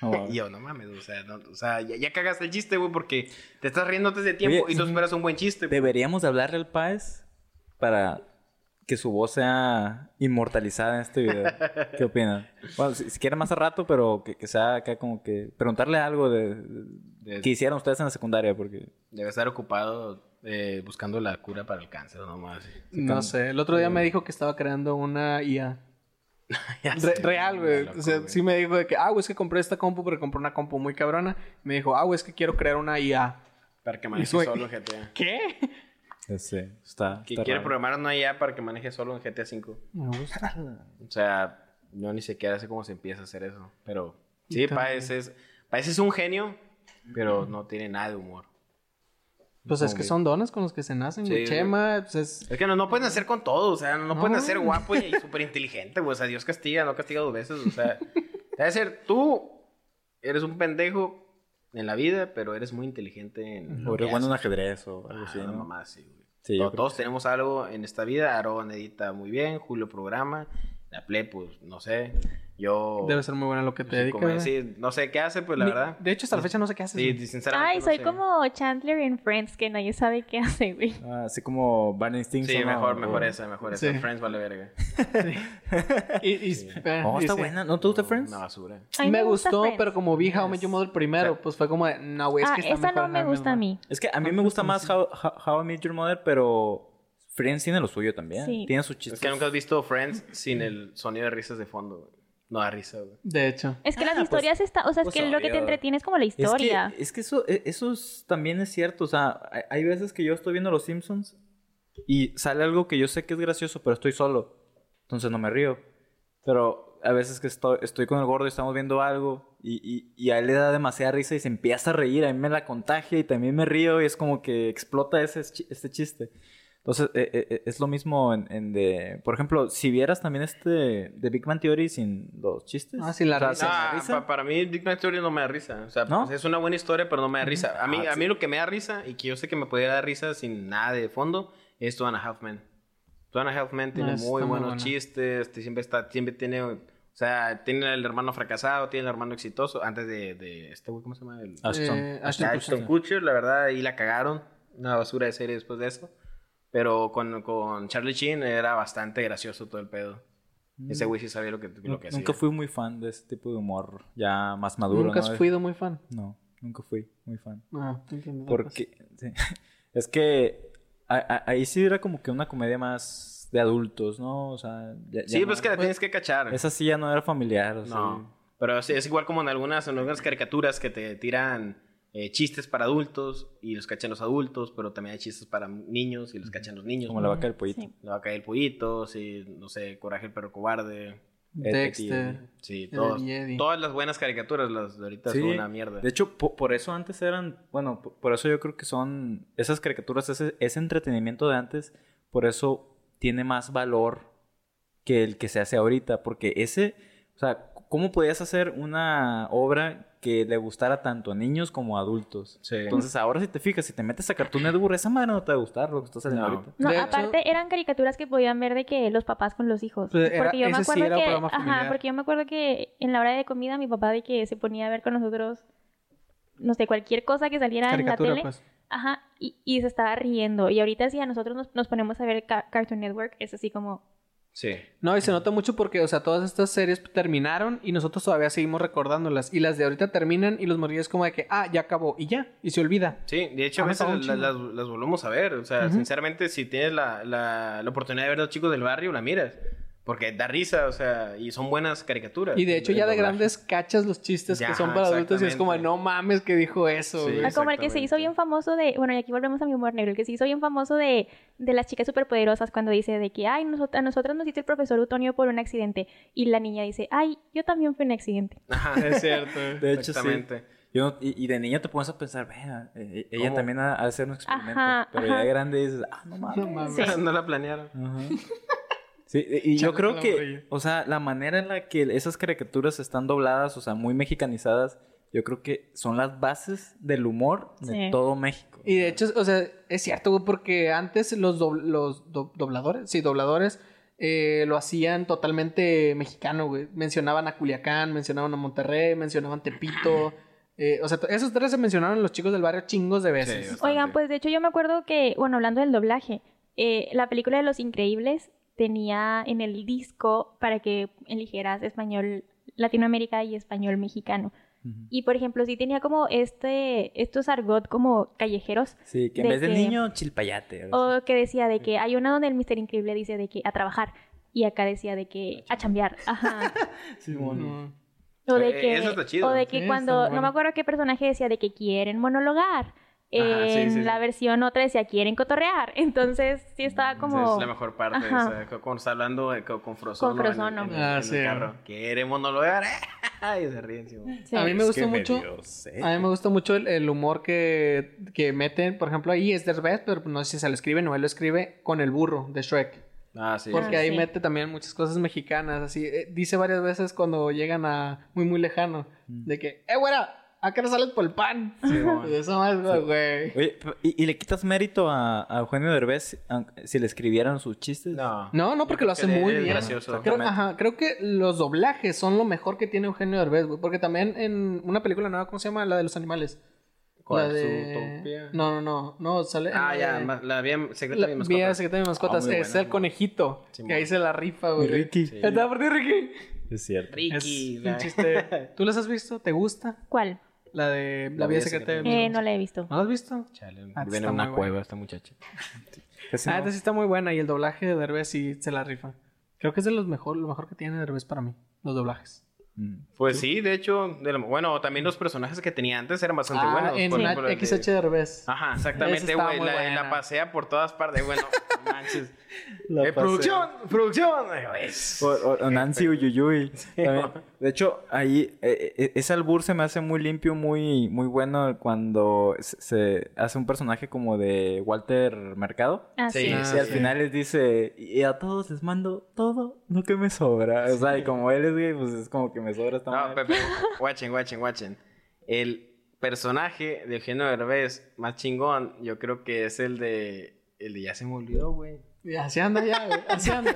Speaker 3: No,
Speaker 4: Y yo, no mames, o sea, no- o sea ya, ya cagaste el chiste, güey, porque te estás riendo antes de tiempo
Speaker 3: Oye,
Speaker 4: y tú esperas un buen chiste. güey.
Speaker 3: Deberíamos de hablarle al Páez para que su voz sea inmortalizada en este video. ¿Qué opinan? Bueno, si, si quieren más a rato, pero que, que sea acá como que preguntarle algo de, de- que hicieron ustedes en la secundaria, porque
Speaker 4: Debe estar ocupado eh, buscando la cura para el cáncer, nomás.
Speaker 1: No sé, el otro día me dijo que estaba creando una IA.
Speaker 4: Ya
Speaker 1: Re-
Speaker 4: sé,
Speaker 1: real, güey.
Speaker 4: Ah, loco,
Speaker 1: O sea,
Speaker 4: güey.
Speaker 1: sí me dijo de que, ah, güey, es que compré esta compu porque compré una compu muy cabrona. Me dijo, ah, güey, es que quiero crear una IA.
Speaker 4: Para que maneje
Speaker 1: Eso, güey.
Speaker 4: solo GTA.
Speaker 1: ¿Qué?
Speaker 3: no sé, está.
Speaker 4: Que
Speaker 3: está
Speaker 4: quiere
Speaker 3: raro.
Speaker 4: programar una IA para que maneje solo en GTA V.
Speaker 1: Me gusta.
Speaker 4: O sea, yo ni siquiera sé cómo se empieza a hacer eso. Pero sí,
Speaker 1: Está
Speaker 4: Paez es, Paez es un genio, pero no tiene nada de humor.
Speaker 1: Pues es que
Speaker 4: Hombre.
Speaker 1: son dones con los que se nacen,
Speaker 4: Sí,
Speaker 1: güey.
Speaker 4: güey.
Speaker 1: Chema, pues es...
Speaker 4: Es que no, no pueden hacer con todo, o sea, no, no
Speaker 1: No.
Speaker 4: pueden hacer guapo y súper inteligente, güey. O sea, Dios castiga, no castiga dos veces, o sea. Debe ser, tú eres un pendejo en la vida, pero eres muy inteligente en.
Speaker 3: O
Speaker 4: lo que
Speaker 3: jugando un
Speaker 4: haces.
Speaker 3: ajedrez o algo
Speaker 4: Ah,
Speaker 3: así,
Speaker 4: una
Speaker 3: ¿no?
Speaker 4: mamá, sí, güey.
Speaker 3: Sí, yo
Speaker 4: Todos,
Speaker 3: creo-
Speaker 4: tenemos algo en esta vida. Aaron edita muy bien, Julio programa, la Ple, pues no sé. Yo. pues,
Speaker 1: Debe ser muy buena lo que te
Speaker 4: Oh. sí, como
Speaker 1: dedicas. ¿eh?
Speaker 4: decir, no sé qué hace, pues la
Speaker 1: Ni-
Speaker 4: verdad.
Speaker 1: De hecho, hasta la fecha no sé qué haces.
Speaker 4: Sí,
Speaker 1: güey.
Speaker 4: sí, sinceramente.
Speaker 2: Ay,
Speaker 4: no
Speaker 2: soy
Speaker 4: sé.
Speaker 2: como Chandler en Friends, que nadie sabe qué hace, güey.
Speaker 3: Ah, así como Barney Stinson.
Speaker 4: Sí,
Speaker 3: ¿no?
Speaker 4: mejor, mejor
Speaker 3: O-
Speaker 4: esa, mejor
Speaker 1: Sí.
Speaker 4: esa. Friends vale verga.
Speaker 1: Y- y- eh,
Speaker 3: Oh,
Speaker 1: y
Speaker 3: está
Speaker 1: sí.
Speaker 3: buena. ¿No te gusta Friends?
Speaker 4: Una basura.
Speaker 2: A mí
Speaker 1: me
Speaker 2: gusta
Speaker 1: gustó,
Speaker 2: Friends.
Speaker 1: pero como vi How I Met Your Mother primero,
Speaker 4: O sea,
Speaker 1: pues fue como de, no, güey, es
Speaker 2: ah,
Speaker 1: que está
Speaker 2: esa
Speaker 1: mejor How
Speaker 2: no me
Speaker 1: I Met
Speaker 2: gusta
Speaker 1: Your
Speaker 2: a
Speaker 1: Mother".
Speaker 2: mí.
Speaker 3: Es que a mí me gusta más How, How- How I Met Your Mother, pero Friends tiene lo suyo también.
Speaker 2: Sí.
Speaker 3: Tiene sus chistes.
Speaker 4: Es que nunca has visto Friends sin el sonido de risas de fondo, güey. No da risa, güey.
Speaker 1: De hecho.
Speaker 2: Es que
Speaker 3: Ah,
Speaker 2: las
Speaker 3: pues-
Speaker 2: historias está, o sea, es
Speaker 3: pues
Speaker 2: que lo que te
Speaker 3: obvio.
Speaker 2: entretiene es como la
Speaker 3: Es que,
Speaker 2: historia.
Speaker 3: es que eso, e- eso es- también es cierto. O sea, hay- hay veces que yo estoy viendo Los Simpsons y sale algo que yo sé que es gracioso, pero estoy solo. Entonces no me río. Pero a veces que estoy, estoy con el gordo y estamos viendo algo y, y- y a él le da demasiada risa y se empieza a reír. A mí me la contagia y también me río y es como que explota ese, chi- este chiste. Entonces, e- e- e- es lo mismo en, en de... Por ejemplo, si vieras también este de Big Man Theory sin los chistes.
Speaker 1: Ah, sin la
Speaker 3: o sea,
Speaker 1: risa.
Speaker 3: sin
Speaker 4: Ah, pa- para mí Big Bang Theory no me da risa. O sea,
Speaker 3: ¿No?
Speaker 4: pues, es una buena historia, pero no me da risa. A mí,
Speaker 3: Ah,
Speaker 4: a mí lo que me da risa y que yo sé que me podría dar risa sin nada de fondo es Two and a Half Men. Two and a Half Men tiene
Speaker 1: Ah, está
Speaker 4: muy
Speaker 1: muy
Speaker 4: buenos
Speaker 1: buena.
Speaker 4: chistes. te- Siempre está, siempre tiene... O sea, tiene el hermano fracasado, tiene el hermano exitoso. Antes de, de este güey, ¿cómo se llama? El,
Speaker 3: Ah, Ashton.
Speaker 1: Eh,
Speaker 4: Ashton,
Speaker 1: Ashton
Speaker 4: Kutcher. la verdad, ahí la cagaron. Una basura de serie después de eso. Pero con, con Charlie Sheen era bastante gracioso todo el pedo. Ese güey sí sabía lo que, lo que
Speaker 3: Mm. nunca
Speaker 4: hacía.
Speaker 3: fui muy fan de ese tipo de humor ya más maduro.
Speaker 1: Nunca
Speaker 3: ¿no?
Speaker 1: has sido muy fan.
Speaker 3: No, nunca fui muy fan.
Speaker 1: No, pues. te entiendo.
Speaker 3: Porque sí. es que a- a- ahí sí era como que una comedia más de adultos, ¿no? O sea, ya- ya
Speaker 4: Sí,
Speaker 3: no-
Speaker 4: pues que la tienes que cachar.
Speaker 3: esa sí ya no era familiar. o sea,
Speaker 4: No. Pero es, es igual como en algunas, en algunas caricaturas que te tiran eh, chistes para adultos y los cachan los adultos, pero también hay chistes para niños y los cachan los niños.
Speaker 3: Como la vaca del pollito.
Speaker 2: Sí.
Speaker 4: La vaca del pollito, sí, no sé, Coraje el perro cobarde.
Speaker 3: Ed, Ed y
Speaker 1: Dexter.
Speaker 4: Sí,
Speaker 1: Ed
Speaker 4: todos-
Speaker 1: y Eddie.
Speaker 4: todas las buenas caricaturas, las de ahorita
Speaker 3: Sí.
Speaker 4: son una mierda.
Speaker 3: De hecho, po- por eso antes eran, bueno, po- por eso yo creo que son esas caricaturas, ese, ese entretenimiento de antes, por eso tiene más valor que el que se hace ahorita, porque ese, o sea, ¿cómo podías hacer una obra que le gustara tanto a niños como a adultos?
Speaker 4: Sí.
Speaker 3: Entonces, ahora si te fijas, si te metes a Cartoon Network, esa madre no te va a gustar lo que estás haciendo
Speaker 4: No.
Speaker 3: ahorita.
Speaker 2: No,
Speaker 1: De hecho-
Speaker 2: aparte eran caricaturas que podían ver de que los papás con los hijos.
Speaker 1: Pues era-
Speaker 2: porque yo me
Speaker 1: ese sí
Speaker 2: acuerdo
Speaker 1: era un
Speaker 2: que,
Speaker 1: programa familiar.
Speaker 2: ajá, porque yo me acuerdo que en la hora de comida mi papá de que se ponía a ver con nosotros, no sé, cualquier cosa que saliera en la
Speaker 1: Caricatura,
Speaker 2: tele,
Speaker 1: pues.
Speaker 2: ajá, y, y se estaba riendo. Y ahorita si a nosotros nos, nos ponemos a ver Ca- Cartoon Network, es así como,
Speaker 4: Sí.
Speaker 1: No, y se nota mucho porque, o sea, todas estas series terminaron y nosotros todavía seguimos recordándolas. Y las de ahorita terminan y los morrillos como de que, ah, ya acabó y ya. Y se olvida.
Speaker 4: Sí, de hecho a
Speaker 1: Ah,
Speaker 4: veces
Speaker 1: está un
Speaker 4: la-
Speaker 1: chingo.
Speaker 4: las, las volvemos a ver. O sea,
Speaker 1: Ujú.
Speaker 4: sinceramente, si tienes la, la, la oportunidad de ver a los chicos del barrio, la miras. Porque da risa, o sea, y son buenas caricaturas.
Speaker 1: Y de hecho, ya de
Speaker 4: El doblaje.
Speaker 1: grandes cachas los chistes que
Speaker 4: Ya,
Speaker 1: son para adultos y es como,
Speaker 4: exactamente.
Speaker 1: no mames que dijo eso.
Speaker 4: Sí.
Speaker 1: güey.
Speaker 2: Ah, como el que se hizo
Speaker 4: Exactamente.
Speaker 2: bien famoso de, bueno, y aquí volvemos a mi humor negro, el que se hizo bien famoso de, de las chicas superpoderosas cuando dice de que, ay, nosot- a nosotras nos hizo el profesor Utonio por un accidente. Y la niña dice, ay, yo también fui un accidente.
Speaker 4: Ajá, es cierto.
Speaker 3: De hecho, sí.
Speaker 4: Exactamente.
Speaker 3: Yo no- y, y de niño te pones a pensar, vea, eh, ella
Speaker 4: ¿Cómo?
Speaker 3: también ha, ha de hacer un experimento.
Speaker 2: Ajá,
Speaker 3: pero ya
Speaker 2: ajá.
Speaker 3: de grande dices, ah, no mames.
Speaker 1: No mames.
Speaker 2: Sí.
Speaker 4: no la planearon.
Speaker 3: Ajá. Sí, y y yo
Speaker 1: Chale,
Speaker 3: creo
Speaker 1: la
Speaker 3: que,
Speaker 1: morrilla.
Speaker 3: o sea, la manera en la que esas caricaturas están dobladas, o sea, muy mexicanizadas, yo creo que son las bases del humor de
Speaker 2: Sí.
Speaker 3: todo México.
Speaker 1: Y de hecho, o sea, es cierto, güey, porque antes los, dobl- los do- dobladores, sí, dobladores, eh, lo hacían totalmente mexicano, güey. Mencionaban a Culiacán, mencionaban a Monterrey, mencionaban Tepito. eh, o sea, t- esos tres se mencionaron los chicos del barrio chingos de veces.
Speaker 4: Sí,
Speaker 2: Oigan,
Speaker 4: Bastante.
Speaker 2: pues de hecho yo me acuerdo que, bueno, hablando del doblaje, eh, la película de Los Increíbles tenía en el disco para que eligieras español Latinoamérica y español mexicano.
Speaker 3: Ujú.
Speaker 2: Y por ejemplo, sí tenía como este, estos argot como callejeros,
Speaker 3: Sí, que en
Speaker 2: de
Speaker 3: vez del
Speaker 2: que-
Speaker 3: niño, chilpayate. algo
Speaker 1: Oh,
Speaker 3: así.
Speaker 2: O que decía de que hay una donde el Mister Increíble dice de que a trabajar y acá decía de que a chambear. Ajá.
Speaker 1: Ujú.
Speaker 2: O de
Speaker 4: Eh,
Speaker 2: que,
Speaker 4: eso está chido.
Speaker 2: o de
Speaker 1: Sí,
Speaker 2: que
Speaker 1: está
Speaker 2: cuando,
Speaker 1: muy
Speaker 2: no
Speaker 1: bueno.
Speaker 2: me acuerdo qué personaje decía de que quieren monologar.
Speaker 4: Ajá, sí,
Speaker 2: en
Speaker 4: sí,
Speaker 2: la
Speaker 4: sí.
Speaker 2: versión otra decía quieren cotorrear. Entonces sí estaba
Speaker 4: Esa
Speaker 2: como...
Speaker 4: Es la mejor parte.
Speaker 2: Ajá.
Speaker 4: o sea, cu- cuando está hablando eh, co- con Frozono.
Speaker 2: Con Frozono.
Speaker 4: En, el- en el-
Speaker 1: Ah,
Speaker 4: en el
Speaker 1: sí.
Speaker 4: carro. Queremos no lograr. y se ríen. sí, güey.
Speaker 2: sí.
Speaker 1: A mí me
Speaker 3: Es
Speaker 1: gustó
Speaker 3: que
Speaker 1: mucho.
Speaker 3: medio eh. sé.
Speaker 1: A mí me gusta mucho el, el humor que, que meten, por ejemplo, ahí es Derbez, pero no sé si se lo escriben o él lo escribe con el burro de Shrek.
Speaker 4: Ah, sí.
Speaker 1: Porque
Speaker 2: Ah,
Speaker 1: ahí
Speaker 2: sí.
Speaker 1: mete también muchas cosas
Speaker 4: Mm.
Speaker 1: mexicanas, así. eh, dice varias veces cuando llegan a muy, muy lejano, de que, ¡eh, güera! ¿A qué no sales por el pan?
Speaker 4: Simón.
Speaker 1: Eso más, güey.
Speaker 3: Oye, pero- ¿y, y le quitas mérito a, a Eugenio Derbez aun- si le escribieran sus chistes?
Speaker 4: No.
Speaker 1: No, no, porque
Speaker 4: Yo
Speaker 1: lo hace
Speaker 4: creo que
Speaker 1: muy
Speaker 4: es
Speaker 1: bien.
Speaker 4: gracioso.
Speaker 1: Creo,
Speaker 3: Exactamente.
Speaker 1: ajá, creo que los doblajes son lo mejor que tiene Eugenio Derbez, güey. Porque también en una película nueva, ¿cómo se llama? La de los animales.
Speaker 4: ¿Cuál?
Speaker 1: La de...
Speaker 4: ¿Zootopia?
Speaker 1: No, no, no. No, sale... en
Speaker 4: Ah,
Speaker 1: la
Speaker 4: ya,
Speaker 1: de-
Speaker 4: ma- la vía secreta
Speaker 1: La
Speaker 4: de mis
Speaker 1: Vía
Speaker 4: mascotas.
Speaker 1: secreta de mis mascotas
Speaker 4: Ah, muy
Speaker 1: es
Speaker 4: buena,
Speaker 1: el
Speaker 4: muy
Speaker 1: conejito.
Speaker 4: Sí,
Speaker 1: que
Speaker 4: muy
Speaker 1: ahí se la rifa,
Speaker 3: Y
Speaker 1: güey.
Speaker 3: Ricky.
Speaker 4: Sí.
Speaker 1: ¿Está por ti, Ricky?
Speaker 3: Es cierto.
Speaker 4: Ricky,
Speaker 1: Es
Speaker 4: la-
Speaker 1: un chiste. ¿Tú las has visto? ¿Te gusta?
Speaker 2: ¿Cuál?
Speaker 1: La de la, vía secreta de mis
Speaker 2: Eh, no
Speaker 1: mascotas.
Speaker 2: la he visto.
Speaker 1: ¿No la has visto?
Speaker 4: Chale,
Speaker 1: Ah,
Speaker 4: vive en
Speaker 1: está muy
Speaker 4: una
Speaker 1: bueno.
Speaker 4: cueva esta muchacha.
Speaker 3: Casi
Speaker 1: Ah,
Speaker 3: no.
Speaker 1: esta sí está muy buena y el doblaje de Derbez sí se la rifa. Creo que es de los mejor, lo mejor que tiene Derbez para mí, los doblajes.
Speaker 3: Mm.
Speaker 4: Pues sí, de hecho, de lo- bueno, también los personajes que tenía antes eran bastante
Speaker 1: Ah,
Speaker 4: buenos.
Speaker 1: en
Speaker 4: por
Speaker 1: la-
Speaker 4: ejemplo, el de- Ah.
Speaker 1: XH Derbez.
Speaker 4: Ajá,
Speaker 1: Esa
Speaker 4: exactamente,
Speaker 1: estaba
Speaker 4: güey.
Speaker 1: muy
Speaker 4: La,
Speaker 1: buena.
Speaker 4: la pasea por todas partes. Bueno, manches.
Speaker 3: La
Speaker 4: Eh,
Speaker 3: pasé.
Speaker 4: producción, producción. Ay, güey.
Speaker 3: O, o- o Nancy Uyuyuy. También. De hecho, ahí eh, eh, ese albur se me hace muy limpio, muy, muy bueno cuando se, se hace un personaje como de Walter Mercado.
Speaker 2: Ah, sí.
Speaker 4: Sí,
Speaker 1: Ah,
Speaker 3: y al
Speaker 1: sí.
Speaker 3: final les dice, y a todos les mando todo lo que me sobra. O sea, y como él es gay, pues es como que me sobra esta
Speaker 4: No,
Speaker 3: madre.
Speaker 4: Pepe, guachen, guachen, guachen. El personaje de Eugenio Derbez más chingón, yo creo que es el de... El de ya se me olvidó, güey.
Speaker 1: Y Así anda ya, güey. Así anda.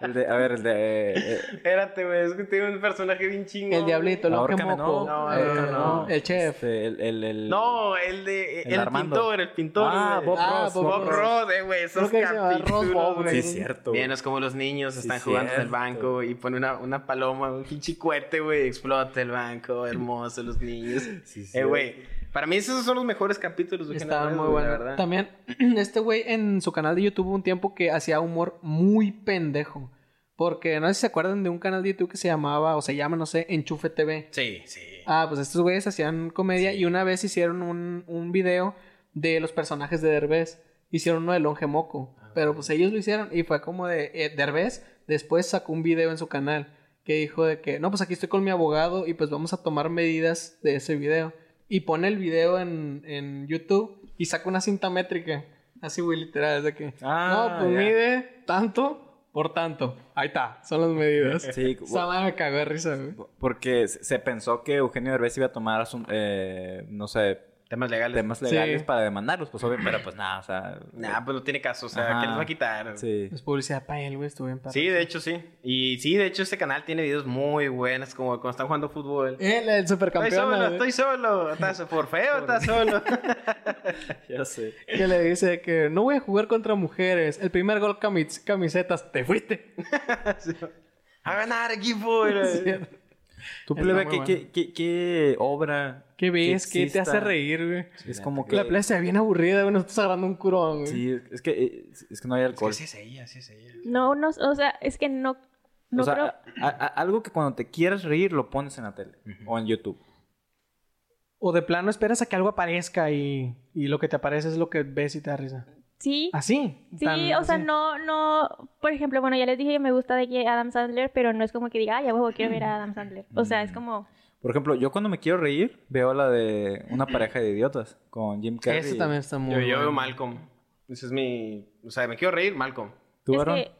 Speaker 3: El de- a ver, el de... eh, eh,
Speaker 4: Espérate, güey, es que tiene un personaje bien chingón.
Speaker 1: El diablito, el hombre
Speaker 3: Ahórcame,
Speaker 1: moco.
Speaker 3: no.
Speaker 4: No,
Speaker 1: eh,
Speaker 4: ahórcame, no.
Speaker 1: El chef.
Speaker 3: este, el, el- el-
Speaker 4: No, el de...
Speaker 3: El
Speaker 4: El,
Speaker 3: Armando.
Speaker 4: pintor, el pintor.
Speaker 3: Ah,
Speaker 4: güey.
Speaker 3: Bob
Speaker 1: Ah,
Speaker 3: Ross.
Speaker 1: Bob
Speaker 4: Bob
Speaker 1: Ross.
Speaker 4: Ross, eh, güey, esos
Speaker 1: Creo que se llama Ross
Speaker 4: capítulos.
Speaker 1: Bob,
Speaker 4: güey.
Speaker 1: güey.
Speaker 3: Sí, cierto. güey.
Speaker 4: Bien, es como los niños están
Speaker 3: Sí,
Speaker 4: jugando en el
Speaker 3: cierto.
Speaker 4: banco y pone una, una paloma, un pinche cohete, güey, explota el banco, hermoso, los niños.
Speaker 3: Sí,
Speaker 4: Eh,
Speaker 3: cierto.
Speaker 4: güey, para mí esos son los mejores capítulos. de
Speaker 1: Estaba
Speaker 4: Eugenio
Speaker 1: muy
Speaker 4: Derbez, güey,
Speaker 1: bueno.
Speaker 4: la verdad.
Speaker 1: También, este güey en su canal de YouTube hubo un tiempo que hacía humor muy pendejo. Porque no sé si se acuerdan de un canal de YouTube que se llamaba, o se llama, no sé, Enchufe TV.
Speaker 4: Sí, sí.
Speaker 1: Ah, pues estos güeyes hacían comedia y una vez hicieron un, un video de los personajes de Derbez. Hicieron uno de Longe Moco.
Speaker 3: Ah,
Speaker 1: Pero pues ellos lo hicieron y fue como de eh, Derbez. Después sacó un video en su canal que dijo de que, no, pues aquí estoy con mi abogado y pues vamos a tomar medidas de ese video. Y pone el video en, en YouTube y saca una cinta métrica. Así, güey, literal, es de que,
Speaker 3: Ah,
Speaker 1: no, pues
Speaker 3: ya.
Speaker 1: mide tanto por tanto. Ahí está, son las medidas.
Speaker 3: Sí,
Speaker 1: Esa madre me cagó de risa, güey.
Speaker 3: Porque se se pensó que Eugenio Derbez iba a tomar, asun- eh, no sé,
Speaker 4: Temas legales.
Speaker 3: temas legales
Speaker 1: Sí.
Speaker 3: para demandarlos, pues obvio, pero pues nada, o sea.
Speaker 4: Nah, pues no tiene caso, o sea,
Speaker 3: Ajá.
Speaker 4: ¿qué les va a quitar? Sí.
Speaker 3: Sí.
Speaker 1: Es publicidad para él, güey, estuve en
Speaker 4: de hecho sí. Y sí, de hecho este canal tiene videos muy buenos, como cuando están jugando fútbol.
Speaker 1: El, el
Speaker 4: Estoy
Speaker 1: supercampeón.
Speaker 4: solo,
Speaker 1: Eh, güey,
Speaker 4: estoy solo. Estás por feo, estás solo.
Speaker 3: Ya sé.
Speaker 1: Que le dice que no voy a jugar contra mujeres. El primer gol camis- camisetas, te fuiste.
Speaker 4: A ganar, equipo. era.
Speaker 3: Tú
Speaker 1: Está
Speaker 3: plebe,
Speaker 1: muy
Speaker 3: ¿qué,
Speaker 1: bueno.
Speaker 3: qué, qué, qué obra?
Speaker 1: ¿Qué ves?
Speaker 3: que
Speaker 1: ¿Qué te
Speaker 3: exista?
Speaker 1: hace reír, güey?
Speaker 3: Es como que.
Speaker 1: La playa está bien aburrida, güey. Nos estás agarrando un curón, güey.
Speaker 3: Sí, es que, eh, es que no hay
Speaker 4: Es que
Speaker 3: alcohol.
Speaker 4: sí es ella, sí es ella.
Speaker 2: No, no, o sea, es que no, no
Speaker 3: o sea,
Speaker 2: creo.
Speaker 3: a- a- algo que cuando te quieras reír lo pones en la tele o en YouTube.
Speaker 1: O de plano esperas a que algo aparezca y, y lo que te aparece es lo que ves y te da risa.
Speaker 2: Sí,
Speaker 1: Así.
Speaker 2: sí,
Speaker 1: tan-
Speaker 2: o sea,
Speaker 1: así.
Speaker 2: no, no, por ejemplo, bueno, ya les dije que me gusta de que Adam Sandler, pero no es como que diga, ah, ya huevo, quiero ver a Adam Sandler. O
Speaker 4: Mm.
Speaker 2: sea, es como,
Speaker 3: Por ejemplo, yo cuando me quiero reír veo la de una pareja de idiotas con Jim Carrey.
Speaker 1: Eso también está muy.
Speaker 4: Yo, yo veo
Speaker 1: bueno.
Speaker 4: Malcolm. Ese es mi. O sea, me quiero reír, Malcolm.
Speaker 3: ¿Tú,
Speaker 2: es
Speaker 3: Aaron?
Speaker 2: que,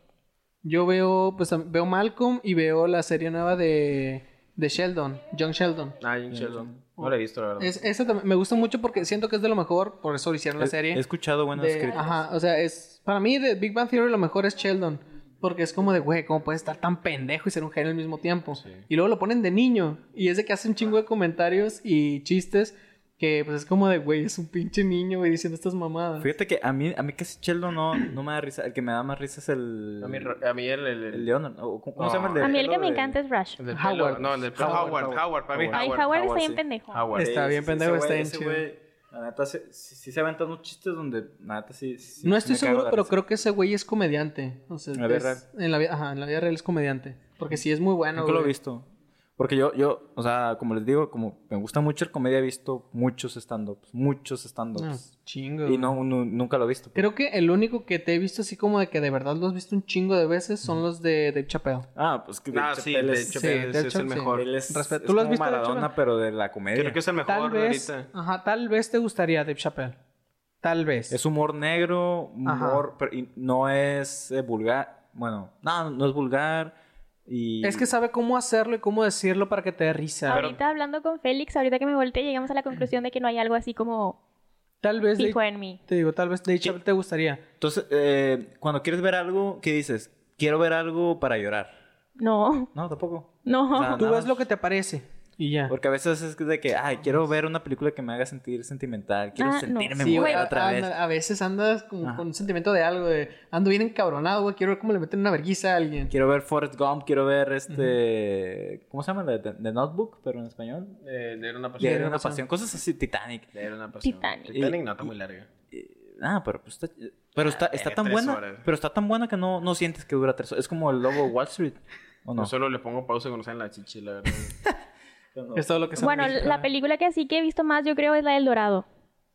Speaker 1: Yo veo, pues tam- veo Malcolm y veo la serie nueva de, de Sheldon, John Sheldon.
Speaker 4: Ah, Jim Sheldon. No lo he visto, la verdad.
Speaker 1: Oh. Es, esa también- me gusta mucho porque siento que es de lo mejor, por eso lo hicieron la
Speaker 3: He-
Speaker 1: serie.
Speaker 3: He escuchado buenas
Speaker 1: de-
Speaker 3: críticas.
Speaker 1: ajá, o sea, es para mí de Big Bang Theory lo mejor es Sheldon, porque es como de, güey, ¿cómo puede estar tan pendejo y ser un genio al mismo tiempo? Y luego lo ponen de niño y es de que hace un chingo de comentarios y chistes que pues es como de, güey, es un pinche niño güey diciendo estas mamadas.
Speaker 3: Fíjate que a mí, a mí casi Sheldon no, no me da risa. El que me da más risa es el.
Speaker 4: A mí, a mí el, el, el-
Speaker 3: El Leonard. o ¿Cómo cómo se
Speaker 4: No.
Speaker 3: llama el de.?
Speaker 2: a mí el que me
Speaker 4: de-
Speaker 2: encanta es Rush.
Speaker 4: el del
Speaker 1: Howard.
Speaker 4: pelo- No, el del pelo.
Speaker 1: Howard, Este,
Speaker 4: Howard, Howard,
Speaker 3: Howard.
Speaker 4: para mí.
Speaker 2: Ay,
Speaker 4: Howard.
Speaker 2: Howard, está
Speaker 3: Howard,
Speaker 2: bien
Speaker 3: sí.
Speaker 2: pendejo.
Speaker 4: Howard.
Speaker 1: Está bien
Speaker 3: ese
Speaker 1: pendejo,
Speaker 3: güey-
Speaker 1: está bien
Speaker 3: ese
Speaker 1: chido.
Speaker 3: güey, La neta, sí, sí, sí se aventan unos chistes donde. La neta, sí. sí- sí
Speaker 1: no estoy
Speaker 3: me cago
Speaker 1: seguro,
Speaker 3: de
Speaker 1: pero
Speaker 3: risa.
Speaker 1: creo que ese güey es comediante. O sea,
Speaker 3: En la vida
Speaker 1: es-
Speaker 3: real.
Speaker 1: en la vida- ajá, en la vida real es comediante, porque sí es muy bueno.
Speaker 3: Nunca lo he
Speaker 1: güey.
Speaker 3: visto. Porque yo, yo, o sea, como les digo, como me gusta mucho el comedia, he visto muchos stand-ups. Muchos
Speaker 1: Ah,
Speaker 3: stand-ups.
Speaker 1: chingo.
Speaker 3: pues. Y no, nu- nunca lo he visto.
Speaker 1: Creo que el único que te he visto así como de que de verdad lo has visto un chingo de veces son los de Dave Chappelle.
Speaker 3: Ah, pues que.
Speaker 4: No,
Speaker 3: Dave
Speaker 4: sí,
Speaker 3: Chappelle
Speaker 4: de
Speaker 3: es-
Speaker 4: hecho,
Speaker 1: Sí,
Speaker 4: es,
Speaker 1: de
Speaker 4: es
Speaker 1: hecho,
Speaker 4: el
Speaker 1: sí.
Speaker 4: mejor.
Speaker 3: Él es,
Speaker 1: Respeto.
Speaker 3: es
Speaker 1: ¿Tú lo has
Speaker 3: como
Speaker 1: visto, Dave
Speaker 3: Maradona,
Speaker 1: Chappelle?
Speaker 3: pero de la comedia.
Speaker 4: Creo que es el mejor
Speaker 1: Tal vez,
Speaker 4: ahorita.
Speaker 1: ajá, tal vez te gustaría Dave Chappelle. Tal vez.
Speaker 3: Es humor negro,
Speaker 1: Ajá.
Speaker 3: humor, pero y no es eh, vulgar, bueno, no, no es vulgar, Y...
Speaker 1: Es que sabe cómo hacerlo y cómo decirlo para que te dé risa.
Speaker 4: Pero-
Speaker 2: Ahorita hablando con Félix, ahorita que me volteé, llegamos a la conclusión de que no hay algo así como
Speaker 1: tal vez, de-
Speaker 2: fijo en mí.
Speaker 1: te digo, tal vez de Chappelle te gustaría.
Speaker 3: Entonces, eh, cuando quieres ver algo, ¿qué dices? Quiero ver algo para llorar.
Speaker 2: No,
Speaker 3: No, tampoco.
Speaker 2: no.
Speaker 3: O sea,
Speaker 1: Tú
Speaker 3: nada
Speaker 1: ves
Speaker 3: más.
Speaker 1: lo que te parece y ya.
Speaker 3: Porque a veces es de que, ay, quiero ver una película que me haga sentir sentimental, quiero
Speaker 2: Ah, no.
Speaker 3: sentirme
Speaker 2: Sí,
Speaker 3: muy
Speaker 2: güey,
Speaker 1: a,
Speaker 3: otra vez.
Speaker 1: anda- a veces andas como
Speaker 3: Ajá.
Speaker 1: con un sentimiento de algo, de ando bien encabronado, güey, quiero ver cómo le meten una vergüenza a alguien.
Speaker 3: Quiero ver Forrest Gump, quiero ver este. ¿Cómo se llama? De, de- de Notebook, pero en español.
Speaker 4: Eh, de era una pasión.
Speaker 3: Diario
Speaker 1: de
Speaker 3: de
Speaker 1: una
Speaker 3: una pasión, cosas así, Titanic.
Speaker 4: De era una pasión.
Speaker 2: Titanic.
Speaker 4: Titanic no está muy larga.
Speaker 3: Eh, Ah, pero pues está. Pero está, está
Speaker 4: eh,
Speaker 3: tan
Speaker 4: tres
Speaker 3: buena.
Speaker 4: horas.
Speaker 3: Pero está tan buena que no, no sientes que dura tres horas. Es como el lobo de Wall Street. ¿O no?
Speaker 4: Yo solo le pongo pausa cuando salen la chichi, la verdad.
Speaker 1: Es todo lo que se
Speaker 2: Bueno,
Speaker 1: necesita.
Speaker 2: la película que así que he visto más, yo creo, es la del Dorado.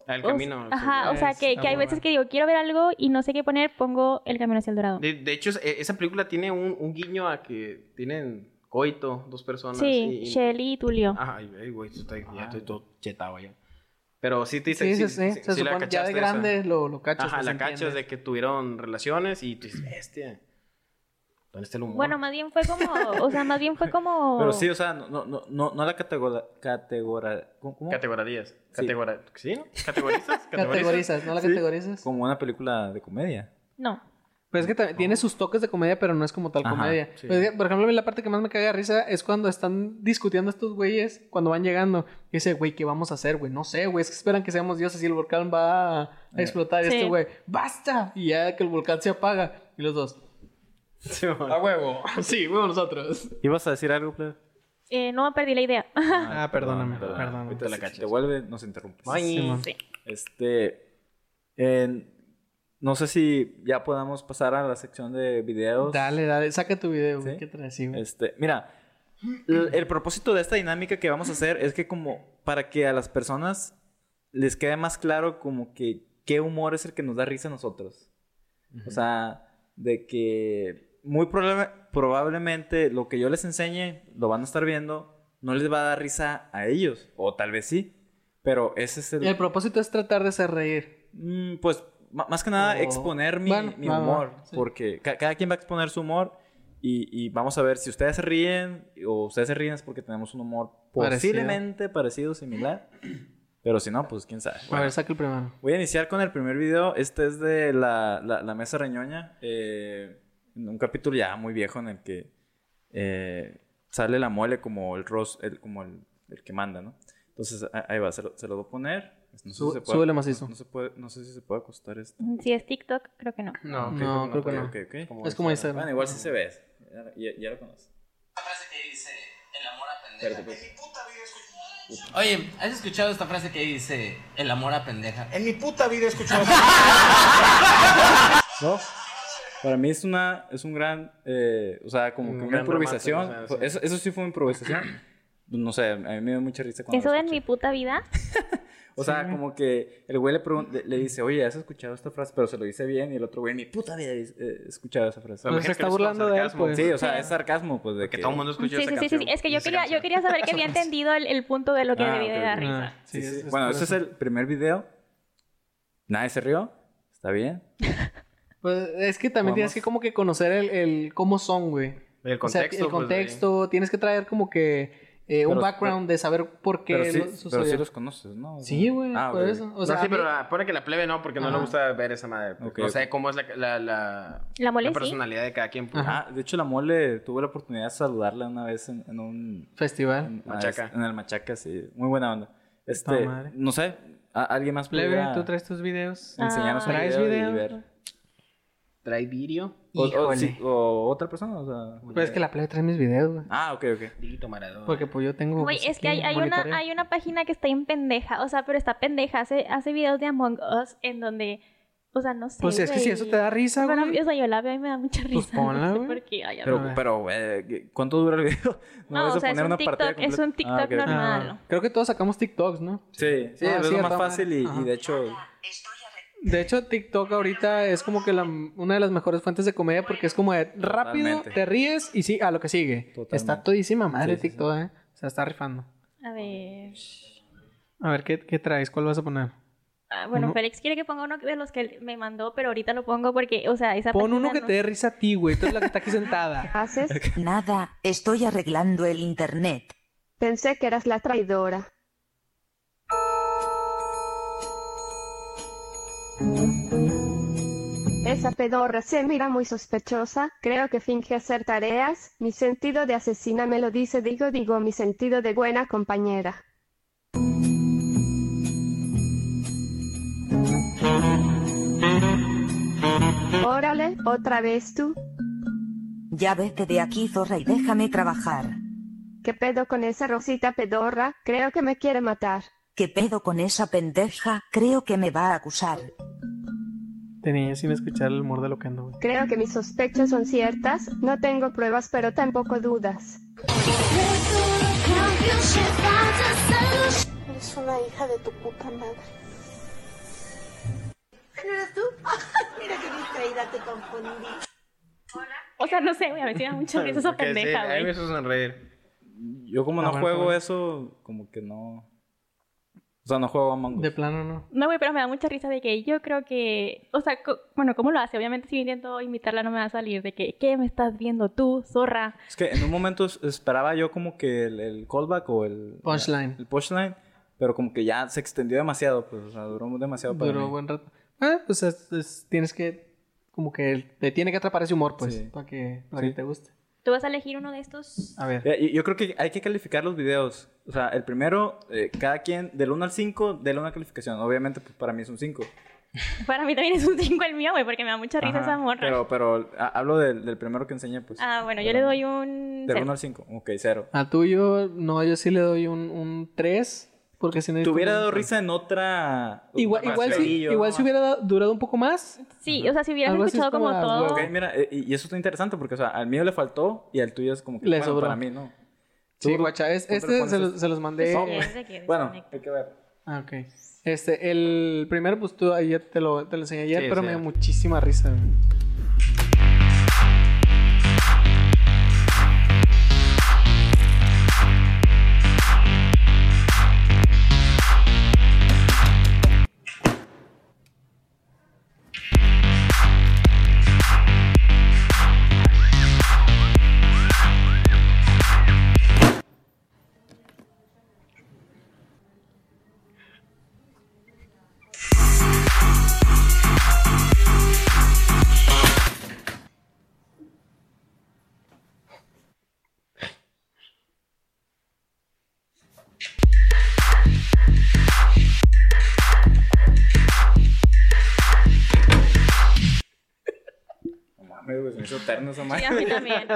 Speaker 4: Ah, El
Speaker 2: O-
Speaker 4: camino.
Speaker 2: Ajá,
Speaker 1: sí,
Speaker 2: o sea,
Speaker 1: es
Speaker 2: que,
Speaker 1: una
Speaker 2: que hay
Speaker 1: muy
Speaker 2: veces
Speaker 1: buena.
Speaker 2: que digo, quiero ver algo y no sé qué poner, pongo el camino hacia el dorado.
Speaker 4: De, de hecho, es- e- esa película tiene un, un guiño a que tienen coito dos personas.
Speaker 2: Sí,
Speaker 4: y- y-
Speaker 2: Shelly y Tulio.
Speaker 4: Ajá, ay, ay, güey, yo estoy- ya estoy todo chetado ya. Pero sí te dice
Speaker 1: Ah. Sí, sí, sí. Se supone
Speaker 4: la
Speaker 1: ya
Speaker 4: cachaste
Speaker 1: de
Speaker 4: esa.
Speaker 1: grande lo, lo cachas.
Speaker 4: Ajá,
Speaker 1: pues,
Speaker 4: la
Speaker 1: entiendes.
Speaker 4: cachas de que tuvieron relaciones y tú dices, bestia. ¿Dónde está el humor?
Speaker 2: Bueno, más bien fue como, o sea, más bien fue como...
Speaker 3: Pero sí, o sea, no, no, no, no, no la categora, categora, ¿cómo- cómo?
Speaker 4: Categorías. Categora... ¿Sí? no? ¿Categorizas?
Speaker 1: Categorizas, ¿no la
Speaker 4: Sí.
Speaker 1: categorizas?
Speaker 3: como una película de comedia.
Speaker 2: No.
Speaker 1: Pues es que también tiene sus toques de comedia, pero no es como tal
Speaker 3: Ajá,
Speaker 1: comedia.
Speaker 4: sí.
Speaker 1: Pues, por ejemplo, a mí la parte que más me caga de risa es cuando están discutiendo estos güeyes, cuando van llegando. Y dice, güey, ¿qué vamos a hacer, güey? No sé, güey, es que esperan que seamos dioses y el volcán va a
Speaker 3: Eh.
Speaker 1: explotar. Y
Speaker 2: Sí.
Speaker 1: este güey, ¡basta! Y ya que el volcán se apaga. Y los dos,
Speaker 4: Sí, bueno.
Speaker 1: ¡a huevo! Sí, huevo nosotros.
Speaker 3: ¿Ibas a decir algo, plebe?
Speaker 2: Eh, no, perdí la idea.
Speaker 1: Ah, perdóname, perdóname.
Speaker 3: Ahorita
Speaker 4: La
Speaker 3: si
Speaker 4: cachas.
Speaker 3: te vuelve, nos interrumpes.
Speaker 1: Simón.
Speaker 2: Sí.
Speaker 3: Este, en- no sé si ya podamos pasar a la sección de videos.
Speaker 1: Dale, dale, saca tu video, güey.
Speaker 3: Sí.
Speaker 1: ¿Qué traes, sí, güey?
Speaker 3: Este, mira, el, el propósito de esta dinámica que vamos a hacer es que como para que a las personas les quede más claro como que qué humor es el que nos da risa a nosotros. O sea, de que muy proba- probablemente lo que yo les enseñe, lo van a estar viendo, no les va a dar risa a ellos, o tal vez sí, pero ese es el...
Speaker 1: Y el propósito es tratar de hacer reír.
Speaker 3: Mm, pues ma- más que nada
Speaker 1: O-
Speaker 3: exponer mi,
Speaker 1: Oh. Bueno,
Speaker 3: mi
Speaker 1: va, va,
Speaker 3: humor,
Speaker 1: sí.
Speaker 3: porque ca- cada quien va a exponer su humor y, y vamos a ver si ustedes se ríen o ustedes se ríen es porque tenemos un humor
Speaker 1: Parecido.
Speaker 3: posiblemente parecido, similar, pero si no, pues quién sabe.
Speaker 1: A
Speaker 3: Bueno,
Speaker 1: ver, saca el primero.
Speaker 3: voy a iniciar con el primer video, este es de la, la- la mesa reñoña, eh, en un capítulo ya muy viejo en el que eh, sale la mole como el ros, el, como el, el que manda, ¿no? Entonces a- ahí va, se lo, se lo voy a poner. No sé
Speaker 1: Sube-
Speaker 3: si se puede-
Speaker 1: súbele macizo.
Speaker 3: no- no se puede- no sé si se puede acostar esto.
Speaker 2: Si es TikTok, creo que no.
Speaker 4: No, ok,
Speaker 1: No, creo que
Speaker 4: podía.
Speaker 1: no.
Speaker 3: Ok, ok.
Speaker 1: Es como Instagram.
Speaker 3: Bueno, igual sí se ve. Ya, ya- ya lo conoces.
Speaker 5: Una frase que dice, el amor a pendeja.
Speaker 3: Espérate, pues.
Speaker 5: Oye, ¿has escuchado esta frase que dice, el amor a pendeja?
Speaker 6: En mi puta vida he escuchado.
Speaker 3: No. Para mí es una, es un gran, eh, o sea, como
Speaker 4: Un
Speaker 3: que una
Speaker 4: gran
Speaker 3: improvisación.
Speaker 4: remate, o sea, sí.
Speaker 3: eso, eso sí fue una improvisación. Pues, No sé, a mí me dio mucha risa cuando
Speaker 2: Eso
Speaker 3: lo
Speaker 2: de en mi
Speaker 3: escuché.
Speaker 2: puta vida.
Speaker 3: O sea, como que el güey le, pregun- le, le dice, oye, ¿has escuchado esta frase? Pero se lo dice bien y el otro güey, mi puta vida he eh, escuchado esa
Speaker 1: Pues
Speaker 3: frase.
Speaker 1: se
Speaker 4: imagino que
Speaker 1: está
Speaker 4: no es
Speaker 1: burlando
Speaker 4: con
Speaker 1: de él,
Speaker 4: sarcasmo,
Speaker 1: pues.
Speaker 3: Sí, o sea, es sarcasmo, pues, de
Speaker 4: Que todo el mundo
Speaker 2: Sí,
Speaker 4: escuchó
Speaker 2: sí,
Speaker 4: esa
Speaker 2: sí, sí,
Speaker 4: canción.
Speaker 2: sí. Es que yo
Speaker 4: Esa
Speaker 2: quería, yo
Speaker 4: canción.
Speaker 2: quería saber que había entendido el, el punto de lo que
Speaker 3: Ah,
Speaker 2: debía
Speaker 3: ok,
Speaker 2: de dar
Speaker 3: ok.
Speaker 2: risa.
Speaker 1: Ah,
Speaker 3: Sí, sí.
Speaker 1: es- es
Speaker 3: Bueno,
Speaker 1: por
Speaker 3: ese es
Speaker 1: eso.
Speaker 3: el primer video. Nadie se rió. Está bien.
Speaker 1: Pues es que también tienes
Speaker 3: Vamos.
Speaker 1: que como que conocer el, el cómo son, güey.
Speaker 4: El
Speaker 1: O sea,
Speaker 4: contexto.
Speaker 1: el
Speaker 4: pues, de ahí.
Speaker 1: contexto, tienes que traer como que eh, un
Speaker 3: Pero-
Speaker 1: background de saber por qué
Speaker 3: Pero sí,
Speaker 1: lo-
Speaker 3: pero sí
Speaker 1: sucedió.
Speaker 3: los conoces, ¿no? O
Speaker 1: Sí,
Speaker 3: sea,
Speaker 1: güey,
Speaker 3: ah,
Speaker 1: por
Speaker 3: ok,
Speaker 1: eso.
Speaker 3: ok.
Speaker 1: O sea,
Speaker 4: no, sí,
Speaker 1: a mí-
Speaker 4: pero la- pone que la plebe no, porque no
Speaker 1: Ajá.
Speaker 4: le gusta ver esa madre. pues.
Speaker 3: Ok,
Speaker 4: no sé
Speaker 3: ok.
Speaker 4: cómo es la, la, la,
Speaker 2: La mole
Speaker 4: la
Speaker 2: sí.
Speaker 4: personalidad de cada quien. pues.
Speaker 3: Ah, de hecho, la mole tuve la oportunidad de saludarla una vez en, en un.
Speaker 1: festival.
Speaker 3: en-
Speaker 4: Machaca.
Speaker 3: Ah, En el Machaca, sí. Muy buena onda. Este,
Speaker 1: Toda madre.
Speaker 3: no sé, a- alguien más
Speaker 1: Plebe,
Speaker 3: pudiera
Speaker 1: tú traes tus videos.
Speaker 3: enseñarnos un
Speaker 1: ¿Traes
Speaker 3: video,
Speaker 1: video?
Speaker 3: y ver.
Speaker 4: Trae vidrio.
Speaker 3: O, o,
Speaker 1: Híjole.
Speaker 3: sí, o otra persona, o sea.
Speaker 1: Pues es que la plebe trae mis videos, güey.
Speaker 3: Ah, ok, ok.
Speaker 4: Dito Maradona.
Speaker 1: Porque pues yo tengo...
Speaker 2: Güey,
Speaker 1: pues,
Speaker 2: es que hay,
Speaker 1: aquí,
Speaker 2: hay una,
Speaker 1: monitoreo.
Speaker 2: hay una página que está en pendeja, o sea, pero está pendeja, hace, hace videos de Among Us en donde, o sea, no sé.
Speaker 1: Pues es que si
Speaker 2: güey.
Speaker 1: eso te da risa,
Speaker 2: Bueno,
Speaker 1: güey.
Speaker 2: o sea, yo la veo y me da mucha risa.
Speaker 1: Pues ponla,
Speaker 2: no sé
Speaker 1: güey.
Speaker 2: por qué, ay, a ver.
Speaker 3: Pero,
Speaker 1: ver.
Speaker 3: pero eh, ¿cuánto dura el video?
Speaker 2: No,
Speaker 3: vas
Speaker 2: o
Speaker 3: a
Speaker 2: sea, es
Speaker 3: poner
Speaker 2: un
Speaker 3: una partida
Speaker 2: TikTok, es
Speaker 3: completa.
Speaker 2: un TikTok
Speaker 3: Ah, ok, ok.
Speaker 2: normal.
Speaker 1: Ah,
Speaker 2: Malo.
Speaker 1: creo que todos sacamos TikToks, ¿no?
Speaker 3: Sí, sí,
Speaker 1: Ah,
Speaker 3: es
Speaker 1: sí,
Speaker 3: lo más
Speaker 1: está mal.
Speaker 3: fácil y,
Speaker 1: Ajá.
Speaker 3: y de hecho.
Speaker 1: De hecho, TikTok ahorita es como que la- una de las mejores fuentes de comedia porque es como de rápido,
Speaker 3: Totalmente.
Speaker 1: te ríes y sí, a lo que sigue.
Speaker 3: Totalmente.
Speaker 1: Está todísima madre
Speaker 3: Sí, sí, sí.
Speaker 1: TikTok, ¿eh? Se está rifando.
Speaker 2: A ver.
Speaker 1: A ver, ¿qué, ¿qué traes? ¿Cuál vas a poner?
Speaker 2: Ah, bueno,
Speaker 1: Uno-
Speaker 2: Félix quiere que ponga uno de los que me mandó, pero ahorita lo pongo porque, o sea, esa
Speaker 1: Pon
Speaker 2: persona
Speaker 1: uno que
Speaker 2: no-
Speaker 1: te dé risa a ti, güey. Tú eres la que está aquí sentada.
Speaker 6: haces?
Speaker 7: Nada, estoy arreglando el internet.
Speaker 6: Pensé que eras la traidora. Esa pedorra se mira muy sospechosa, creo que finge hacer tareas, mi sentido de asesina me lo dice, digo, digo, mi sentido de buena compañera. Órale, otra vez tú,
Speaker 7: Ya vete de aquí, zorra, y déjame trabajar.
Speaker 6: ¿qué pedo con esa rosita pedorra? Creo que me quiere matar.
Speaker 7: ¿Qué pedo con esa pendeja? Creo que me va a acusar.
Speaker 1: Tenía sin escuchar el humor de lo que ando, güey.
Speaker 6: Creo que mis sospechas son ciertas, no tengo pruebas pero tampoco dudas.
Speaker 8: Eres una hija de tu puta madre. ¿No eres tú? Mira que distraída te confundí.
Speaker 2: O sea, no sé, güey, a mí sí me da mucha risa esa
Speaker 4: Porque sí,
Speaker 2: pendeja,
Speaker 4: ahí
Speaker 2: güey.
Speaker 4: me hizo sonreír.
Speaker 3: Yo como
Speaker 1: Ah,
Speaker 3: no
Speaker 1: bueno,
Speaker 3: juego
Speaker 1: bueno.
Speaker 3: eso, como que no... O sea, no juego a Mango.
Speaker 1: De plano, no.
Speaker 2: No, güey, pero me da mucha risa de que yo creo que, o sea, co- bueno, ¿cómo lo hace? Obviamente si intento imitarla no me va a salir de que, ¿qué me estás viendo tú, zorra?
Speaker 3: Es que en un momento es- esperaba yo como que el, el callback o el...
Speaker 1: Punchline.
Speaker 3: El punchline, pero como que ya se extendió demasiado, pues, o sea, duró demasiado para
Speaker 1: Duró
Speaker 3: mí.
Speaker 1: buen rato. Ah, pues es- es- tienes que. Como que te tiene que atrapar ese humor, pues.
Speaker 3: Sí.
Speaker 1: Para que, para que
Speaker 3: Sí.
Speaker 1: te guste.
Speaker 2: ¿Tú vas a elegir uno de estos?
Speaker 1: A ver.
Speaker 3: Mira, Yo, yo creo que hay que calificar los videos. O sea, el primero, eh, cada quien, del 1 al 5, dele una calificación. Obviamente, pues para mí es un 5.
Speaker 2: Para mí también es un 5 el mío, güey, porque me da mucha risa
Speaker 3: Ajá,
Speaker 2: esa morra.
Speaker 3: Pero, pero ah, hablo del, del primero que enseñé, pues.
Speaker 2: Ah, bueno, yo le doy un...
Speaker 3: Del
Speaker 2: cero.
Speaker 3: 1 al 5, ok, 0.
Speaker 1: Al tuyo, no, yo sí le doy un 3. porque si no.
Speaker 3: Te hubiera dado risa en otra.
Speaker 1: Igual, igual, si,
Speaker 3: Marcelillo,
Speaker 1: igual
Speaker 3: ¿no?
Speaker 1: si hubiera dado- durado un poco más.
Speaker 2: Sí, o sea, si hubieras
Speaker 1: Algo así es
Speaker 2: escuchado
Speaker 1: como
Speaker 2: como,
Speaker 1: las
Speaker 2: todo...
Speaker 1: huevas.
Speaker 3: Ok, mira, eh, y, y eso está interesante porque, o sea, al mío le faltó y al tuyo es como que.
Speaker 1: Le
Speaker 3: bueno,
Speaker 1: sobró.
Speaker 3: Para mí, ¿no?
Speaker 1: Sí,
Speaker 3: Tú-
Speaker 1: guacha. es-
Speaker 3: tú te lo
Speaker 1: este
Speaker 3: pones
Speaker 1: se los,
Speaker 3: así.
Speaker 1: se los mandé.
Speaker 2: Sí, es de que
Speaker 3: Bueno,
Speaker 2: desconecta.
Speaker 3: hay que ver.
Speaker 1: Ah, ok. Este, el primero, pues tú ayer te lo, te lo enseñé ayer,
Speaker 4: Sí,
Speaker 1: pero
Speaker 4: sí.
Speaker 1: me dio muchísima risa. güey.
Speaker 3: No mames, güey, se me hizo eterno esa madre.
Speaker 2: Sí, a mí también.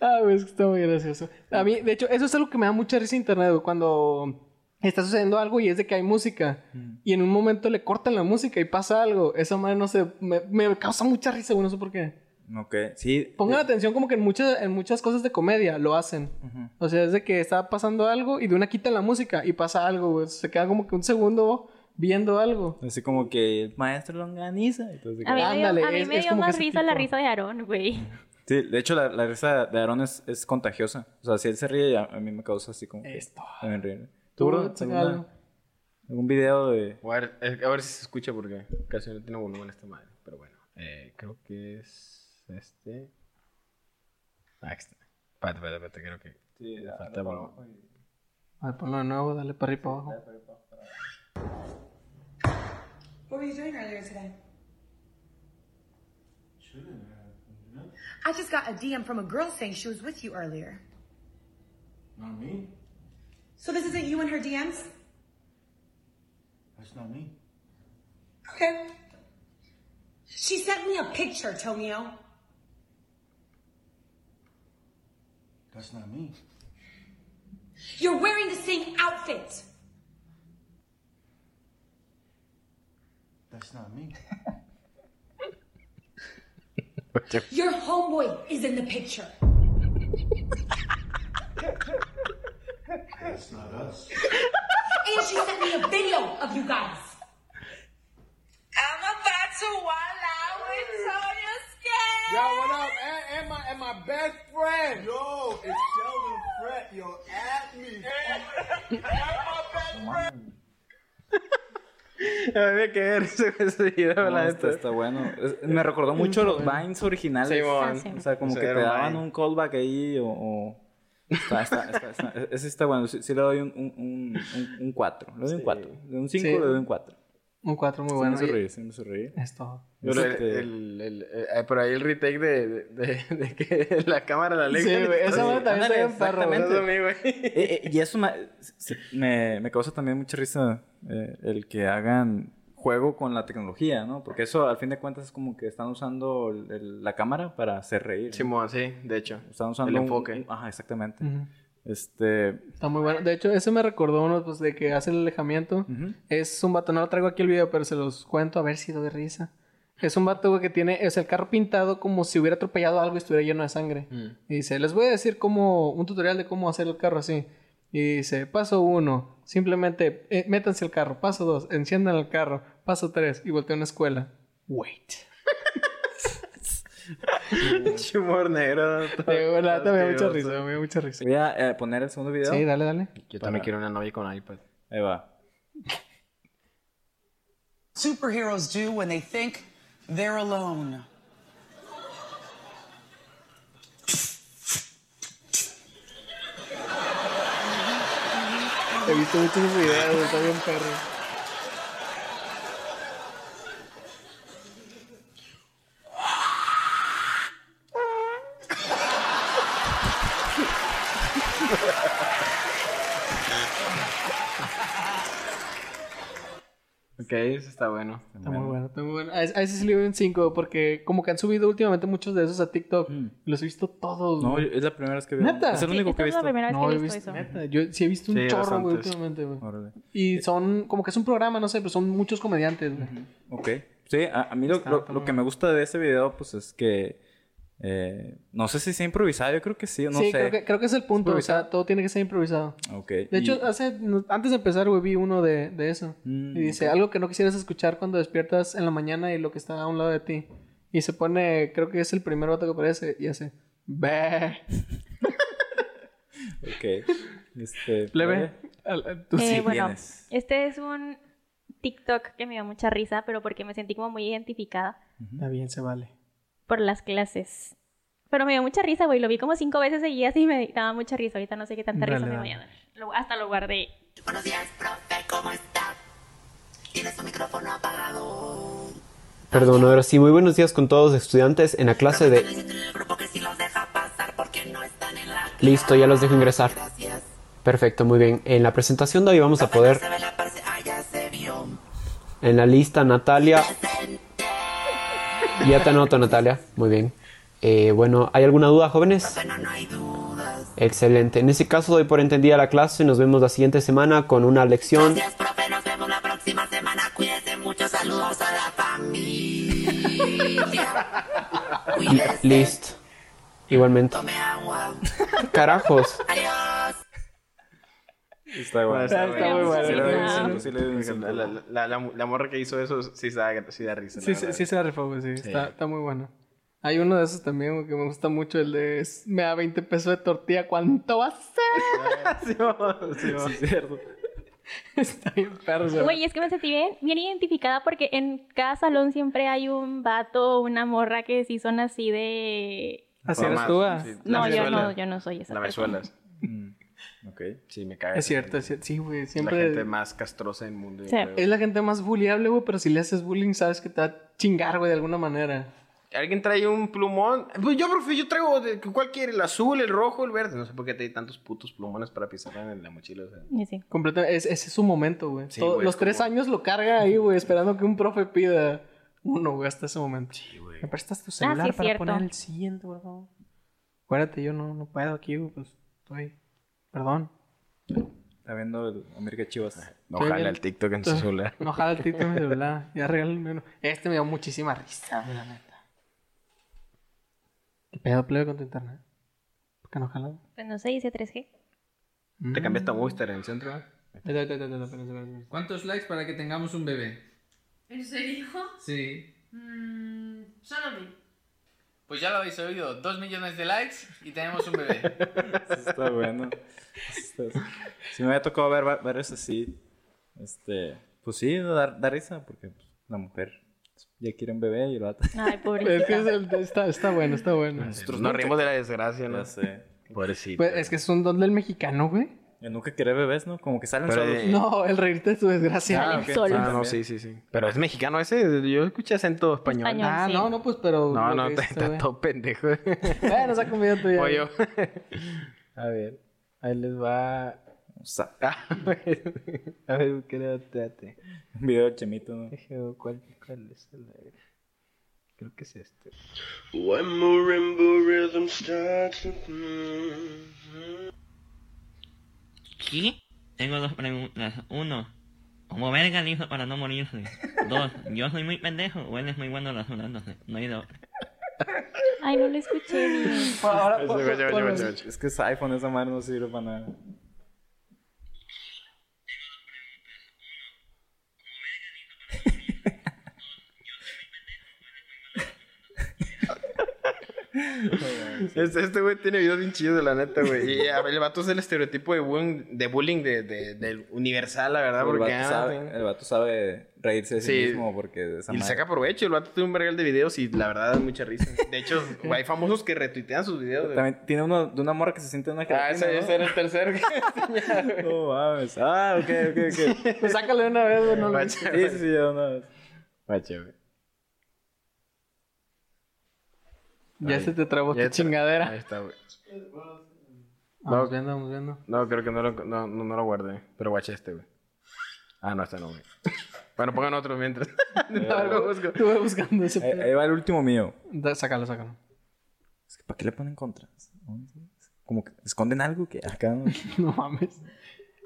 Speaker 1: Ah, güey, es que está muy gracioso. A mí, de hecho, eso es algo que me da mucha risa en internet, güey, cuando está sucediendo algo y es de que hay música
Speaker 3: Mm.
Speaker 1: y en un momento le cortan la música y pasa algo. Esa madre no sé, me, me causa mucha risa, güey, no sé por qué.
Speaker 3: Ok, sí.
Speaker 1: Pongan atención como que en muchas, en muchas cosas de comedia lo hacen.
Speaker 3: Ujú.
Speaker 1: O sea, es de que está pasando algo y de una quitan la música y pasa algo, güey. Se queda como que un segundo viendo algo.
Speaker 3: Así como que el maestro lo organiza. Entonces,
Speaker 2: A mí me dio,
Speaker 1: Ándale,
Speaker 2: a mí
Speaker 1: es-
Speaker 2: me
Speaker 1: es
Speaker 2: dio
Speaker 1: como que
Speaker 2: más
Speaker 1: ese
Speaker 2: risa la
Speaker 1: tipo.
Speaker 2: risa de Aarón, güey.
Speaker 3: Sí, de hecho, la, la risa de Aaron es, es contagiosa. O sea, si él se ríe, a, a mí me causa así como. que
Speaker 1: Esto.
Speaker 3: También ríe.
Speaker 1: Tú,
Speaker 3: ¿Tú, bro?
Speaker 1: saca
Speaker 3: alguna-
Speaker 1: algo.
Speaker 3: ¿Algún video de.?
Speaker 4: A ver, eh, a ver si se escucha porque casi no tiene volumen esta madre. Pero bueno, eh, creo que es este. Ah, aquí está. Espérate, espérate, espérate, creo que.
Speaker 3: Sí,
Speaker 4: falta volumen.
Speaker 1: A ver, ponlo de nuevo, dale para arriba y para abajo.
Speaker 8: What were you doing earlier today? I just got a DM from a girl saying she was with you earlier.
Speaker 9: Not me.
Speaker 8: So this isn't you in her DMs?
Speaker 9: That's not me.
Speaker 8: Okay. She sent me a picture, Tonio.
Speaker 9: That's not me.
Speaker 8: You're wearing the same outfit.
Speaker 9: That's not me.
Speaker 8: Your homeboy is in the picture.
Speaker 9: That's not us.
Speaker 8: And she sent me a video of you guys. I'm about to wild out with Tonya
Speaker 9: Yo, what up? And, and my and my best friend. Yo, it's Sheldon Fred. Yo, at me. And, my best friend.
Speaker 4: A mí me quedé ese, ese video, la
Speaker 3: No,
Speaker 4: neta.
Speaker 3: está, está bueno. Es- Me recordó mucho los Vines originales.
Speaker 4: Sí, mon.
Speaker 2: Ah, sí.
Speaker 3: O sea, como
Speaker 4: Sí,
Speaker 3: que te
Speaker 4: era un
Speaker 3: daban
Speaker 4: Vine.
Speaker 3: un callback ahí o... o- Está, está, está, está- Ese está bueno. Sí, sí le doy un 4. Un, un, un cuatro. le doy un 4. De un 5
Speaker 1: Sí.
Speaker 3: le doy un 4.
Speaker 1: Un 4 muy
Speaker 3: Bueno,
Speaker 1: bueno.
Speaker 3: se
Speaker 1: Y-
Speaker 3: reír, sí me hizo reír.
Speaker 1: Es todo.
Speaker 4: Pero el-
Speaker 3: Este-
Speaker 4: el- el- el- eh, por ahí el retake de, de, de- de que la cámara la aleja.
Speaker 1: Sí, güey, esa madre también está bien perro, güey.
Speaker 4: Eso a mí, güey.
Speaker 3: Eh, eh, y eso me, se- me, me causa también mucha risa eh, el que hagan juego con la tecnología, ¿no? Porque eso al fin de cuentas es como que están usando el- el- la cámara para hacer reír. ¿no?
Speaker 4: Simón, sí, de hecho.
Speaker 3: Están usando
Speaker 4: El
Speaker 3: un-
Speaker 4: enfoque.
Speaker 3: un- ajá, exactamente.
Speaker 1: Ujú.
Speaker 3: Este.
Speaker 1: Está muy bueno. De hecho, eso me recordó uno pues, de que hace el alejamiento.
Speaker 3: ujú.
Speaker 1: Es un vato, no lo traigo aquí el video, pero se los cuento a ver si doy risa. Es un vato, güey, que tiene, es el carro pintado como si hubiera atropellado algo y estuviera lleno de sangre. Y dice, les voy a decir cómo, un tutorial de cómo hacer el carro así. Y dice, paso uno, simplemente eh, métanse al carro. Paso dos, enciendan el carro. Paso tres, y voltea a una escuela. Wait.
Speaker 4: Pinche humor negro.
Speaker 1: Eh, bueno, la neta me dio mucha
Speaker 4: asqueroso.
Speaker 1: risa, me dio mucha risa.
Speaker 3: Voy a eh, poner el segundo video.
Speaker 1: Sí, dale, dale.
Speaker 4: Yo también quiero una novia con iPad.
Speaker 3: Ahí va.
Speaker 10: superheroes do when they think they're alone.
Speaker 1: He visto muchos videos, güey, está bien perro.
Speaker 4: Ok, eso está bueno.
Speaker 1: Está muy bueno, está muy bueno. A ese a ese sí le doy un 5 porque como que han subido últimamente muchos de esos a TikTok. Los he visto todos.
Speaker 3: No,
Speaker 1: güey.
Speaker 3: yo- es la primera vez que veo.
Speaker 1: ¿Neta?
Speaker 3: Mm. Es el
Speaker 2: Sí,
Speaker 3: único
Speaker 2: esta
Speaker 3: que he
Speaker 2: es la
Speaker 3: visto.
Speaker 2: primera vez
Speaker 1: No,
Speaker 2: que
Speaker 1: he
Speaker 2: he visto
Speaker 1: visto,
Speaker 2: eso.
Speaker 1: neta, Yo sí he visto un
Speaker 4: Sí,
Speaker 1: chorro, güey,
Speaker 4: bastantes.
Speaker 1: últimamente, güey.
Speaker 3: Órale.
Speaker 1: Y son como que es un programa, no sé, pero son muchos comediantes, güey.
Speaker 3: Ok. Sí, a, a mí lo, lo- lo que me gusta de ese video, pues es que. eh, no sé si sea improvisado, yo creo que sí, no
Speaker 1: sí,
Speaker 3: sé.
Speaker 1: creo, que, creo que es el punto, o sea,
Speaker 3: improvisado.
Speaker 1: todo tiene que ser improvisado.
Speaker 3: Ok,
Speaker 1: De
Speaker 3: y-
Speaker 1: hecho, ah. hace, no- antes de empezar, güey, vi uno de, de eso.
Speaker 3: Mm,
Speaker 1: y dice, algo que no quisieras escuchar cuando despiertas en la mañana y lo que está a un lado de ti. Y se pone, creo que es el primer vato que aparece y hace, "Bah".
Speaker 3: ok. Este,
Speaker 1: Leve.
Speaker 3: oye,
Speaker 1: Al- al- tú
Speaker 2: Eh,
Speaker 3: sí
Speaker 2: bueno,
Speaker 3: tienes.
Speaker 2: este es un TikTok que me dio mucha risa, pero porque me sentí como muy identificada
Speaker 1: Está bien, se vale.
Speaker 2: por las clases. Pero me dio mucha risa, güey. Lo vi como cinco veces seguidas y me daba mucha risa. Ahorita no sé qué tanta
Speaker 1: Dale,
Speaker 2: risa me
Speaker 1: dale.
Speaker 2: vaya a dar. Lo- Hasta lo guardé.
Speaker 8: Buenos días, profe, ¿cómo está? Tiene su micrófono apagado.
Speaker 11: Perdón, ahora sí, muy buenos días con todos estudiantes en la clase de... Listo, ya los dejo ingresar. Perfecto, muy bien. En la presentación de hoy vamos a poder... En la lista, Natalia. Ya te anoto, Natalia. Muy bien. Eh, bueno, ¿hay alguna duda, jóvenes? Excelente. En ese caso doy por entendida la clase. Nos vemos la siguiente semana con una lección. Li- Listo. Igualmente. Carajos.
Speaker 1: Pues,
Speaker 3: Está bueno.
Speaker 4: Está,
Speaker 2: está muy bueno.
Speaker 3: Sí, le doy un
Speaker 2: Sí,
Speaker 3: cinco, sí, le doy un cinco.
Speaker 4: La, la, la, la- la morra que hizo eso sí da, sí da risa. la
Speaker 1: Sí, sí,
Speaker 4: verdad.
Speaker 1: sí se la rifó, güey, sí.
Speaker 4: Sí.
Speaker 1: Está, está muy bueno. Hay uno de esos también güey, que me gusta mucho, el de "Es- me da 20 pesos de tortilla, ¿cuánto va a ser?
Speaker 4: Sí, mo, sí, mo.
Speaker 1: Está bien perro, güey.
Speaker 2: Güey, es que me sentí bien, bien identificada porque en cada salón siempre hay un vato o una morra que sí son así de...
Speaker 1: Así
Speaker 4: Por
Speaker 1: eres
Speaker 4: más,
Speaker 1: tú, ah.
Speaker 4: sí, la
Speaker 2: No, yo
Speaker 4: Venezuela.
Speaker 2: no, yo no soy esa
Speaker 4: La
Speaker 2: persona.
Speaker 4: Venezuelas.
Speaker 3: Mm, Ok.
Speaker 4: Sí, me caga.
Speaker 1: Es
Speaker 4: esa
Speaker 1: cierto,
Speaker 4: gente.
Speaker 1: es cierto. Sí, güey,
Speaker 4: Es La
Speaker 1: siempre...
Speaker 4: gente más castrosa del mundo. yo
Speaker 2: Sí.
Speaker 4: creo.
Speaker 1: Es la gente más bulliable, güey, pero si le haces bullying sabes que te va a chingar, güey, de alguna manera.
Speaker 4: ¿Alguien trae un plumón? Pues yo, profe, yo traigo de- ¿cuál quiere? ¿El azul, el rojo, el verde? No sé por qué te hay tantos putos plumones para pisar en la mochila. o sea.
Speaker 2: Y sí.
Speaker 1: Completamente, es- ese es su momento, güey.
Speaker 4: Sí,
Speaker 1: Todo-
Speaker 4: güey,
Speaker 1: los
Speaker 4: es
Speaker 1: tres
Speaker 4: como-
Speaker 1: años lo carga ahí, güey, esperando que un profe pida uno, güey, hasta ese momento. ¿Me prestas tu celular
Speaker 2: Ah, sí, es
Speaker 1: para
Speaker 2: cierto.
Speaker 1: poner el siguiente, por favor? Acuérdate, yo no, no puedo aquí, güey, pues estoy... Perdón.
Speaker 3: Está viendo el América Chivas.
Speaker 4: No
Speaker 1: Estoy
Speaker 4: jala
Speaker 1: bien.
Speaker 4: el TikTok en su celular.
Speaker 1: No jala el título de celular. Ya regálenme uno. Este me dio muchísima risa, güey, la neta. ¿Qué pedo plebe con tu internet? ¿Por qué no jala? güey?
Speaker 2: Pues no sé, dice 3G.
Speaker 4: Te cambiaste a Movistar en el centro, ¿eh?
Speaker 1: Espera, espera, espera, espera, espera, espera.
Speaker 5: ¿Cuántos likes para que tengamos un bebé?
Speaker 8: ¿En serio?
Speaker 5: Sí.
Speaker 8: Mmm. solo mí.
Speaker 5: Pues ya lo habéis oído, dos millones de likes y tenemos un bebé.
Speaker 3: Está bueno. Está- Sí, me había tocado ver va- varios así. Este. Pues sí, dar, dar risa, porque pues, la mujer pues, ya quiere un bebé y el vato.
Speaker 2: Ay,
Speaker 1: Es que es el- está, está bueno, está bueno.
Speaker 4: Nosotros nos rimos de la desgracia, ¿no?
Speaker 3: Ya sé.
Speaker 4: Pobrecito.
Speaker 1: Pues, es que es un don del mexicano, güey.
Speaker 3: Yo nunca quería bebés, ¿no? Como que salen
Speaker 4: Pero,
Speaker 3: solos.
Speaker 4: eh,
Speaker 1: No, el reírte de su desgracia.
Speaker 4: Ah, ok. Ah, no, sí, sí, sí. Pero es mexicano ese. Yo escuché acento español.
Speaker 1: Español, Ah, sí. no, no, pues, pero.
Speaker 4: No,
Speaker 1: lo
Speaker 4: no,
Speaker 1: que
Speaker 4: está,
Speaker 1: dices,
Speaker 4: está
Speaker 1: güey.
Speaker 4: todo pendejo.
Speaker 1: Bueno, saca un video tuyo.
Speaker 4: Oye.
Speaker 1: A ver, ahí les va.
Speaker 4: A ver, ¿qué le trate?
Speaker 3: Un video del chemito, ¿no?
Speaker 4: ¿Cuál, cuál es el Creo que es este.
Speaker 12: When marimba rhythm starts to...
Speaker 13: ¿Qué? Tengo dos preguntas. Uno, ¿cómo verga le hizo para no morirse? Dos, ¿yo soy muy pendejo o él es muy bueno rasurándose? No he ido.
Speaker 2: Ay, no lo escuché bien.
Speaker 3: Bueno, ahora,
Speaker 13: Ese,
Speaker 3: por-
Speaker 13: güey,
Speaker 3: por-
Speaker 13: güey,
Speaker 3: por-
Speaker 13: güey,
Speaker 3: Es que ese iPhone, esa mano no sirve para nada.
Speaker 4: Este, este güey tiene videos bien chidos, la neta, güey. Y a ver, el vato es el estereotipo de bullying, de bullying de, de- del universal, la verdad,
Speaker 3: el,
Speaker 4: porque...
Speaker 3: vato
Speaker 4: ah,
Speaker 3: sabe, el vato sabe reírse de sí,
Speaker 4: Sí.
Speaker 3: mismo porque de esa
Speaker 4: Y le
Speaker 3: madre-
Speaker 4: saca provecho, el vato tiene un vergal de videos y la verdad da mucha risa. De hecho, güey, hay famosos que retuitean sus videos. güey.
Speaker 3: También tiene uno de una morra que se siente en una
Speaker 4: Ah, ese,
Speaker 3: gelatina,
Speaker 4: ese era el tercero.
Speaker 3: ¿no? No mames. Ah, ok, ok, ok.
Speaker 1: Pues sácale una vez, güey, no lo
Speaker 3: Sí, sí, sí, de una vez.
Speaker 1: Ya
Speaker 4: Ahí.
Speaker 1: se te trabó
Speaker 4: Ya
Speaker 1: tu
Speaker 4: está.
Speaker 1: chingadera. Ah.
Speaker 4: Ahí está, güey.
Speaker 1: Vamos viendo, vamos viendo.
Speaker 4: No, creo que no lo, no, no, no lo guardé. Pero guacha este, güey. Ah, no, este no, güey. Bueno, pongan otro mientras.
Speaker 1: A ver, Estuve buscando ese.
Speaker 3: Ahí, ahí va el último mío.
Speaker 1: Da- Sácalo, sácalo.
Speaker 3: Es que, ¿Para qué le ponen contras? Como que esconden algo que acá no.
Speaker 1: No mames.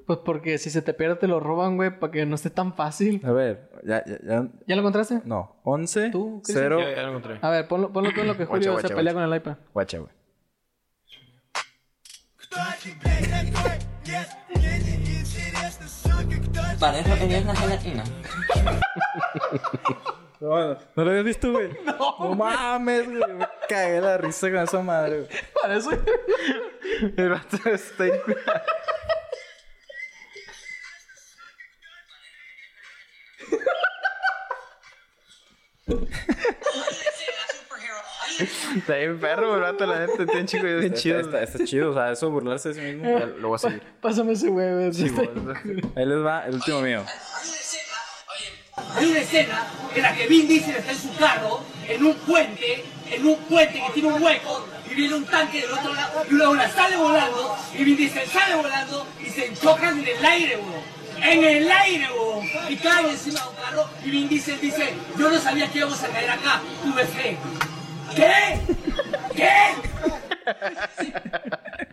Speaker 1: Pues porque si se te pierde te lo roban, güey, para que no esté tan fácil.
Speaker 3: A ver, ya, ya, ya.
Speaker 1: ¿Ya lo encontraste?
Speaker 3: No, 11, ¿Tú,
Speaker 1: Cristian?
Speaker 3: 0.
Speaker 1: Ya, ya
Speaker 4: lo encontré.
Speaker 1: A ver, ponlo, ponlo tú en lo que
Speaker 4: Guacha,
Speaker 1: Julio
Speaker 4: guacha,
Speaker 1: se pelea
Speaker 4: guacha.
Speaker 1: con el iPad.
Speaker 4: Guacha, güey.
Speaker 5: Para eso tenías una gelatina.
Speaker 3: No, no, no lo habías visto, güey. No, mames, güey. Me cagué la risa con esa madre, güey.
Speaker 1: Para eso.
Speaker 4: El vato está Está bien perro, güey, el vato, la neta. Tiene un chico de bien
Speaker 3: Está,
Speaker 4: chido.
Speaker 3: está- está chido, o sea, eso burlarse de sí mismo.
Speaker 1: Ya
Speaker 4: lo voy a seguir.
Speaker 1: Pásame ese este. güey, güey.
Speaker 3: Ahí les va el último mío.
Speaker 8: Hay una escena en la que Vin Diesel está en su carro, en un puente, en un puente que tiene un hueco, y viene un tanque del otro lado, y luego la sale volando, y Vin Diesel sale volando, y se chocan en el aire, bro. En el aire, bro. Y cae encima de un carro, y Vin Diesel dice, yo no sabía que íbamos a caer acá, tuve fe. ¿Qué? ¿Qué?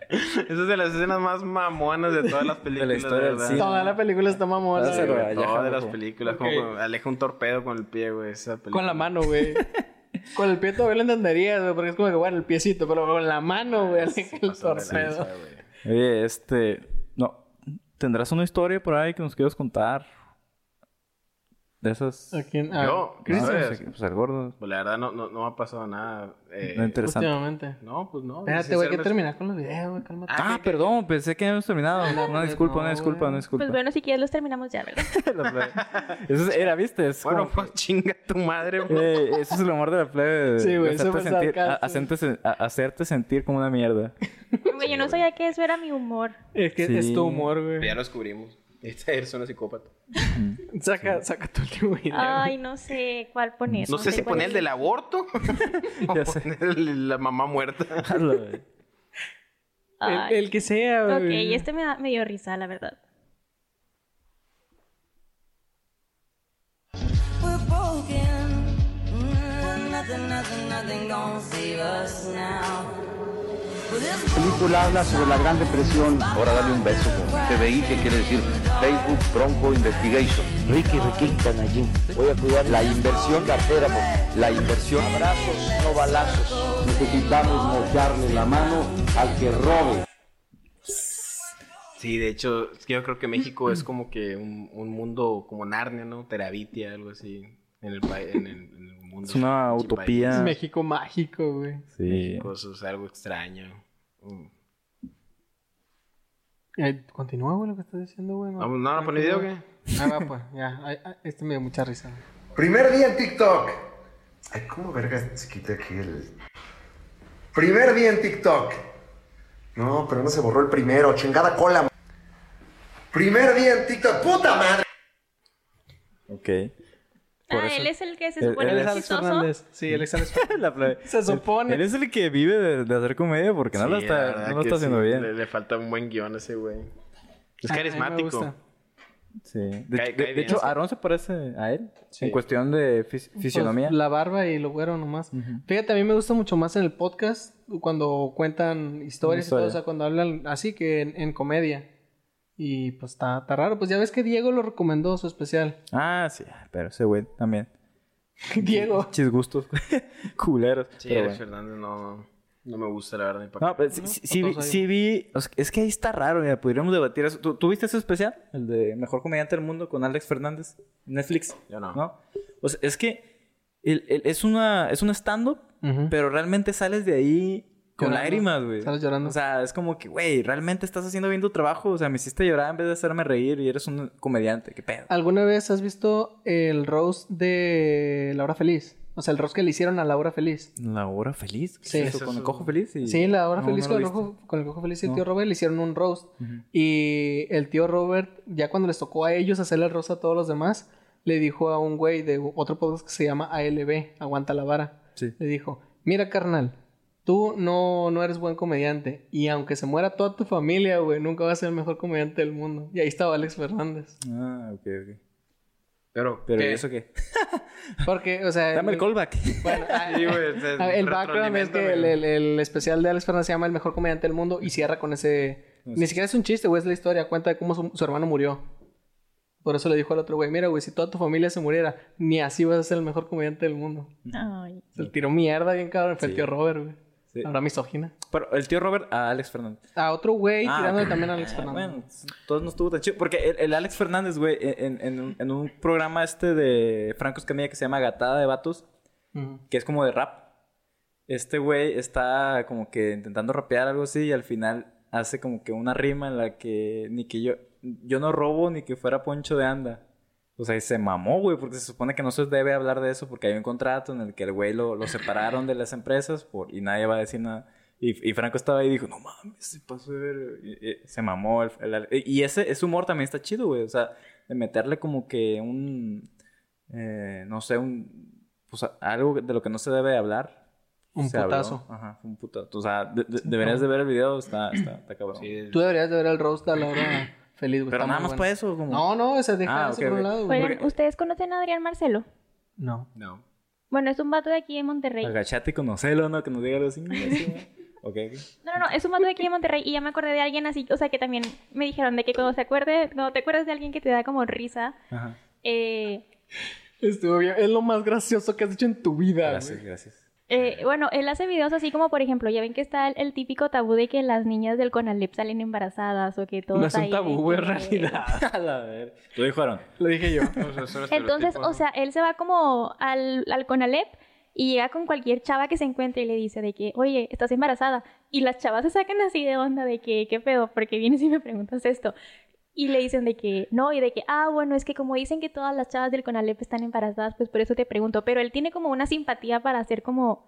Speaker 4: Esa es de las escenas más mamonas de todas las películas. De
Speaker 3: historia del cine.
Speaker 1: Toda la película está mamona.
Speaker 4: Sí,
Speaker 1: güey.
Speaker 4: güey, todas de las películas.
Speaker 1: Ok.
Speaker 4: Como aleja un torpedo con el pie, güey. Esa película.
Speaker 1: Con la mano, güey. con el pie todavía lo entenderías, güey, porque es como que, bueno, el piecito, pero con la mano, güey, así que el torpedo.
Speaker 3: Oye, este. No. ¿Tendrás una historia por ahí que nos quieras contar? De esas.
Speaker 1: ¿A quién? A ver,
Speaker 4: Yo, ¿qué
Speaker 1: Cristian.
Speaker 4: sabes?
Speaker 3: Pues el gordo.
Speaker 4: Pues la verdad no, no, no me ha pasado nada. Eh,
Speaker 3: No interesante.
Speaker 1: Últimamente.
Speaker 4: No, pues no.
Speaker 1: Espérate, güey, hay que terminar con los videos, güey, cálmate.
Speaker 3: Ah, perdón, pensé que habíamos
Speaker 4: Ah,
Speaker 3: terminado.
Speaker 4: pues
Speaker 3: Una disculpa, una disculpa, una disculpa.
Speaker 2: Pues bueno, si quieres los terminamos ya, ¿verdad?
Speaker 3: Eso es- era, ¿viste? Es
Speaker 4: Bueno,
Speaker 3: como-
Speaker 4: pues chinga tu madre, güey.
Speaker 3: Eh, eso es el amor de la plebe.
Speaker 4: Sí, güey,
Speaker 3: hacerte
Speaker 4: súper
Speaker 3: sentir,
Speaker 4: sarcástico.
Speaker 3: a- hacerte sen- a- hacerte sentir como una mierda.
Speaker 2: Güey, yo no sabía que eso era mi humor.
Speaker 1: Es que
Speaker 3: Sí.
Speaker 1: es tu humor, güey.
Speaker 4: Ya lo descubrimos. Esta es una psicópata.
Speaker 1: Saca, saca tu último video.
Speaker 2: Ay, no sé cuál poner.
Speaker 4: No sé si
Speaker 2: cuál
Speaker 4: poner el del aborto o poner el- la mamá muerta.
Speaker 1: El, el que sea,
Speaker 2: Ok,
Speaker 1: güey.
Speaker 2: este me, da, me dio risa, la verdad.
Speaker 8: We're broken. Mm, nothing, nothing, nothing gonna save us now.
Speaker 14: película habla sobre la Gran Depresión. Ahora dale un beso. FBI, que quiere decir Facebook Bronco Investigation. Ricky, Ricky, allí. Voy a cuidar la inversión cartera, la inversión. Abrazos, no balazos. Necesitamos mocharle la mano al que robe.
Speaker 4: Sí, de hecho, es que yo creo que México es como que un, un mundo como Narnia, ¿no? Terabitia, algo así. En el, país en el, en el mundo.
Speaker 3: Es una
Speaker 4: Pinche
Speaker 3: utopía.
Speaker 4: país.
Speaker 1: México mágico, güey.
Speaker 3: Sí.
Speaker 4: Cosas, algo extraño. Mm.
Speaker 1: Eh, Continúa, güey, lo que estás diciendo, güey. No,
Speaker 4: Vamos, ¿no van a poner video o qué?
Speaker 1: Ah, va, pues, ya. Ay, ay, este me dio mucha risa.
Speaker 15: Primer día en TikTok. Ay, ¿cómo verga se quita aquí el. Primer día en TikTok. No, pero no se borró el primero. Chingada cola. ma- Primer día en TikTok. ¡Puta madre!
Speaker 3: Ok. Por
Speaker 2: Ah,
Speaker 3: eso-
Speaker 2: él es el que se
Speaker 3: Él-
Speaker 2: supone
Speaker 3: él
Speaker 2: que
Speaker 3: es
Speaker 2: es
Speaker 3: Alex
Speaker 2: chistoso.
Speaker 1: Fernández. Sí, él es Alex
Speaker 3: La plebe.
Speaker 1: Se supone.
Speaker 3: Él es el que vive de, de hacer comedia porque no
Speaker 4: Sí,
Speaker 3: lo
Speaker 4: la
Speaker 3: está,
Speaker 4: verdad
Speaker 3: no lo
Speaker 4: que
Speaker 3: está haciendo
Speaker 4: sí,
Speaker 3: bien.
Speaker 4: Le, le falta un buen guión a ese güey. Es
Speaker 1: Ah, a mí me
Speaker 4: carismático.
Speaker 1: gusta.
Speaker 3: Sí. De,
Speaker 4: Cae-
Speaker 3: de-
Speaker 4: cae
Speaker 3: de
Speaker 4: bien,
Speaker 3: hecho,
Speaker 4: sí.
Speaker 3: Aarón se parece a él
Speaker 4: Sí.
Speaker 3: en cuestión de fis- fisionomía.
Speaker 1: Pues, la barba y lo güero nomás. Fíjate, a mí me gusta mucho más en el podcast cuando cuentan historias y todo,
Speaker 3: Historia.
Speaker 1: o sea, cuando hablan así que en, en comedia. Y pues está, está raro. Pues ya ves que Diego lo recomendó su especial.
Speaker 3: Ah, sí, pero ese güey también.
Speaker 1: Diego.
Speaker 3: Chis gustos culeros.
Speaker 4: Sí,
Speaker 3: pero
Speaker 4: Alex
Speaker 3: bueno.
Speaker 4: Fernández no, no me gusta, la verdad. ni pa'
Speaker 3: No, pero
Speaker 4: qué.
Speaker 3: sí, sí- sí vi- sí vi. o sea, es que ahí está raro, mira, podríamos debatir eso. ¿Tú, tú viste ese especial? El de Mejor Comediante del Mundo con Alex Fernández. Netflix.
Speaker 4: Yo no.
Speaker 3: O sea, es que el- el- es, una, es un stand-up, pero realmente sales de ahí con
Speaker 1: Llorando.
Speaker 3: lágrimas, güey.
Speaker 1: Sales llorando.
Speaker 3: O sea, es como que, güey, realmente estás haciendo bien tu trabajo. O sea, me hiciste llorar en vez de hacerme reír y eres un comediante. ¿Qué pedo?
Speaker 1: ¿Alguna vez has visto el roast de Laura Feliz? O sea, el roast que le hicieron a Laura Feliz.
Speaker 3: La hora feliz. ¿Qué
Speaker 1: Sí.
Speaker 3: es eso? ¿Con el cojo feliz? y-
Speaker 1: Sí, la hora
Speaker 3: No,
Speaker 1: feliz con,
Speaker 3: no lo he
Speaker 1: el
Speaker 3: visto.
Speaker 1: ojo- con el cojo feliz y el
Speaker 3: No.
Speaker 1: tío Robert le hicieron un roast. Y el tío Robert, ya cuando les tocó a ellos hacerle el roast a todos los demás, le dijo a un güey de otro podcast que se llama ALB, Aguanta la Vara.
Speaker 3: Sí.
Speaker 1: Le dijo, mira carnal, tú no, no eres buen comediante. Y aunque se muera toda tu familia, güey, nunca vas a ser el mejor comediante del mundo. Y ahí estaba Alex Fernández.
Speaker 3: Ah, ok, ok.
Speaker 4: Pero,
Speaker 3: Pero
Speaker 4: ¿qué?
Speaker 3: ¿y eso qué? Eh,
Speaker 1: Porque, o sea...
Speaker 3: Dame el callback.
Speaker 1: Bueno, ah,
Speaker 4: Sí, güey, se-
Speaker 1: Ah, el background es que el,
Speaker 4: retroalimentame.
Speaker 1: el- el especial de Alex Fernández se llama El mejor comediante del mundo y cierra con ese. Ni siquiera es un chiste, güey, es la historia. Cuenta de cómo su, su hermano murió. Por eso le dijo al otro güey: Mira, güey, si toda tu familia se muriera, ni así vas a ser el mejor comediante del mundo.
Speaker 2: Ay.
Speaker 1: Se le tiró mierda bien cabrón. Fue el
Speaker 3: Sí.
Speaker 1: tío Robert, güey.
Speaker 3: Sí.
Speaker 1: Habrá misógina.
Speaker 3: Pero el tío Robert a Alex Fernández.
Speaker 1: A otro güey
Speaker 3: Ah,
Speaker 1: tirándole
Speaker 3: ok.
Speaker 1: también a Alex
Speaker 3: Ah,
Speaker 1: Fernández.
Speaker 3: bueno, Todos no estuvo tan chido. Porque el, el Alex Fernández, güey, en, en un- en un programa este de Franco Escamilla que se llama Gatada de Vatos,
Speaker 1: Ujú.
Speaker 3: que es como de rap, este güey está como que intentando rapear algo así y al final hace como que una rima en la que ni que yo, yo no robo ni que fuera Poncho de Anda. O sea, y se mamó, güey, porque se supone que no se debe hablar de eso porque hay un contrato en el que el güey lo, lo separaron de las empresas por, y nadie va a decir nada. Y, y Franco estaba ahí y dijo, no mames, se pasó de ver. Y- y- se mamó. el- el- y ese, ese humor también está chido, güey. O sea, de meterle como que un, eh, no sé, un, pues a- algo de lo que no se debe hablar.
Speaker 1: Un
Speaker 3: se habló.
Speaker 1: putazo.
Speaker 3: Ajá, un putazo. O sea, de- de- deberías de ver el video, está, está, está cabrón.
Speaker 1: Tú deberías de ver el roast a la hora feliz, güey.
Speaker 3: Pero
Speaker 1: está
Speaker 3: nada
Speaker 1: muy bueno.
Speaker 3: más para eso, como-
Speaker 1: No, no, o sea, deja
Speaker 3: Ah,
Speaker 1: eso
Speaker 3: ok,
Speaker 1: por un
Speaker 3: ok.
Speaker 1: lado, güey.
Speaker 2: Oigan, ¿ustedes conocen a Adrián Marcelo?
Speaker 1: No.
Speaker 4: No.
Speaker 2: Bueno, es un vato de aquí de Monterrey.
Speaker 3: Agachate y conocelo, ¿no? Que nos diga algo así. así, ¿no? ok. ok.
Speaker 2: No, no, no, es un vato de aquí de Monterrey y ya me acordé de alguien así, o sea, que también me dijeron de que cuando se acuerde, cuando te acuerdas de alguien que te da como risa,
Speaker 3: Ajá.
Speaker 2: eh,
Speaker 1: Estuvo bien. Es lo más gracioso que has hecho en tu vida,
Speaker 3: Gracias,
Speaker 1: güey.
Speaker 3: gracias.
Speaker 2: eh, bueno, él hace videos así como, por ejemplo, ya ven que está el, el típico tabú de que las niñas del Conalep salen embarazadas o que todo
Speaker 1: No es un tabú, güey, en realidad.
Speaker 3: A la ver. Lo dijo Aaron.
Speaker 1: Lo dije yo.
Speaker 2: Entonces, o sea, él se va como al, al Conalep y llega con cualquier chava que se encuentre y le dice de que, oye, estás embarazada. Y las chavas se sacan así de onda de que, ¿qué pedo? Porque vienes y me preguntas esto. Y le dicen de que no, y de que, ah, bueno, es que como dicen que todas las chavas del Conalep están embarazadas, pues por eso te pregunto. Pero él tiene como una simpatía para hacer como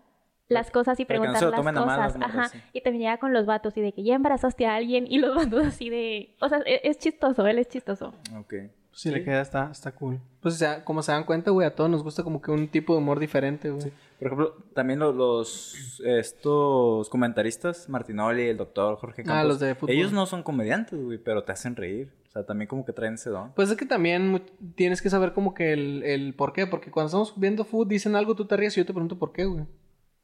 Speaker 2: las cosas y
Speaker 3: Para que no se
Speaker 2: preguntar
Speaker 3: lo
Speaker 2: las
Speaker 3: tomen a mal las
Speaker 2: cosas.
Speaker 3: morras,
Speaker 2: Ajá.
Speaker 3: sí.
Speaker 2: Y también llega con los vatos y de que ya embarazaste a alguien y los vatos así de... O sea, e, es, es chistoso, él es chistoso.
Speaker 3: Ok.
Speaker 1: Si le queda, está, está cool. Pues, o sea, como se dan cuenta, güey, a todos nos gusta como que un tipo de humor diferente, güey.
Speaker 3: Por ejemplo, también lo- los estos comentaristas, Martinoli, el doctor Jorge
Speaker 1: Ah,
Speaker 3: Campos.
Speaker 1: los de fútbol.
Speaker 3: Ellos no son comediantes, güey, pero te hacen reír. O sea, también como que traen ese don.
Speaker 1: Pues es que también mu- tienes que saber como que el, el por qué. Porque cuando estamos viendo food, dicen algo, tú te ríes y yo te pregunto por qué, güey.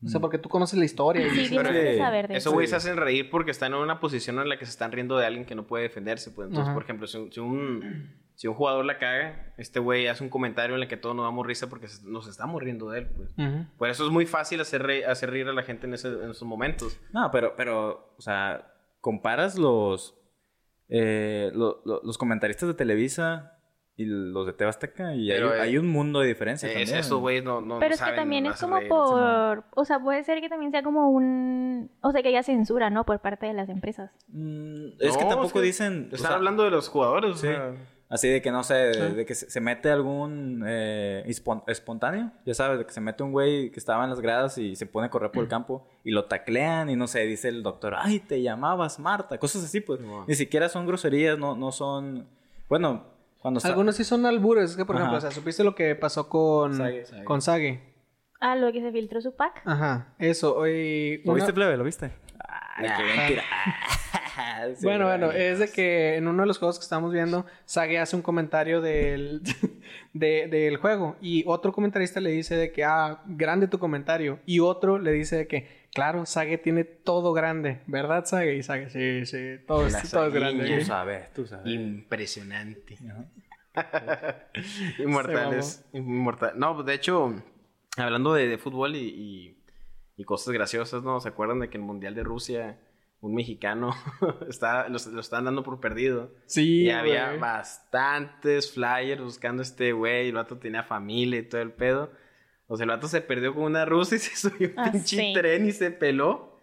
Speaker 1: O sea, porque tú conoces la historia. güey.
Speaker 4: Pero
Speaker 2: que saber de
Speaker 4: Esos
Speaker 2: eso.
Speaker 4: güeyes hacen reír porque están en una posición en la que se están riendo de alguien que no puede defenderse. Pues. Entonces,
Speaker 1: Ajá.
Speaker 4: por ejemplo, si un, si, un, si un jugador la caga, este güey hace un comentario en el que todos nos damos risa porque se- nos estamos riendo de él. Pues.
Speaker 1: Ujú.
Speaker 4: Por eso es muy fácil hacer, re- hacer reír a la gente en, ese- en esos momentos.
Speaker 3: No, pero, pero, o sea, comparas los, eh, lo- lo- los comentaristas de Televisa y los de Tebasteca. Y hay,
Speaker 4: Pero, eh,
Speaker 3: hay un mundo de diferencia
Speaker 4: es-
Speaker 3: también.
Speaker 4: esos güeyes no, no
Speaker 2: Pero es que
Speaker 4: saben
Speaker 2: también es
Speaker 4: hacer
Speaker 2: como
Speaker 4: reír,
Speaker 2: por... O sea, puede ser que también sea como un... O sea, que haya censura, ¿no? Por parte de las empresas.
Speaker 3: Mm, Es que
Speaker 4: No,
Speaker 3: tampoco
Speaker 4: es que
Speaker 3: dicen.
Speaker 4: están hablando de los jugadores. o sea,
Speaker 3: Así de que no sé, de,
Speaker 4: Sí.
Speaker 3: de que se, se mete algún eh, espon- espontáneo, ya sabes, de que se mete un güey que estaba en las gradas y se pone a correr por
Speaker 1: Mm.
Speaker 3: el campo y lo taclean y no sé, dice el doctor, ay, te llamabas Marta, cosas así, pues. Ni siquiera son groserías, no, no son. Bueno, cuando está-
Speaker 1: Algunos sí son albures, es que por
Speaker 3: Ajá.
Speaker 1: ejemplo, o sea, supiste lo que pasó con con Sage.
Speaker 2: Ah, lo que se filtró su pack.
Speaker 1: Ajá, eso. oye,
Speaker 3: ¿Lo
Speaker 1: una-
Speaker 3: viste, plebe? ¿Lo viste? Ay, qué mentira. Sí,
Speaker 1: bueno,
Speaker 3: güey.
Speaker 1: bueno, es de que en uno de los juegos que estamos viendo, Sage hace un comentario del, de- del juego y otro comentarista le dice de que, ah, grande tu comentario. Y otro le dice de que, claro, Sage tiene todo grande, ¿verdad, Sage? Y Sage, sí, sí, todo,
Speaker 4: La
Speaker 1: es, todo es
Speaker 4: Sage,
Speaker 1: grande.
Speaker 4: tú
Speaker 1: güey".
Speaker 3: sabes, tú sabes.
Speaker 4: Impresionante.
Speaker 1: Se
Speaker 4: Inmortales. Inmortal. No, pues, de hecho, hablando de, de fútbol y, y- y cosas graciosas, ¿no? ¿Se acuerdan de que en el Mundial de Rusia un mexicano está, los- lo, están dando por perdido?
Speaker 1: Sí,
Speaker 4: Y había
Speaker 1: güey.
Speaker 4: bastantes flyers buscando a este güey. El vato tenía familia y todo el pedo. O sea, el vato se perdió con una rusa y se subió a un
Speaker 1: Ah,
Speaker 4: pinche
Speaker 1: sí.
Speaker 4: tren y se peló.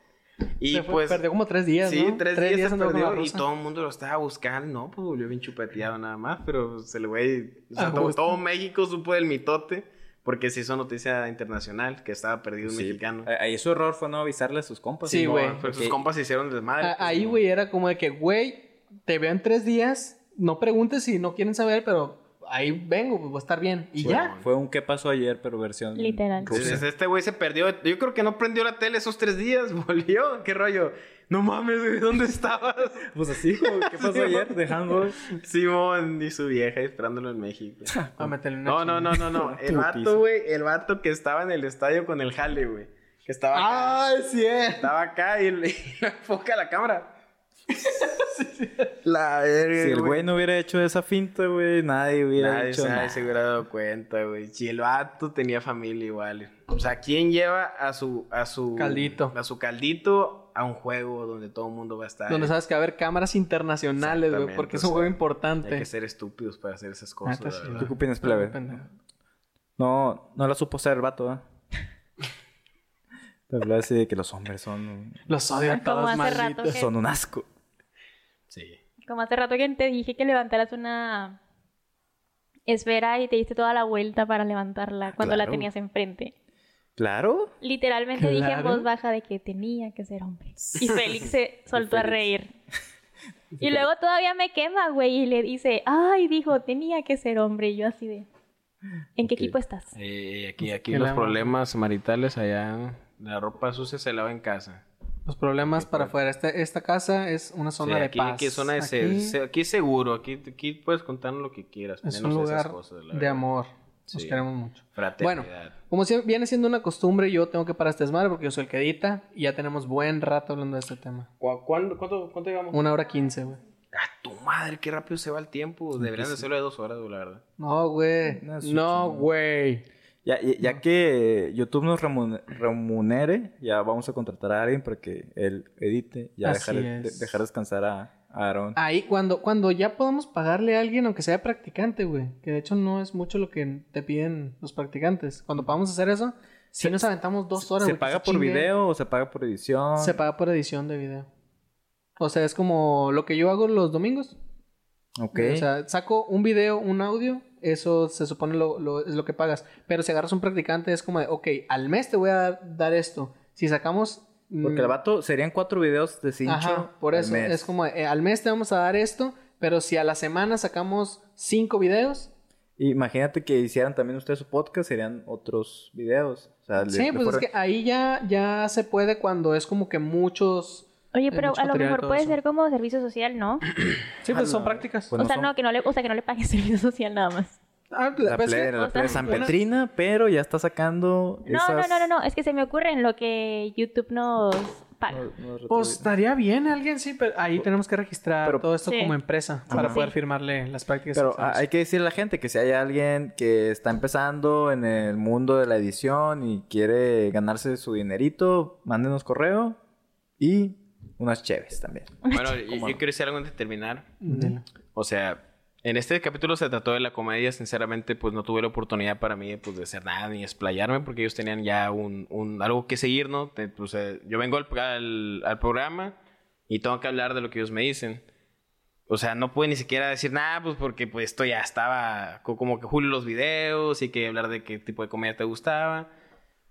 Speaker 4: Y
Speaker 1: Se fue-
Speaker 4: pues.
Speaker 1: perdió como tres días,
Speaker 4: Sí,
Speaker 1: ¿no?
Speaker 4: tres,
Speaker 1: Tres días
Speaker 4: días, se
Speaker 1: andaba con la
Speaker 4: perdió y
Speaker 1: rusa.
Speaker 4: todo el mundo lo estaba buscando. No, pues volvió bien chupeteado nada más, pero pues, el güey... O sea,
Speaker 1: A
Speaker 4: todo,
Speaker 1: gusto.
Speaker 4: todo México supo del mitote porque se hizo noticia internacional que estaba perdido un
Speaker 3: Sí.
Speaker 4: mexicano.
Speaker 3: Eh, Ahí su error fue no avisarle a sus compas.
Speaker 1: Sí,
Speaker 4: No,
Speaker 1: güey.
Speaker 4: pero sus
Speaker 3: Porque-
Speaker 4: compas se hicieron desmadre. pues,
Speaker 1: A- Ahí, güey, era como de que, güey, te veo en tres días, no preguntes si no quieren saber, pero ahí vengo, pues, voy a estar bien. Y
Speaker 3: Fue-
Speaker 1: ya.
Speaker 3: Fue un qué pasó ayer, pero versión.
Speaker 1: Literal.
Speaker 3: Rusia.
Speaker 4: Entonces, este güey se perdió. Yo creo que no prendió la tele esos tres días. Volvió. ¿Qué rollo? No mames, güey. ¿Dónde estabas?
Speaker 3: Pues así, güey. ¿Qué pasó ayer? Dejando.
Speaker 4: Simón y su vieja esperándolo en México.
Speaker 1: A meterle una
Speaker 4: No, no, no, no, no. El vato, güey, el vato que estaba en el estadio con el jale, güey. Que estaba acá.
Speaker 1: ¡Ah, sí!
Speaker 4: Estaba acá y le y lo enfoca a la cámara. La verga,
Speaker 3: Si el güey no hubiera hecho esa finta, güey, nadie hubiera
Speaker 4: Nadie
Speaker 3: hecho
Speaker 4: se nadie
Speaker 3: nada.
Speaker 4: se hubiera dado cuenta, güey. Si el vato tenía familia igual. O sea, ¿quién lleva a su, a su
Speaker 1: Caldito.
Speaker 4: A su caldito a un juego donde todo el mundo va a estar.
Speaker 1: Donde sabes que va a haber cámaras internacionales, güey,
Speaker 4: Exactamente,
Speaker 1: porque es
Speaker 4: o
Speaker 1: un
Speaker 4: sea,
Speaker 1: juego
Speaker 4: Hay
Speaker 1: importante. Ah,
Speaker 4: que ser estúpidos para hacer esas cosas.
Speaker 1: Neta, sí,
Speaker 4: la verdad.
Speaker 3: ¿Tú qué opinas, plebe?
Speaker 1: Pendejo.
Speaker 3: No, no la supo ser el vato, ¿ah? Te hablaba así de que los hombres son. un-
Speaker 1: Los odio a
Speaker 2: Como
Speaker 1: todos,
Speaker 2: hace rato
Speaker 1: malditos.
Speaker 2: que-
Speaker 3: Son un asco.
Speaker 4: Sí.
Speaker 2: Como hace rato que te dije que levantaras una esfera y te diste toda la vuelta para levantarla cuando la
Speaker 3: Claro.
Speaker 2: tenías enfrente.
Speaker 3: Claro.
Speaker 2: Literalmente dije en
Speaker 3: Claro.
Speaker 2: voz baja de que tenía que ser hombre. Y Félix se soltó a reír. Y luego todavía me quema, güey, y le dice, ay, dijo, tenía que ser hombre. Y yo así de, ¿en qué equipo estás?
Speaker 4: Eh, aquí aquí
Speaker 1: Que
Speaker 4: los
Speaker 1: la-
Speaker 4: problemas maritales allá. La ropa sucia se lava en casa.
Speaker 1: Los problemas para afuera. Esta, esta casa es una zona
Speaker 4: Sí,
Speaker 1: de
Speaker 4: aquí,
Speaker 1: paz.
Speaker 4: aquí es zona de se-
Speaker 1: Aquí
Speaker 4: se- aquí es seguro. Aquí, aquí puedes contarnos lo que quieras.
Speaker 1: es un
Speaker 4: menos esas
Speaker 1: lugar
Speaker 4: cosas, la
Speaker 1: de
Speaker 4: verdad.
Speaker 1: amor. Nos
Speaker 4: Sí.
Speaker 1: queremos mucho.
Speaker 4: Fraternidad.
Speaker 1: Como si viene siendo una costumbre, yo tengo que parar este desmadre porque yo soy el que edita y ya tenemos buen rato hablando de este tema.
Speaker 4: ¿Cu- cuándo- cuánto, ¿Cuánto llevamos?
Speaker 1: Una hora quince, güey.
Speaker 4: Tu madre, qué rápido se va el tiempo. Deberían de
Speaker 3: sí.
Speaker 4: hacerlo de dos horas, güey, la verdad.
Speaker 1: No, güey.
Speaker 3: No, sí,
Speaker 1: No,
Speaker 3: sí, no.
Speaker 1: güey.
Speaker 3: Ya, ya, ya que YouTube nos remune- remunere, ya vamos a contratar a alguien para que él edite. Ya
Speaker 1: Así
Speaker 3: dejar, de-
Speaker 1: es.
Speaker 3: dejar descansar a, a Aaron.
Speaker 1: Ahí, cuando, cuando ya podamos pagarle a alguien, aunque sea practicante, güey. Que de hecho no es mucho lo que te piden los practicantes. Cuando podamos hacer eso, si nos aventamos dos horas,
Speaker 3: ¿Se
Speaker 1: güey, que
Speaker 3: paga por
Speaker 1: chingue.
Speaker 3: video o se paga por edición?
Speaker 1: Se paga por edición de video. O sea, es como lo que yo hago los domingos.
Speaker 3: Ok.
Speaker 1: O sea, saco un video, un audio, eso se supone lo, lo- es lo que pagas. Pero si agarras un practicante, es como de, ok, al mes te voy a dar, dar esto. Si sacamos. mm,
Speaker 3: Porque el vato serían cuatro videos de cincho.
Speaker 1: Ajá, por
Speaker 3: al
Speaker 1: eso.
Speaker 3: mes.
Speaker 1: Es como, eh, al mes te vamos a dar esto, pero si a la semana sacamos cinco videos,
Speaker 3: Imagínate que hicieran también ustedes su podcast, serían otros videos. O sea, le-
Speaker 1: sí,
Speaker 3: le
Speaker 1: pues
Speaker 3: fuera-
Speaker 1: es que ahí ya, ya se puede cuando es como que muchos...
Speaker 2: Oye,
Speaker 1: eh,
Speaker 2: pero
Speaker 1: mucho
Speaker 2: a lo
Speaker 1: material y
Speaker 2: mejor
Speaker 1: todo
Speaker 2: puede
Speaker 1: eso.
Speaker 2: ser como servicio social, ¿no?
Speaker 1: Sí,
Speaker 3: Ah,
Speaker 1: pues son prácticas.
Speaker 2: o sea, no, que no le, o sea, que no le pagues servicio social nada más.
Speaker 1: Ah,
Speaker 3: La
Speaker 1: pues,
Speaker 3: plebe,
Speaker 1: sí,
Speaker 3: la
Speaker 1: o
Speaker 3: plebe
Speaker 1: sea,
Speaker 3: San
Speaker 1: una-
Speaker 3: Petrina, pero ya está sacando
Speaker 2: No,
Speaker 3: esas...
Speaker 2: no, no, no, no, es que se me ocurre en lo que YouTube nos paga.
Speaker 1: Pues estaría bien alguien, sí, pero ahí tenemos que registrar todo esto
Speaker 2: Sí.
Speaker 1: como empresa
Speaker 3: Ajá.
Speaker 1: para poder firmarle las prácticas.
Speaker 3: Ah, Pero
Speaker 1: que
Speaker 3: a-
Speaker 1: hacemos.
Speaker 3: hay que decirle a la gente que si hay alguien que está empezando en el mundo de la edición y quiere ganarse su dinerito, mándenos correo y unas cheves también.
Speaker 4: Bueno, yo, yo quiero decir algo antes de terminar. O sea, En este capítulo se trató de la comedia, sinceramente pues no tuve la oportunidad para mí pues, de hacer nada ni explayarme porque ellos tenían ya un, un- algo que seguir, ¿no? Te- pues, eh, yo vengo al, al- al programa y tengo que hablar de lo que ellos me dicen. O sea, no pude ni siquiera decir nada, pues porque pues esto ya estaba co- como que Julio los videos y que hablar de qué tipo de comedia te gustaba.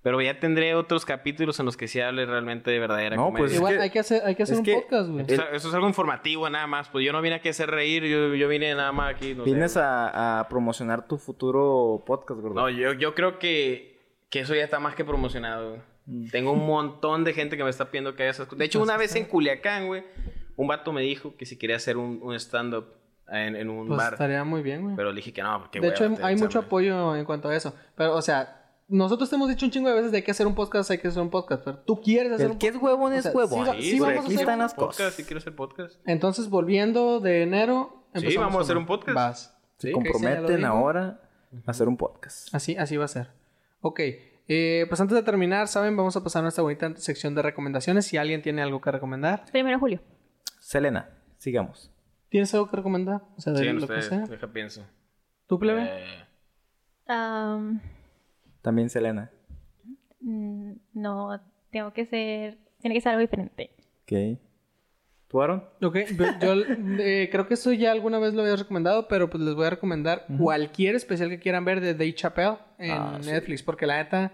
Speaker 4: Pero ya tendré otros capítulos en los que sí hable realmente de verdadera
Speaker 3: No,
Speaker 4: comedia.
Speaker 3: pues,
Speaker 1: Igual hay que hacer, hay que hacer
Speaker 3: es
Speaker 1: un
Speaker 3: que
Speaker 1: podcast, güey.
Speaker 4: Eso, eso es algo informativo nada más, pues yo no vine aquí a hacer reír, yo, yo vine nada más aquí. no sé.
Speaker 3: Vienes a, a promocionar tu futuro podcast, gordo.
Speaker 4: No, yo, yo creo que, que eso ya está más que promocionado. güey.
Speaker 1: Mm.
Speaker 4: Tengo un montón de gente que me está pidiendo que haga esas cosas. De hecho, una vez en Culiacán, güey, un vato me dijo que si quería hacer un, un stand-up en, en un
Speaker 1: Pues
Speaker 4: bar.
Speaker 1: estaría muy bien, güey.
Speaker 4: Pero le dije que no, pues, porque
Speaker 1: de
Speaker 4: güey,
Speaker 1: hecho, hay,
Speaker 4: ahorita
Speaker 1: hay
Speaker 4: el
Speaker 1: mucho apoyo en cuanto a eso. Pero, o sea, nosotros te hemos dicho un chingo de veces de hay que hacer un podcast, hay que hacer un podcast. Pero tú quieres hacer
Speaker 3: El
Speaker 1: un
Speaker 3: que es huevón
Speaker 1: o
Speaker 3: es
Speaker 1: sea,
Speaker 3: huevón.
Speaker 1: sí va- sí
Speaker 4: por
Speaker 1: vamos a
Speaker 4: aquí
Speaker 1: hacer
Speaker 4: están
Speaker 1: un
Speaker 4: las
Speaker 1: podcast.
Speaker 4: cosas. Si quiero hacer podcast.
Speaker 1: Entonces, volviendo de enero,
Speaker 4: Sí, vamos a hacer un
Speaker 1: podcast.
Speaker 4: podcast.
Speaker 3: Se
Speaker 1: Sí, ok, sí, ya lo
Speaker 3: comprometen
Speaker 1: dijo.
Speaker 3: ahora a hacer un podcast.
Speaker 1: Así, así va a ser. Ok. eh, pues antes de terminar, ¿saben? Vamos a pasar a nuestra bonita sección de recomendaciones. Si alguien tiene algo que recomendar.
Speaker 2: Primero Julio.
Speaker 3: Selena, sigamos.
Speaker 1: ¿Tienes algo que recomendar? O sea, de
Speaker 4: Sigan
Speaker 1: lo que
Speaker 4: ustedes,
Speaker 1: sea.
Speaker 4: deja pienso.
Speaker 1: ¿Tú, plebe?
Speaker 4: Eh,
Speaker 2: Am,
Speaker 3: También Selena.
Speaker 2: mm, no, tengo que ser... Tiene que ser algo diferente.
Speaker 3: Ok. ¿Tú, Aaron?
Speaker 1: Ok, pero yo eh, creo que esto ya alguna vez lo había recomendado, pero pues les voy a recomendar cualquier especial que quieran ver de Dave Chappelle en
Speaker 3: Ah, sí.
Speaker 1: Netflix, porque la neta,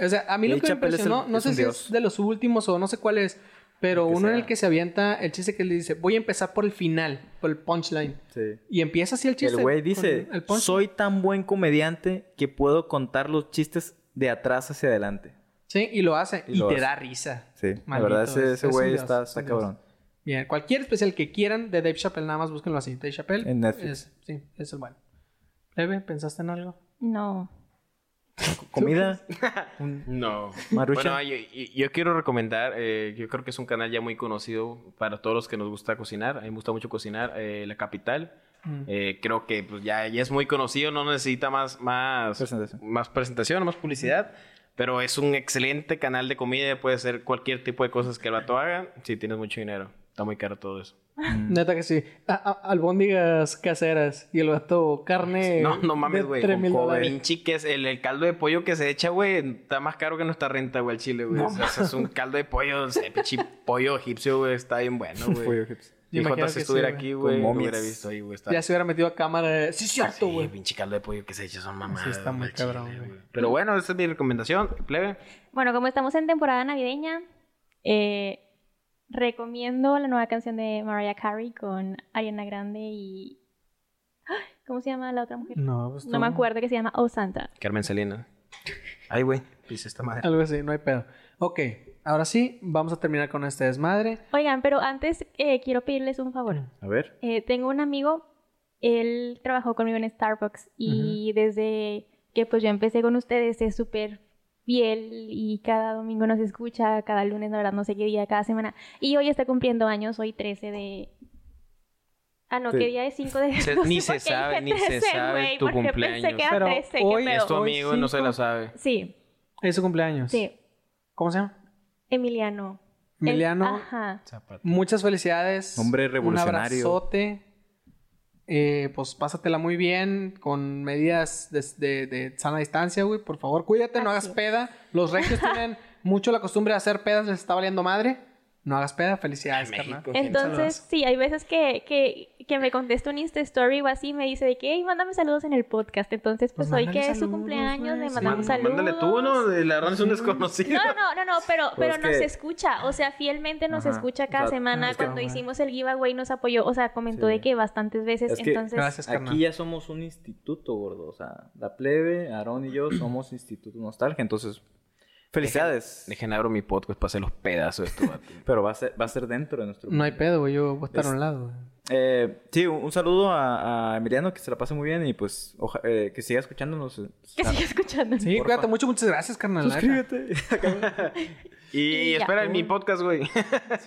Speaker 1: o sea, a mí lo
Speaker 3: Dave
Speaker 1: que me
Speaker 3: Chappelle es
Speaker 1: impresionó,
Speaker 3: el-
Speaker 1: no
Speaker 3: es
Speaker 1: sé
Speaker 3: un
Speaker 1: si es
Speaker 3: dios.
Speaker 1: de los últimos o no sé cuál es, pero
Speaker 3: El que
Speaker 1: uno en
Speaker 3: sea.
Speaker 1: el que se avienta el chiste que le dice, voy a empezar por el final, por el punchline,
Speaker 3: Sí.
Speaker 1: y empieza así el chiste.
Speaker 3: El güey
Speaker 1: con
Speaker 3: dice,
Speaker 1: el punchline.
Speaker 3: soy tan buen comediante que puedo contar los chistes de atrás hacia adelante.
Speaker 1: Sí, y lo hace,
Speaker 3: Y
Speaker 1: y,
Speaker 3: lo
Speaker 1: te
Speaker 3: hace.
Speaker 1: da risa.
Speaker 3: Sí, la
Speaker 1: Maldito,
Speaker 3: verdad ese,
Speaker 1: es-
Speaker 3: ese
Speaker 1: es un
Speaker 3: güey
Speaker 1: dios,
Speaker 3: está,
Speaker 1: es
Speaker 3: está
Speaker 1: un dios.
Speaker 3: cabrón.
Speaker 1: Bien, cualquier especial que quieran de Dave Chappelle, nada más búsquenlo así, Dave Chappelle.
Speaker 3: En Netflix.
Speaker 1: es- sí, es el bueno. Plebe, ¿pensaste en algo?
Speaker 2: No.
Speaker 3: Comida,
Speaker 4: No.
Speaker 3: Maruchan.
Speaker 4: Bueno, yo, yo- yo quiero recomendar, eh, yo creo que es un canal ya muy conocido para todos los que nos gusta cocinar. A mí me gusta mucho cocinar, eh, La Capital.
Speaker 1: Mm.
Speaker 4: Eh, creo que pues, ya, ya es muy conocido, no necesita más, más,
Speaker 3: Presentación.
Speaker 4: más presentación, más publicidad. Pero es un excelente canal de comida, puede ser cualquier tipo de cosas que el vato haga si tienes mucho dinero. Está muy caro todo eso.
Speaker 3: Mm.
Speaker 1: Neta que sí. A- a- albóndigas caseras y el vato carne.
Speaker 4: No, no mames,
Speaker 1: de
Speaker 4: güey.
Speaker 1: tres mil
Speaker 4: Con
Speaker 1: dólares.
Speaker 4: pinche que es el, el caldo de pollo que se echa, güey, está más caro que nuestra renta, güey, al chile, güey.
Speaker 1: No
Speaker 4: o sea, eso es un caldo de pollo, ese pinche pollo egipcio, güey, está bien bueno, güey.
Speaker 3: Pollo egipcio.
Speaker 4: Y
Speaker 1: Imagino
Speaker 4: Jota,
Speaker 1: que
Speaker 4: si estuviera
Speaker 1: sí, güey.
Speaker 4: aquí,
Speaker 3: Con
Speaker 4: güey, lo
Speaker 3: momias.
Speaker 4: hubiera visto ahí, güey. Está...
Speaker 1: Ya se hubiera metido a cámara. eh, Sí, es cierto,
Speaker 4: Ah, Sí,
Speaker 1: güey.
Speaker 4: pinche caldo de pollo que se echa son mamadas.
Speaker 1: Sí, está muy
Speaker 4: güey, al chile,
Speaker 1: cabrón, güey.
Speaker 4: Pero bueno, esa es mi recomendación, plebe.
Speaker 2: Bueno, como estamos en temporada navideña, eh, recomiendo la nueva canción de Mariah Carey con Ariana Grande y... ¡Ah! ¿Cómo se llama la otra mujer?
Speaker 1: No, pues,
Speaker 2: No me acuerdo que se llama Oh Santa.
Speaker 4: Carmen Salinas. Ay, güey, dice esta madre.
Speaker 1: Algo así, no hay pedo. Ok, ahora sí, vamos a terminar con este desmadre.
Speaker 2: Oigan, pero antes eh, quiero pedirles un favor.
Speaker 3: A ver.
Speaker 2: Eh, tengo un amigo, él trabajó conmigo en Starbucks y desde que pues yo empecé con ustedes es súper fiel y cada domingo nos escucha, cada lunes, la verdad no sé qué día, cada semana. Y hoy está cumpliendo años, hoy 13 de... Ah, no,
Speaker 4: Sí.
Speaker 2: ¿qué día es 5 de...
Speaker 4: Se-
Speaker 2: no sé
Speaker 4: ni
Speaker 2: por
Speaker 4: se
Speaker 2: qué
Speaker 4: sabe,
Speaker 2: dije
Speaker 4: ni se
Speaker 2: 13,
Speaker 4: sabe
Speaker 2: güey,
Speaker 4: tu
Speaker 2: porque Pensé
Speaker 4: cumpleaños.
Speaker 2: que era
Speaker 1: Pero
Speaker 2: 13, qué
Speaker 1: hoy
Speaker 2: pedo.
Speaker 4: Es tu amigo, no se la sabe.
Speaker 2: Sí,
Speaker 1: Es su cumpleaños.
Speaker 2: sí,
Speaker 1: ¿Cómo se llama?
Speaker 2: Emiliano. El- ah,
Speaker 1: Emiliano.
Speaker 2: Ajá.
Speaker 1: Muchas felicidades.
Speaker 3: Hombre revolucionario.
Speaker 1: Un abrazote. Eh, pues pásatela muy bien con medidas de, de- de sana distancia, güey. Por favor, cuídate, no hagas peda. Los regios tienen mucho la costumbre de hacer pedas, les está valiendo madre. No hagas peda, felicidades, carnal.
Speaker 2: Entonces, sí, hay veces que, que, que me contesta un Insta Story o así y me dice de que, hey, mándame saludos en el podcast. Entonces, pues, hoy que es su cumpleaños, le mandamos
Speaker 4: Má-
Speaker 2: saludos.
Speaker 4: Mándale tú, ¿no? De La verdad es un desconocido.
Speaker 2: No, no, no, no, pero,
Speaker 4: Pues
Speaker 2: pero
Speaker 4: es
Speaker 2: nos
Speaker 4: que-
Speaker 2: escucha, o sea, fielmente nos
Speaker 4: Ajá,
Speaker 2: escucha cada
Speaker 3: o sea,
Speaker 2: semana.
Speaker 3: es que-
Speaker 2: Cuando hicimos el giveaway nos apoyó, o sea, comentó
Speaker 3: Sí.
Speaker 2: de que bastantes veces.
Speaker 3: Es que-
Speaker 2: entonces,
Speaker 3: Aquí ya somos un instituto, gordo. O sea, la plebe, Aarón y yo somos instituto nostalgia. Entonces, felicidades.
Speaker 4: Dejen abro mi podcast para hacer los pedazos de esto, vato.
Speaker 3: Pero va a ser, va a ser dentro de nuestro...
Speaker 1: No hay pedo, güey. Yo voy a estar a un lado, güey.
Speaker 3: Eh, sí, un, un saludo a, a Emiliano, que se la pase muy bien y pues oja- eh, que siga escuchándonos. eh,
Speaker 2: que
Speaker 3: ah,
Speaker 2: siga escuchando.
Speaker 1: Sí,
Speaker 3: Porfa.
Speaker 1: cuídate mucho, muchas gracias, carnal. la neta.
Speaker 3: Suscríbete.
Speaker 4: Y
Speaker 2: Y ya.
Speaker 4: espera en mi podcast, güey.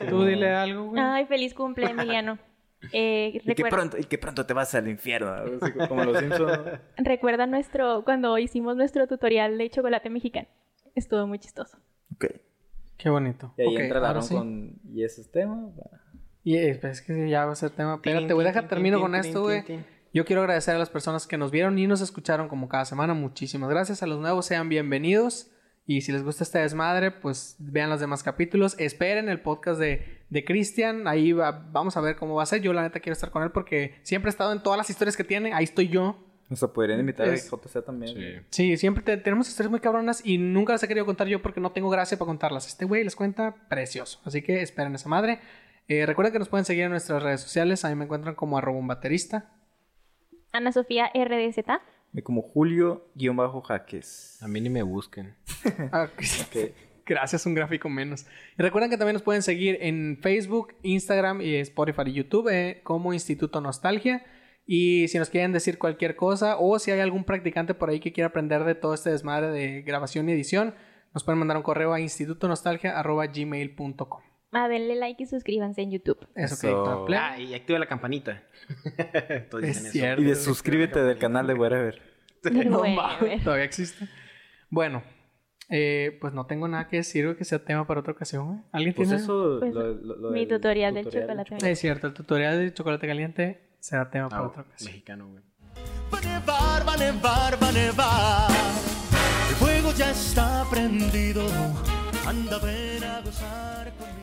Speaker 1: Tú dile algo, güey.
Speaker 2: Ay, feliz cumple, Emiliano. Eh,
Speaker 3: Y que,
Speaker 2: recuerda-
Speaker 3: pronto, y que pronto te vas al infierno, así como los Simpsons. ¿no?
Speaker 2: recuerda nuestro, cuando hicimos nuestro tutorial de chocolate mexicano. Estuvo muy chistoso.
Speaker 3: Ok.
Speaker 1: Qué bonito.
Speaker 3: Y ahí
Speaker 1: Ok,
Speaker 3: entra
Speaker 1: ahora
Speaker 3: la
Speaker 1: sí.
Speaker 3: con... Y ese es tema. va.
Speaker 1: Y eh, pues, es que ya va a ser tema.
Speaker 4: Tin,
Speaker 1: Espérate, güey,
Speaker 4: tin,
Speaker 1: deja
Speaker 4: tin,
Speaker 1: termino
Speaker 4: tin,
Speaker 1: con
Speaker 4: tin,
Speaker 1: esto,
Speaker 4: tin,
Speaker 1: güey.
Speaker 4: tin.
Speaker 1: Yo quiero agradecer a las personas que nos vieron y nos escucharon como cada semana. Muchísimas gracias. A los nuevos sean bienvenidos. Y si les gusta este desmadre, pues vean los demás capítulos. Esperen el podcast de, de Cristian. Ahí va- vamos a ver cómo va a ser. Yo la neta quiero estar con él porque siempre he estado en todas las historias que tiene. Ahí estoy yo.
Speaker 3: O sea, podrían invitar
Speaker 1: Es-
Speaker 3: a JC también. Sí.
Speaker 1: Sí, siempre te- tenemos historias muy cabronas y nunca las he querido contar yo porque no tengo gracia para contarlas. Este güey les cuenta precioso. Así que esperen esa madre. Eh, recuerden que nos pueden seguir en nuestras redes sociales. A mí me encuentran como arroba un baterista.
Speaker 2: Ana Sofía RDZ.
Speaker 3: Como Julio-Jaques.
Speaker 4: A mí ni me busquen.
Speaker 1: Ah, Gracias, un gráfico menos. Y recuerden que también nos pueden seguir en Facebook, Instagram y Spotify y YouTube eh, como Instituto Nostalgia. Y si nos quieren decir cualquier cosa o si hay algún practicante por ahí que quiera aprender de todo este desmadre de grabación y edición, nos pueden mandar un correo a institutonostalgia.gmail.com.
Speaker 2: Ah, denle like y suscríbanse en YouTube.
Speaker 1: Eso que dictó play.
Speaker 4: Ah, y activa la campanita. Todos dicen eso.
Speaker 3: Y de suscríbete del canal de Wherever.
Speaker 1: No mames, Todavía existe. Bueno, eh, pues no tengo nada que decir güey, que sea tema para otra ocasión. güey. ¿Alguien
Speaker 3: Pues
Speaker 1: tiene?
Speaker 3: eso,
Speaker 2: Pues,
Speaker 3: lo- lo- lo
Speaker 2: mi
Speaker 3: del
Speaker 2: tutorial del chocolate.
Speaker 1: Es cierto, el tutorial de chocolate caliente será tema
Speaker 3: Ah,
Speaker 1: para otra ocasión.
Speaker 4: Ah, Mexicano, güey.
Speaker 16: nevar, va a nevar, va a nevar. El fuego ya está prendido. Anda, ven a gozar conmigo.